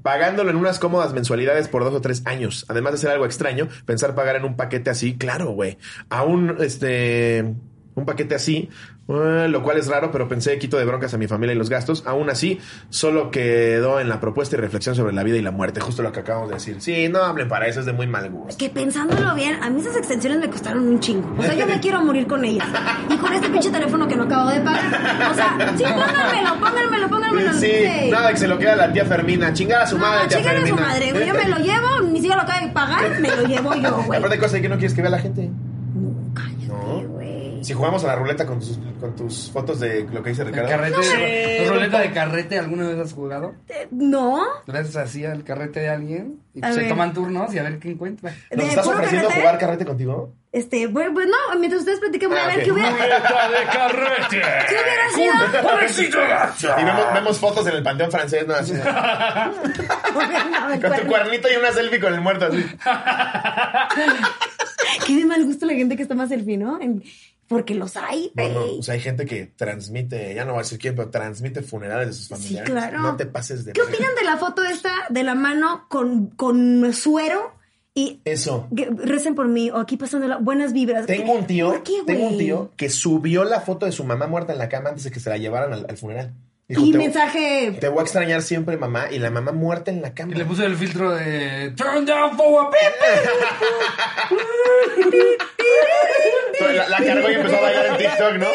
[SPEAKER 2] pagándolo en unas cómodas mensualidades por dos o tres años. Además de ser algo extraño, pensar pagar en un paquete así, claro, güey. A un, este, un paquete así, eh, lo cual es raro, pero pensé quito de broncas a mi familia y los gastos. Aún así, solo quedó en la propuesta y reflexión sobre la vida y la muerte, justo lo que acabamos de decir. Sí, no hablen para eso, es de muy mal gusto.
[SPEAKER 3] Que pensándolo bien, a mí esas extensiones me costaron un chingo. O sea, yo me quiero morir con ellas. Y con este pinche teléfono que no acabo de pagar. O sea, sí, pónganmelo, pónganmelo, pónganmelo.
[SPEAKER 2] Sí,
[SPEAKER 3] sí.
[SPEAKER 2] nada, que se lo queda la tía Fermina. Chingar a su madre,
[SPEAKER 3] No,
[SPEAKER 2] tía
[SPEAKER 3] chéquenle
[SPEAKER 2] Fermina.
[SPEAKER 3] su madre, güey. Yo me lo llevo, ni siquiera lo acabo de pagar, me lo llevo yo, güey.
[SPEAKER 2] Aparte hay cosas que no quieres que vea la gente.
[SPEAKER 3] No, cállate,
[SPEAKER 2] No.
[SPEAKER 3] güey.
[SPEAKER 2] Si jugamos a la ruleta con tus, con tus fotos de lo que dice
[SPEAKER 1] El
[SPEAKER 2] Ricardo.
[SPEAKER 1] carrete,
[SPEAKER 2] Sí,
[SPEAKER 1] la ruleta de carrete, ¿alguna vez has jugado?
[SPEAKER 3] Eh, No,
[SPEAKER 1] Gracias así al carrete de alguien y
[SPEAKER 3] A
[SPEAKER 1] se
[SPEAKER 3] ver.
[SPEAKER 1] toman turnos y a ver qué encuentra.
[SPEAKER 2] ¿Nos
[SPEAKER 3] de
[SPEAKER 2] estás
[SPEAKER 3] puro
[SPEAKER 2] ofreciendo
[SPEAKER 3] carrete.
[SPEAKER 2] jugar carrete contigo?
[SPEAKER 3] Este, bueno, pues no, mientras ustedes platican, voy a
[SPEAKER 2] Ah,
[SPEAKER 3] ver
[SPEAKER 2] ok.
[SPEAKER 3] qué hubiera.
[SPEAKER 1] de carrete!
[SPEAKER 3] ¿Qué hubiera sido?
[SPEAKER 2] Y vemos, vemos fotos en el panteón francés, ¿no? Así,
[SPEAKER 3] A
[SPEAKER 2] con
[SPEAKER 3] ver,
[SPEAKER 2] tu
[SPEAKER 3] cuerno.
[SPEAKER 2] cuernito y una selfie con el muerto así.
[SPEAKER 3] Qué de mal gusto la gente que está más selfie, ¿no? En- Porque los hay,
[SPEAKER 2] No, no,
[SPEAKER 3] güey.
[SPEAKER 2] o sea, hay gente que transmite, ya no voy a decir quién, pero transmite funerales de sus
[SPEAKER 3] Sí,
[SPEAKER 2] familiares.
[SPEAKER 3] claro.
[SPEAKER 2] No te pases de
[SPEAKER 3] ¿Qué
[SPEAKER 2] verga.
[SPEAKER 3] opinan de la foto esta de la mano con, con suero y
[SPEAKER 2] Eso.
[SPEAKER 3] que recen por mí o aquí pasando la- buenas vibras?
[SPEAKER 2] Tengo un tío,
[SPEAKER 3] ¿Por qué,
[SPEAKER 2] tengo
[SPEAKER 3] güey?
[SPEAKER 2] un tío que subió la foto de su mamá muerta en la cama antes de que se la llevaran al, al funeral. Dijo,
[SPEAKER 3] Y
[SPEAKER 2] "Te-
[SPEAKER 3] mensaje.
[SPEAKER 2] Te voy a extrañar siempre, mamá. Y la mamá muerta en la cama.
[SPEAKER 1] Y le puso el filtro de Turn down for a pimp.
[SPEAKER 2] Pero La, la cargó y empezó a bailar en TikTok, ¿no?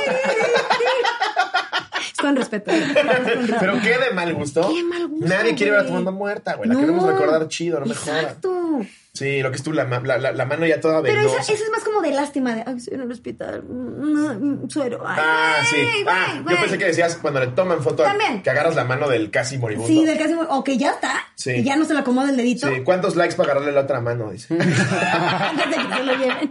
[SPEAKER 3] Con respeto. Con respeto.
[SPEAKER 2] Pero qué de mal gusto.
[SPEAKER 3] Qué mal gusto,
[SPEAKER 2] Nadie quiere ver a tu
[SPEAKER 3] güey.
[SPEAKER 2] mamá muerta, güey. La
[SPEAKER 3] No.
[SPEAKER 2] queremos recordar chido, no me jodas.
[SPEAKER 3] Exacto.
[SPEAKER 2] Sí, lo que es tú, la, ma- la, la- la mano ya toda
[SPEAKER 3] Pero esa,
[SPEAKER 2] vellosa.
[SPEAKER 3] esa es más como de lástima, de, ay, estoy en el hospital, mm, mm, suero. Ay,
[SPEAKER 2] Ah, sí.
[SPEAKER 3] güey, güey,
[SPEAKER 2] ah,
[SPEAKER 3] güey.
[SPEAKER 2] yo pensé que decías cuando le toman foto.
[SPEAKER 3] También.
[SPEAKER 2] Que agarras la mano del casi moribundo.
[SPEAKER 3] Sí, de casi, o que ya está,
[SPEAKER 2] Sí.
[SPEAKER 3] y ya no se le acomoda el dedito,
[SPEAKER 2] Sí, ¿cuántos likes para agarrarle la otra mano? Dice.
[SPEAKER 3] Mm. antes de que se lo lleven.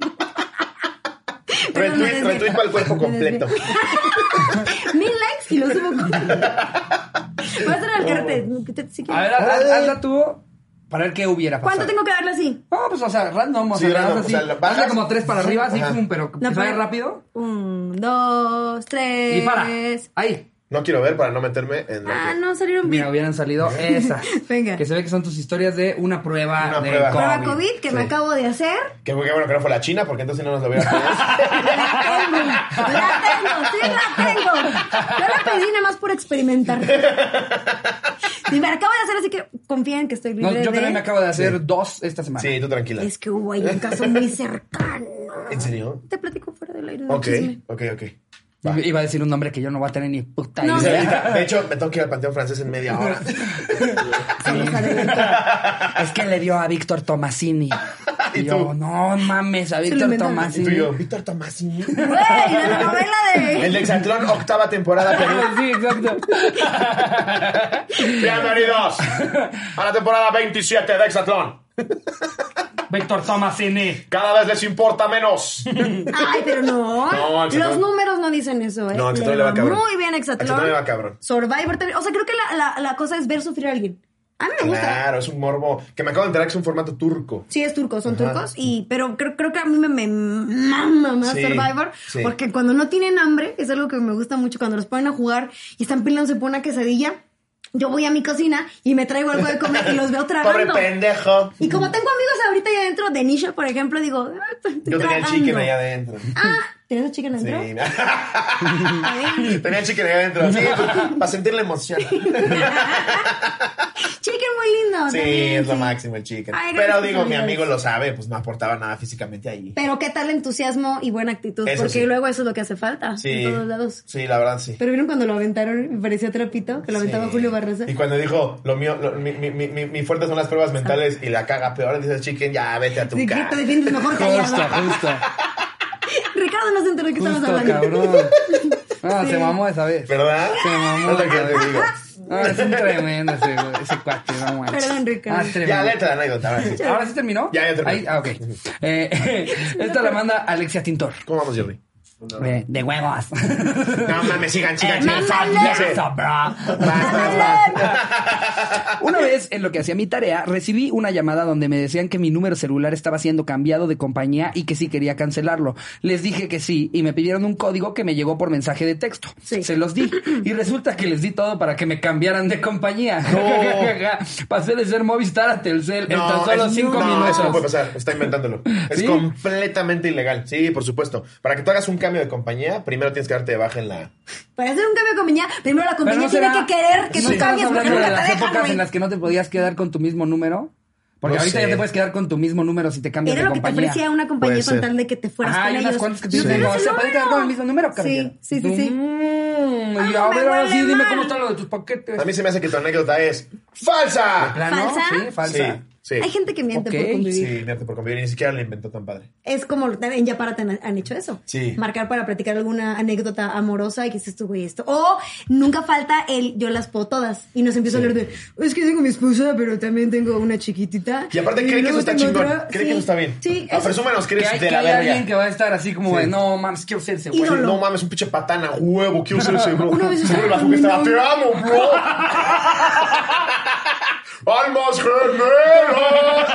[SPEAKER 3] Pero no, no es
[SPEAKER 2] retweet,
[SPEAKER 3] cierto.
[SPEAKER 2] retweet para el cuerpo
[SPEAKER 3] No es
[SPEAKER 2] completo.
[SPEAKER 3] Mil likes y lo subo con... Va a ser al carrete.
[SPEAKER 2] Oh.
[SPEAKER 3] que te- si
[SPEAKER 1] A
[SPEAKER 3] quieres.
[SPEAKER 1] ver, haz- hazla tú para ver qué hubiera pasado.
[SPEAKER 3] ¿Cuánto tengo que darle así?
[SPEAKER 1] No, pues, o sea, random, o
[SPEAKER 2] Sí,
[SPEAKER 1] sea, le das
[SPEAKER 2] random, o
[SPEAKER 1] así,
[SPEAKER 2] sea, la bajas.
[SPEAKER 1] hazle como tres para arriba, así,
[SPEAKER 2] Ajá.
[SPEAKER 1] pum, pero que se vaya
[SPEAKER 3] pared.
[SPEAKER 1] rápido.
[SPEAKER 3] Un, dos,
[SPEAKER 1] Y
[SPEAKER 3] tres.
[SPEAKER 1] para. Ahí.
[SPEAKER 2] No quiero ver para no meterme en la
[SPEAKER 3] Ah,
[SPEAKER 2] que-
[SPEAKER 3] no, salieron bien.
[SPEAKER 1] Mira, hubieran salido esas.
[SPEAKER 3] Venga.
[SPEAKER 1] Que se ve que son tus historias de una prueba
[SPEAKER 2] Una
[SPEAKER 1] de
[SPEAKER 2] prueba.
[SPEAKER 3] Prueba
[SPEAKER 1] COVID.
[SPEAKER 3] COVID que me
[SPEAKER 2] Sí.
[SPEAKER 3] acabo de hacer.
[SPEAKER 2] Que fue que bueno que no fue la China, porque entonces no nos lo hubiera pedido.
[SPEAKER 3] La tengo, la tengo, sí la tengo. Yo la pedí nada más por experimentar. Y me la acabo de hacer, así que confíen que estoy
[SPEAKER 1] No,
[SPEAKER 3] libre
[SPEAKER 1] yo
[SPEAKER 3] de...
[SPEAKER 1] también me acabo de hacer dos esta semana.
[SPEAKER 2] Sí, tú tranquila.
[SPEAKER 3] Es que hubo ahí un caso muy cercano.
[SPEAKER 2] ¿En serio?
[SPEAKER 3] Te platico fuera del aire. del
[SPEAKER 2] Ok,
[SPEAKER 3] chisme.
[SPEAKER 2] ok, ok. Va.
[SPEAKER 1] Iba a decir un nombre que yo no voy a tener ni puta
[SPEAKER 3] No.
[SPEAKER 1] idea.
[SPEAKER 2] Ahorita, De hecho, me tengo que ir al Panteón Francés en media hora.
[SPEAKER 3] Se los adelanto.
[SPEAKER 1] Es que le dio a Víctor Tomasini.
[SPEAKER 2] ¿Y
[SPEAKER 1] Y yo,
[SPEAKER 2] tú?
[SPEAKER 1] no mames, a
[SPEAKER 3] lo
[SPEAKER 1] Víctor
[SPEAKER 3] inventaron.
[SPEAKER 2] Y tú y
[SPEAKER 1] Tomasini.
[SPEAKER 2] yo, Víctor Tomasini.
[SPEAKER 3] Güey, la novela de.
[SPEAKER 2] El de Exatlón, octava temporada, Perú.
[SPEAKER 1] Sí, exacto.
[SPEAKER 2] Bienvenidos a la temporada 27 de Exatlón.
[SPEAKER 1] Víctor Tomasini.
[SPEAKER 2] Cada vez les importa menos.
[SPEAKER 3] Ay, pero no.
[SPEAKER 2] No, Exatlón.
[SPEAKER 3] Los números no dicen eso, ¿eh?
[SPEAKER 2] No, Exatlón le va cabrón.
[SPEAKER 3] Muy bien, Exatlón.
[SPEAKER 2] Exatlón le va cabrón.
[SPEAKER 3] Survivor también. O sea, creo que la, la, la cosa es ver sufrir a alguien. A mí me gusta.
[SPEAKER 2] Claro, es un morbo. Que me acabo de enterar que es un formato turco.
[SPEAKER 3] Sí, es turco, son turcos. y Pero creo, creo que a mí me, me mama más
[SPEAKER 2] Sí,
[SPEAKER 3] Survivor.
[SPEAKER 2] sí.
[SPEAKER 3] Porque cuando no tienen hambre, es algo que me gusta mucho. Cuando los ponen a jugar y están peleándose por una quesadilla, yo voy a mi cocina y me traigo algo de comer y los veo
[SPEAKER 2] Pobre
[SPEAKER 3] tragando.
[SPEAKER 2] pendejo.
[SPEAKER 3] Y como tengo amigos ahorita ahí adentro, de Nisha, por ejemplo, digo, "Ah, estoy
[SPEAKER 2] Yo tenía el
[SPEAKER 3] tragando".
[SPEAKER 2] chicken ahí adentro.
[SPEAKER 3] Ah, ¿tenías el chicken adentro? Ah,
[SPEAKER 2] Sí.
[SPEAKER 3] A ver.
[SPEAKER 2] Tenía el chicken ahí adentro. Sí, para sentir la emoción.
[SPEAKER 3] Chicken muy lindo.
[SPEAKER 2] Sí,
[SPEAKER 3] también,
[SPEAKER 2] es lo
[SPEAKER 3] sí.
[SPEAKER 2] máximo el chicken.
[SPEAKER 3] Ay,
[SPEAKER 2] Pero
[SPEAKER 3] gracias,
[SPEAKER 2] digo, mi
[SPEAKER 3] amigos.
[SPEAKER 2] amigo lo sabe, pues no aportaba nada físicamente ahí.
[SPEAKER 3] Pero qué tal entusiasmo y buena actitud,
[SPEAKER 2] Eso
[SPEAKER 3] porque
[SPEAKER 2] sí.
[SPEAKER 3] luego eso es lo que hace falta
[SPEAKER 2] Sí.
[SPEAKER 3] en todos lados.
[SPEAKER 2] Sí, la verdad, sí.
[SPEAKER 3] Pero vieron cuando lo aventaron, me parecía trapito, que lo aventaba
[SPEAKER 2] Sí.
[SPEAKER 3] Julio Barroso.
[SPEAKER 2] Y cuando dijo, lo mío, lo- mi, mi, mi- mi- mi fuerte son las pruebas mentales y la caga peor, dices, chicken, ya vete a tu
[SPEAKER 3] Sí, que
[SPEAKER 2] casa.
[SPEAKER 3] te defiendes mejor
[SPEAKER 1] Justo,
[SPEAKER 3] callada.
[SPEAKER 1] justo.
[SPEAKER 3] Ricardo no se enteró de qué estamos
[SPEAKER 1] Justo,
[SPEAKER 3] hablando.
[SPEAKER 1] cabrón. Ah, se mamó esa vez.
[SPEAKER 2] ¿Verdad?
[SPEAKER 1] Se mamó.
[SPEAKER 2] No te quiero, te digo.
[SPEAKER 1] Ah, es un tremendo ese, güey, ese cuate, no manches.
[SPEAKER 3] Perdón, Ricardo.
[SPEAKER 1] Ah, es tremendo.
[SPEAKER 2] Ya, léete la anécdota. ahora sí.
[SPEAKER 1] ¿Ahora sí terminó?
[SPEAKER 2] Ya, ya terminó.
[SPEAKER 1] Ahí, ah, ok. Eh, esta la manda Alexia Tintor.
[SPEAKER 2] ¿Cómo vamos, Jerry?
[SPEAKER 1] Eh, de huevos.
[SPEAKER 2] No mames, sigan, sigan,
[SPEAKER 1] Eh,
[SPEAKER 2] sigan.
[SPEAKER 1] ya
[SPEAKER 2] Sí.
[SPEAKER 1] sé, bro. Una vez, en lo que hacía mi tarea, recibí una llamada donde me decían que mi número celular estaba siendo cambiado de compañía y que sí quería cancelarlo. Les dije que sí y me pidieron un código que me llegó por mensaje de texto.
[SPEAKER 3] Sí.
[SPEAKER 1] Se los di y resulta que les di todo para que me cambiaran de compañía. Pasé de ser Movistar a Telcel en tan solo
[SPEAKER 2] es-
[SPEAKER 1] cinco
[SPEAKER 2] no,
[SPEAKER 1] minutos.
[SPEAKER 2] Eso no puede pasar, está inventándolo. Es
[SPEAKER 1] ¿Sí?
[SPEAKER 2] completamente ilegal. Sí, por supuesto. Para que tú hagas un cambio de compañía, primero tienes que darte de baja en la.
[SPEAKER 3] Para hacer un cambio de compañía, primero la
[SPEAKER 1] Pero
[SPEAKER 3] compañía
[SPEAKER 1] no
[SPEAKER 3] tiene
[SPEAKER 1] será-
[SPEAKER 3] que querer que
[SPEAKER 1] ¿no
[SPEAKER 3] tú
[SPEAKER 1] estamos
[SPEAKER 3] cambies porque
[SPEAKER 1] hablando de
[SPEAKER 3] nunca
[SPEAKER 1] las
[SPEAKER 3] te dejan,
[SPEAKER 1] épocas en
[SPEAKER 3] güey.
[SPEAKER 1] las que no te podías quedar con tu mismo número. Porque
[SPEAKER 2] No
[SPEAKER 1] ahorita ya
[SPEAKER 2] sé.
[SPEAKER 1] te puedes quedar con tu mismo número si te cambias
[SPEAKER 3] Era
[SPEAKER 1] de
[SPEAKER 3] lo que te
[SPEAKER 1] compañía.
[SPEAKER 3] ofrecía una compañía
[SPEAKER 2] Puede
[SPEAKER 3] con
[SPEAKER 2] ser.
[SPEAKER 3] tal de que te fueras
[SPEAKER 1] Ajá,
[SPEAKER 3] con
[SPEAKER 1] hay unas
[SPEAKER 3] ellos.
[SPEAKER 1] cuantas que te
[SPEAKER 3] Yo
[SPEAKER 1] dicen,
[SPEAKER 3] tengo
[SPEAKER 1] no,
[SPEAKER 3] ese
[SPEAKER 1] se puede quedar con el mismo número,
[SPEAKER 3] Sí,
[SPEAKER 1] carnal.
[SPEAKER 3] sí, sí, sí.
[SPEAKER 1] Mm, y
[SPEAKER 3] Ah,
[SPEAKER 1] a
[SPEAKER 3] me
[SPEAKER 1] ver, ahora sí,
[SPEAKER 3] huele
[SPEAKER 1] dime
[SPEAKER 3] mal.
[SPEAKER 1] cómo está lo de tus paquetes.
[SPEAKER 2] A mí se me hace que tu anécdota es falsa.
[SPEAKER 1] Plano,
[SPEAKER 3] ¿Falsa?
[SPEAKER 1] Sí, falsa.
[SPEAKER 2] Sí, sí.
[SPEAKER 3] Hay gente que miente
[SPEAKER 1] Ok,
[SPEAKER 3] por convivir.
[SPEAKER 2] Sí, miente por convivir, ni siquiera la inventó tan padre.
[SPEAKER 3] Es como en Ya para te han, han hecho eso.
[SPEAKER 2] Sí.
[SPEAKER 3] Marcar para platicar alguna anécdota amorosa y que dices tú, güey, esto. O nunca falta el yo las puedo todas y nos empieza a hablar de, es que tengo mi esposa, pero también tengo una chiquitita.
[SPEAKER 2] Y aparte cree que eso
[SPEAKER 3] luego
[SPEAKER 2] está
[SPEAKER 3] tengo
[SPEAKER 2] chingón.
[SPEAKER 3] otra".
[SPEAKER 2] Cree
[SPEAKER 3] Sí,
[SPEAKER 2] que eso está bien.
[SPEAKER 3] Sí,
[SPEAKER 2] Ah,
[SPEAKER 3] eso-
[SPEAKER 2] presúmenos que
[SPEAKER 1] Que
[SPEAKER 2] eres
[SPEAKER 1] hay,
[SPEAKER 2] de
[SPEAKER 1] que
[SPEAKER 2] la
[SPEAKER 1] hay alguien que
[SPEAKER 2] verga.
[SPEAKER 1] va a estar así como de, no, mames, quiero ser ese güey.
[SPEAKER 2] Sí,
[SPEAKER 3] ídolo.
[SPEAKER 2] No mames, un pinche patana, huevo, quiero ser ese, bro.
[SPEAKER 3] Una vez
[SPEAKER 2] Sobre la
[SPEAKER 3] estaba
[SPEAKER 2] juguetera, te
[SPEAKER 3] comiendo-
[SPEAKER 2] amo, bro. ¡Almas gemelas!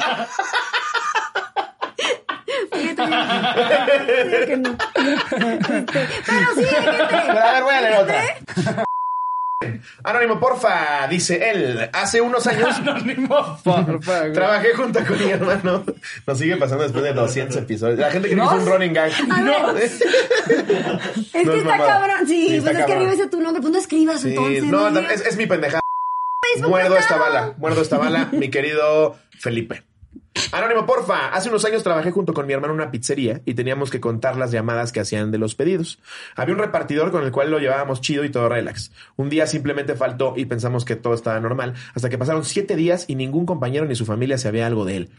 [SPEAKER 3] Fíjate, fíjate que no. Este, Pero sí, fíjate.
[SPEAKER 2] Pero a ver, voy a leer otra. Anónimo, porfa, dice él. Hace unos años
[SPEAKER 1] Anónimo, porfa, güey.
[SPEAKER 2] trabajé junto con mi hermano. Nos sigue pasando después de 200 episodios. La gente cree que es un running gag.
[SPEAKER 3] A
[SPEAKER 2] No.
[SPEAKER 3] ver. Es
[SPEAKER 2] No
[SPEAKER 3] que
[SPEAKER 2] es
[SPEAKER 3] está
[SPEAKER 2] mamada.
[SPEAKER 3] cabrón.
[SPEAKER 2] Sí,
[SPEAKER 3] Sí, pues
[SPEAKER 2] está
[SPEAKER 3] es que
[SPEAKER 2] cabrón.
[SPEAKER 3] arriba dice tu nombre. Pues no escribas
[SPEAKER 2] Sí,
[SPEAKER 3] entonces.
[SPEAKER 2] no,
[SPEAKER 3] digas-
[SPEAKER 2] es, es mi pendejada. Muerdo esta bala, muerdo esta bala, mi querido Felipe. Anónimo, porfa. Hace unos años trabajé junto con mi hermano en una pizzería y teníamos que contar las llamadas que hacían de los pedidos. Había un repartidor con el cual lo llevábamos chido y todo relax. Un día simplemente faltó y pensamos que todo estaba normal, hasta que pasaron siete días y ningún compañero ni su familia sabía algo de él.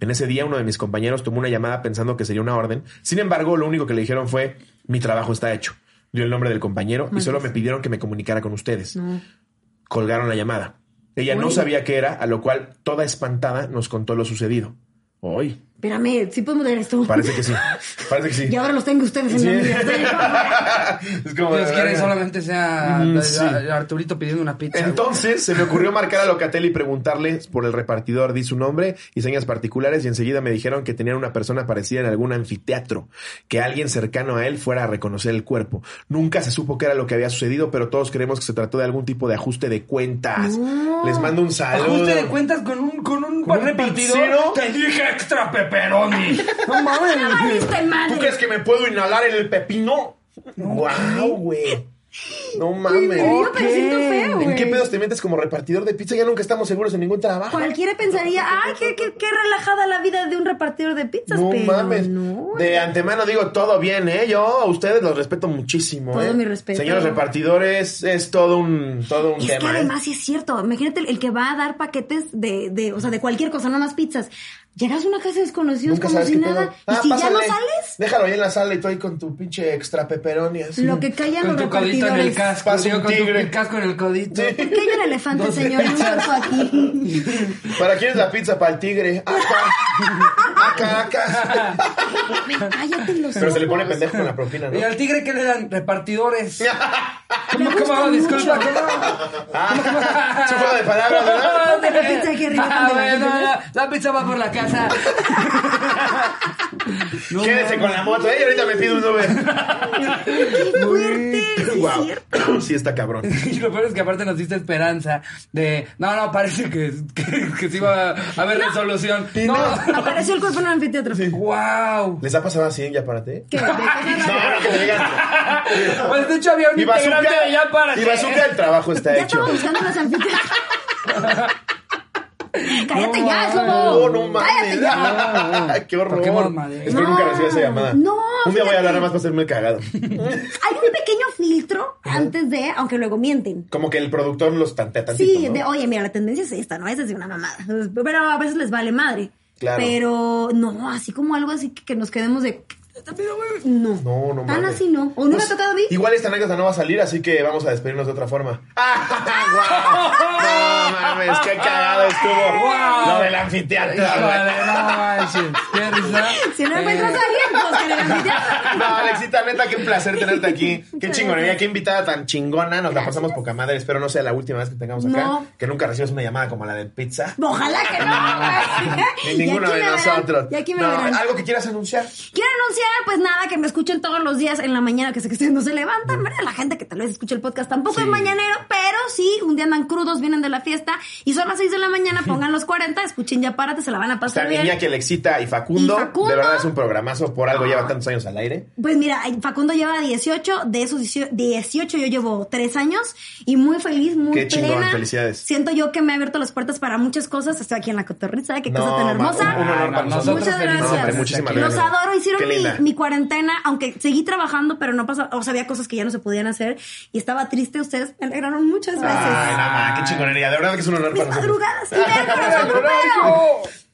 [SPEAKER 2] En ese día uno de mis compañeros tomó una llamada pensando que sería una orden. Sin embargo, lo único que le dijeron fue, mi trabajo está hecho. Dio el nombre del compañero y solo me pidieron que me comunicara con ustedes
[SPEAKER 3] No.
[SPEAKER 2] colgaron la llamada. Ella no
[SPEAKER 3] Uy.
[SPEAKER 2] sabía qué era, a lo cual, toda espantada, nos contó lo sucedido. Hoy.
[SPEAKER 3] Espérame, sí podemos leer esto.
[SPEAKER 2] Parece que sí. Parece que sí.
[SPEAKER 3] Y ahora los tengo ustedes en
[SPEAKER 2] Sí.
[SPEAKER 3] la mía.
[SPEAKER 2] es como.
[SPEAKER 1] Dios
[SPEAKER 2] de
[SPEAKER 1] quiera y
[SPEAKER 2] verga.
[SPEAKER 1] solamente sea
[SPEAKER 2] Mm,
[SPEAKER 1] la-
[SPEAKER 2] sí.
[SPEAKER 1] la- Arturito pidiendo una pizza. güey.
[SPEAKER 2] Entonces se me ocurrió marcar a Locatelli y preguntarle por el repartidor. Di su nombre y señas particulares y enseguida me dijeron que tenían una persona parecida en algún anfiteatro, que alguien cercano a él fuera a reconocer el cuerpo. Nunca se supo qué era lo que había sucedido, pero todos creemos que se trató de algún tipo de ajuste de cuentas.
[SPEAKER 3] No.
[SPEAKER 2] Les mando un saludo.
[SPEAKER 1] Ajuste de cuentas con un, con un,
[SPEAKER 2] ¿Con un pizzero?
[SPEAKER 1] repartidor. Te dije extra pepperoni. no mames.
[SPEAKER 3] Valiste madre.
[SPEAKER 2] ¿Tú crees que me puedo inhalar en el pepino? ¡Guau, güey! No mames.
[SPEAKER 3] me vino pareciendo feo,
[SPEAKER 2] ¿En qué
[SPEAKER 3] güey.
[SPEAKER 2] pedos te metes como repartidor de pizza? Ya nunca estamos seguros en ningún trabajo.
[SPEAKER 3] Cualquiera pensaría, ay, qué, qué, qué relajada la vida de un repartidor de pizzas.
[SPEAKER 2] No
[SPEAKER 3] pero
[SPEAKER 2] mames.
[SPEAKER 3] No, güey.
[SPEAKER 2] de antemano digo todo bien, ¿eh? Yo a ustedes los respeto muchísimo.
[SPEAKER 3] Todo
[SPEAKER 2] ¿eh?
[SPEAKER 3] mi respeto.
[SPEAKER 2] Señores repartidores, es todo un, todo un
[SPEAKER 3] Es que
[SPEAKER 2] tema. ¿eh?
[SPEAKER 3] además sí es cierto. Imagínate el, el que va a dar paquetes de, de, o sea, de cualquier cosa, no más pizzas. Llegas a una casa de desconocidos
[SPEAKER 2] Nunca
[SPEAKER 3] como
[SPEAKER 2] sabes
[SPEAKER 3] si
[SPEAKER 2] qué pedo.
[SPEAKER 3] nada.
[SPEAKER 2] Ah,
[SPEAKER 3] y si ya no
[SPEAKER 2] pásale.
[SPEAKER 3] sales,
[SPEAKER 2] Déjalo ahí en la sala y tú ahí con tu pinche extra pepperoni. así.
[SPEAKER 3] lo que callan
[SPEAKER 1] Con
[SPEAKER 3] los
[SPEAKER 1] tu codito en el
[SPEAKER 3] repartidores.
[SPEAKER 1] casco.
[SPEAKER 2] Pasa
[SPEAKER 1] digo,
[SPEAKER 2] un
[SPEAKER 1] con
[SPEAKER 2] tigre.
[SPEAKER 1] tu casco en el codito.
[SPEAKER 3] ¿Por qué hay un elefante, señor? Y un oso aquí.
[SPEAKER 2] ¿Para quién es la pizza? Para el tigre. Acá. acá, acá.
[SPEAKER 3] Cállate los
[SPEAKER 2] Pero se le pone
[SPEAKER 3] ojos.
[SPEAKER 2] pendejo con la propina, ¿no?
[SPEAKER 1] ¿Y al tigre qué le dan? Repartidores.
[SPEAKER 3] Me
[SPEAKER 1] ¿Cómo,
[SPEAKER 3] gusta
[SPEAKER 1] cómo?
[SPEAKER 3] mucho.
[SPEAKER 1] Disculpa, ¿cómo?
[SPEAKER 2] Ah, su juego de palabras, ¿verdad?
[SPEAKER 3] Ponte la pizza aquí arriba,
[SPEAKER 1] Ah,
[SPEAKER 3] ponte la
[SPEAKER 1] bueno,
[SPEAKER 3] pizza.
[SPEAKER 1] la, la pizza va por la casa. No,
[SPEAKER 2] Quédese con la moto, ¿eh? Ahorita me pido un Uber.
[SPEAKER 3] ¡Qué fuerte! Sí, es cierto.
[SPEAKER 2] Wow. Sí, está cabrón.
[SPEAKER 1] Y lo peor es que aparte nos diste esperanza de, no, no, parece que, que, que sí va a haber resolución. No.
[SPEAKER 3] Apareció el cuerpo en el anfiteatro.
[SPEAKER 1] Wow.
[SPEAKER 2] ¿Les ha pasado así en Ya Párate?
[SPEAKER 3] ¿Qué? ¿De qué
[SPEAKER 2] No,
[SPEAKER 3] hablas?
[SPEAKER 2] no, que me digan.
[SPEAKER 1] Pues de hecho había un
[SPEAKER 2] Y
[SPEAKER 1] integrante
[SPEAKER 2] bazooka,
[SPEAKER 1] de allá para
[SPEAKER 2] y bazooka, el trabajo está
[SPEAKER 3] Ya
[SPEAKER 2] hecho.
[SPEAKER 3] estamos buscando los anfiteatros. ¡Cállate
[SPEAKER 1] No
[SPEAKER 3] ya,
[SPEAKER 1] mames.
[SPEAKER 2] No,
[SPEAKER 3] Slobo!
[SPEAKER 2] no mames.
[SPEAKER 3] ¡Cállate ya!
[SPEAKER 2] Qué
[SPEAKER 1] ¿Por qué
[SPEAKER 2] horror.
[SPEAKER 1] mamadera?
[SPEAKER 2] Espero nunca recibir esa llamada.
[SPEAKER 3] No,
[SPEAKER 2] Un día voy a
[SPEAKER 3] fíjate.
[SPEAKER 2] hablar nada más para hacerme el cagado.
[SPEAKER 3] Hay un pequeño filtro antes de, aunque luego mienten.
[SPEAKER 2] Como que el productor los tantea tantito.
[SPEAKER 3] Sí,
[SPEAKER 2] pues, ¿no?
[SPEAKER 3] de, oye, mira, la tendencia es esta, ¿no? Esa es de una mamada. Pero a veces les vale madre.
[SPEAKER 2] Claro.
[SPEAKER 3] Pero no, así como algo así que, que nos quedemos de. No.
[SPEAKER 2] No, no mames.
[SPEAKER 3] Tan
[SPEAKER 2] Pues,
[SPEAKER 3] así Ah, no. ¿O no me ha tocado a mí?
[SPEAKER 2] Igual esta anécdota no va a salir, así que vamos a despedirnos de otra forma. ¡Ah! ¡Guau! No mames, qué cagado estuvo.
[SPEAKER 1] ¡Guau!
[SPEAKER 2] Lo del anfiteatro.
[SPEAKER 1] Híjole,
[SPEAKER 2] güey.
[SPEAKER 1] no manches. Qué risa.
[SPEAKER 3] Si no encuentras a
[SPEAKER 1] Eh,
[SPEAKER 3] alguien, pues que le anfiteatro.
[SPEAKER 2] No, Alexita, neta, qué placer tenerte aquí. Qué chingonería, qué invitada tan chingona. Nos la pasamos poca madre. Espero no sea la última vez que tengamos acá.
[SPEAKER 3] No.
[SPEAKER 2] Que nunca recibas una llamada como la de pizza.
[SPEAKER 3] Ojalá que no, güey.
[SPEAKER 2] Ni ninguno de
[SPEAKER 3] Y aquí me verán,
[SPEAKER 2] nosotros.
[SPEAKER 3] Y aquí me
[SPEAKER 2] No,
[SPEAKER 3] verán.
[SPEAKER 2] algo que quieras anunciar.
[SPEAKER 3] Quiero anunciar, pues nada, que me escuchen todos los días en la mañana, que sé que ustedes no se levantan, ¿verdad? La gente que tal vez escucha el podcast tampoco es mañanero, pero sí, un día andan crudos, vienen de la fiesta y son las 6 de la mañana, pongan los 40, escuchen ya párate, se la van a
[SPEAKER 2] Esta
[SPEAKER 3] pasar bien.
[SPEAKER 2] niña que le Felicita y Facundo.
[SPEAKER 3] Y Facundo.
[SPEAKER 2] De verdad es un programazo, por algo lleva tantos años al aire.
[SPEAKER 3] Pues mira, Facundo lleva 18, de esos 18 18 yo llevo 3 años y muy feliz, muy
[SPEAKER 2] Qué chingón,
[SPEAKER 3] plena.
[SPEAKER 2] felicidades.
[SPEAKER 3] Siento yo que me ha abierto las puertas para muchas cosas. Estoy aquí en la cotorriza, qué cosa tan
[SPEAKER 2] ma-
[SPEAKER 3] hermosa.
[SPEAKER 2] Un, un honor
[SPEAKER 1] Ay, no,
[SPEAKER 2] para nosotros.
[SPEAKER 1] nosotros
[SPEAKER 3] Muchas gracias.
[SPEAKER 2] No, hombre, muchísimas
[SPEAKER 3] Los
[SPEAKER 2] gracias.
[SPEAKER 3] adoro,
[SPEAKER 2] Qué
[SPEAKER 3] hicieron
[SPEAKER 2] linda.
[SPEAKER 3] mi, mi cuarentena, aunque seguí trabajando, pero no pasaba, o sea, había cosas que ya no se podían hacer y estaba triste, ustedes me alegraron muchas veces.
[SPEAKER 2] Ay, no, ma, qué chingonería. De verdad que es un honor
[SPEAKER 3] Mis
[SPEAKER 2] para nosotros.
[SPEAKER 3] madrugadas, y ver corazón grupero.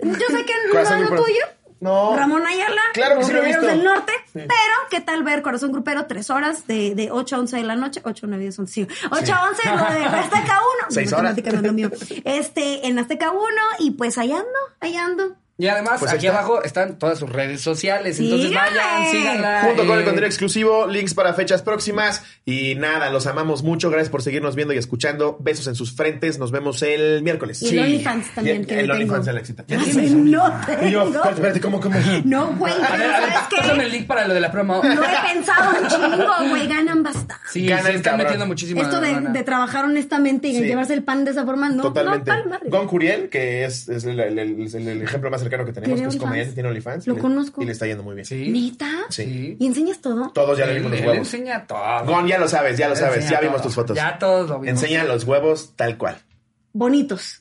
[SPEAKER 3] Yo sé que no es
[SPEAKER 2] Corazón
[SPEAKER 3] algo
[SPEAKER 2] grupero.
[SPEAKER 3] tuyo.
[SPEAKER 2] No.
[SPEAKER 3] Ramón Ayala,
[SPEAKER 2] Claro que
[SPEAKER 3] los
[SPEAKER 2] sí lo he
[SPEAKER 3] Guerreros
[SPEAKER 2] visto.
[SPEAKER 3] del Norte, pero ¿qué tal ver Corazón Grupero? Tres horas de, de 8 a 11 de la noche, 8, 9, 10, 11, sí. 8 a 11, lo de Azteca 1.
[SPEAKER 2] Seis
[SPEAKER 3] Matemática no es lo mío. Este, en Azteca 1, y pues allá ando, allá ando.
[SPEAKER 1] Y además,
[SPEAKER 2] Pues ahí
[SPEAKER 1] aquí
[SPEAKER 2] está.
[SPEAKER 1] abajo están todas sus redes sociales. Entonces
[SPEAKER 3] Síganle.
[SPEAKER 1] vayan, síganla.
[SPEAKER 2] Junto con
[SPEAKER 1] eh,
[SPEAKER 2] el contenido exclusivo, links para fechas próximas. Y nada, los amamos mucho. Gracias por seguirnos viendo y escuchando. Besos en sus frentes. Nos vemos el miércoles.
[SPEAKER 3] Y el OnlyFans también,
[SPEAKER 2] Y-
[SPEAKER 3] que
[SPEAKER 2] el
[SPEAKER 3] yo tengo.
[SPEAKER 2] OnlyFans de la excita.
[SPEAKER 3] Ya
[SPEAKER 2] Y
[SPEAKER 3] sé, No
[SPEAKER 2] yo, pues, espérate,
[SPEAKER 3] tengo.
[SPEAKER 2] espérate, ¿cómo, cómo?
[SPEAKER 3] No, güey,
[SPEAKER 1] A ver,
[SPEAKER 3] pero
[SPEAKER 1] a ver,
[SPEAKER 3] ¿sabes
[SPEAKER 1] pásame el
[SPEAKER 3] qué?
[SPEAKER 1] link para lo de la promo.
[SPEAKER 3] Lo he pensado un chingo, güey, ganan bastante.
[SPEAKER 1] Sí,
[SPEAKER 2] Gana
[SPEAKER 1] se
[SPEAKER 2] el
[SPEAKER 1] están
[SPEAKER 2] cabrón.
[SPEAKER 1] metiendo muchísimo.
[SPEAKER 3] Esto de, de trabajar honestamente y de
[SPEAKER 2] Sí.
[SPEAKER 3] llevarse el pan de esa forma, no,
[SPEAKER 2] Totalmente.
[SPEAKER 3] no, tal madre.
[SPEAKER 2] Gon Curiel, que es, es el, el- el- el- el ejemplo más cercano que tenemos,
[SPEAKER 3] Tiene
[SPEAKER 2] que es
[SPEAKER 3] OnlyFans.
[SPEAKER 2] comediante, tiene OnlyFans.
[SPEAKER 3] Lo
[SPEAKER 2] y le-
[SPEAKER 3] conozco.
[SPEAKER 2] Y le está yendo muy bien.
[SPEAKER 1] Sí.
[SPEAKER 3] ¿Neta?
[SPEAKER 2] Sí.
[SPEAKER 3] ¿Y enseñas todo?
[SPEAKER 2] Todos ya le
[SPEAKER 1] Él,
[SPEAKER 2] vimos los
[SPEAKER 1] él
[SPEAKER 2] huevos.
[SPEAKER 1] enseña todo.
[SPEAKER 2] Gon, ya lo sabes, ya lo
[SPEAKER 1] Él
[SPEAKER 2] sabes.
[SPEAKER 1] enseña
[SPEAKER 2] Ya vimos
[SPEAKER 1] todo.
[SPEAKER 2] tus fotos.
[SPEAKER 1] Ya todos lo vimos.
[SPEAKER 2] Enseña los huevos tal cual.
[SPEAKER 3] Bonitos.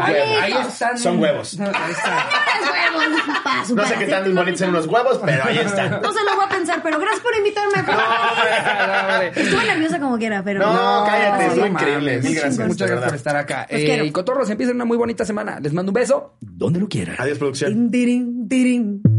[SPEAKER 1] Ahí,
[SPEAKER 2] Huevos.
[SPEAKER 1] ahí están.
[SPEAKER 2] Son huevos.
[SPEAKER 1] No, ahí están.
[SPEAKER 2] No sé qué tan bonitos son unos huevos, pero ahí están.
[SPEAKER 3] No se lo voy a pensar, pero gracias por invitarme.
[SPEAKER 1] No, hombre.
[SPEAKER 3] Estuve nerviosa como quiera, pero.
[SPEAKER 2] No, cállate,
[SPEAKER 3] pasó
[SPEAKER 2] son
[SPEAKER 3] bien.
[SPEAKER 1] mames.
[SPEAKER 2] increíbles. Mil gracias, de
[SPEAKER 1] Muchas gracias
[SPEAKER 2] verdad.
[SPEAKER 1] por estar acá.
[SPEAKER 3] Los
[SPEAKER 1] Eh,
[SPEAKER 3] quiero.
[SPEAKER 1] y cotorros, empiecen una muy bonita semana. Les mando un beso donde lo quieran.
[SPEAKER 2] Adiós, producción.
[SPEAKER 3] Tin, tirin, tirin.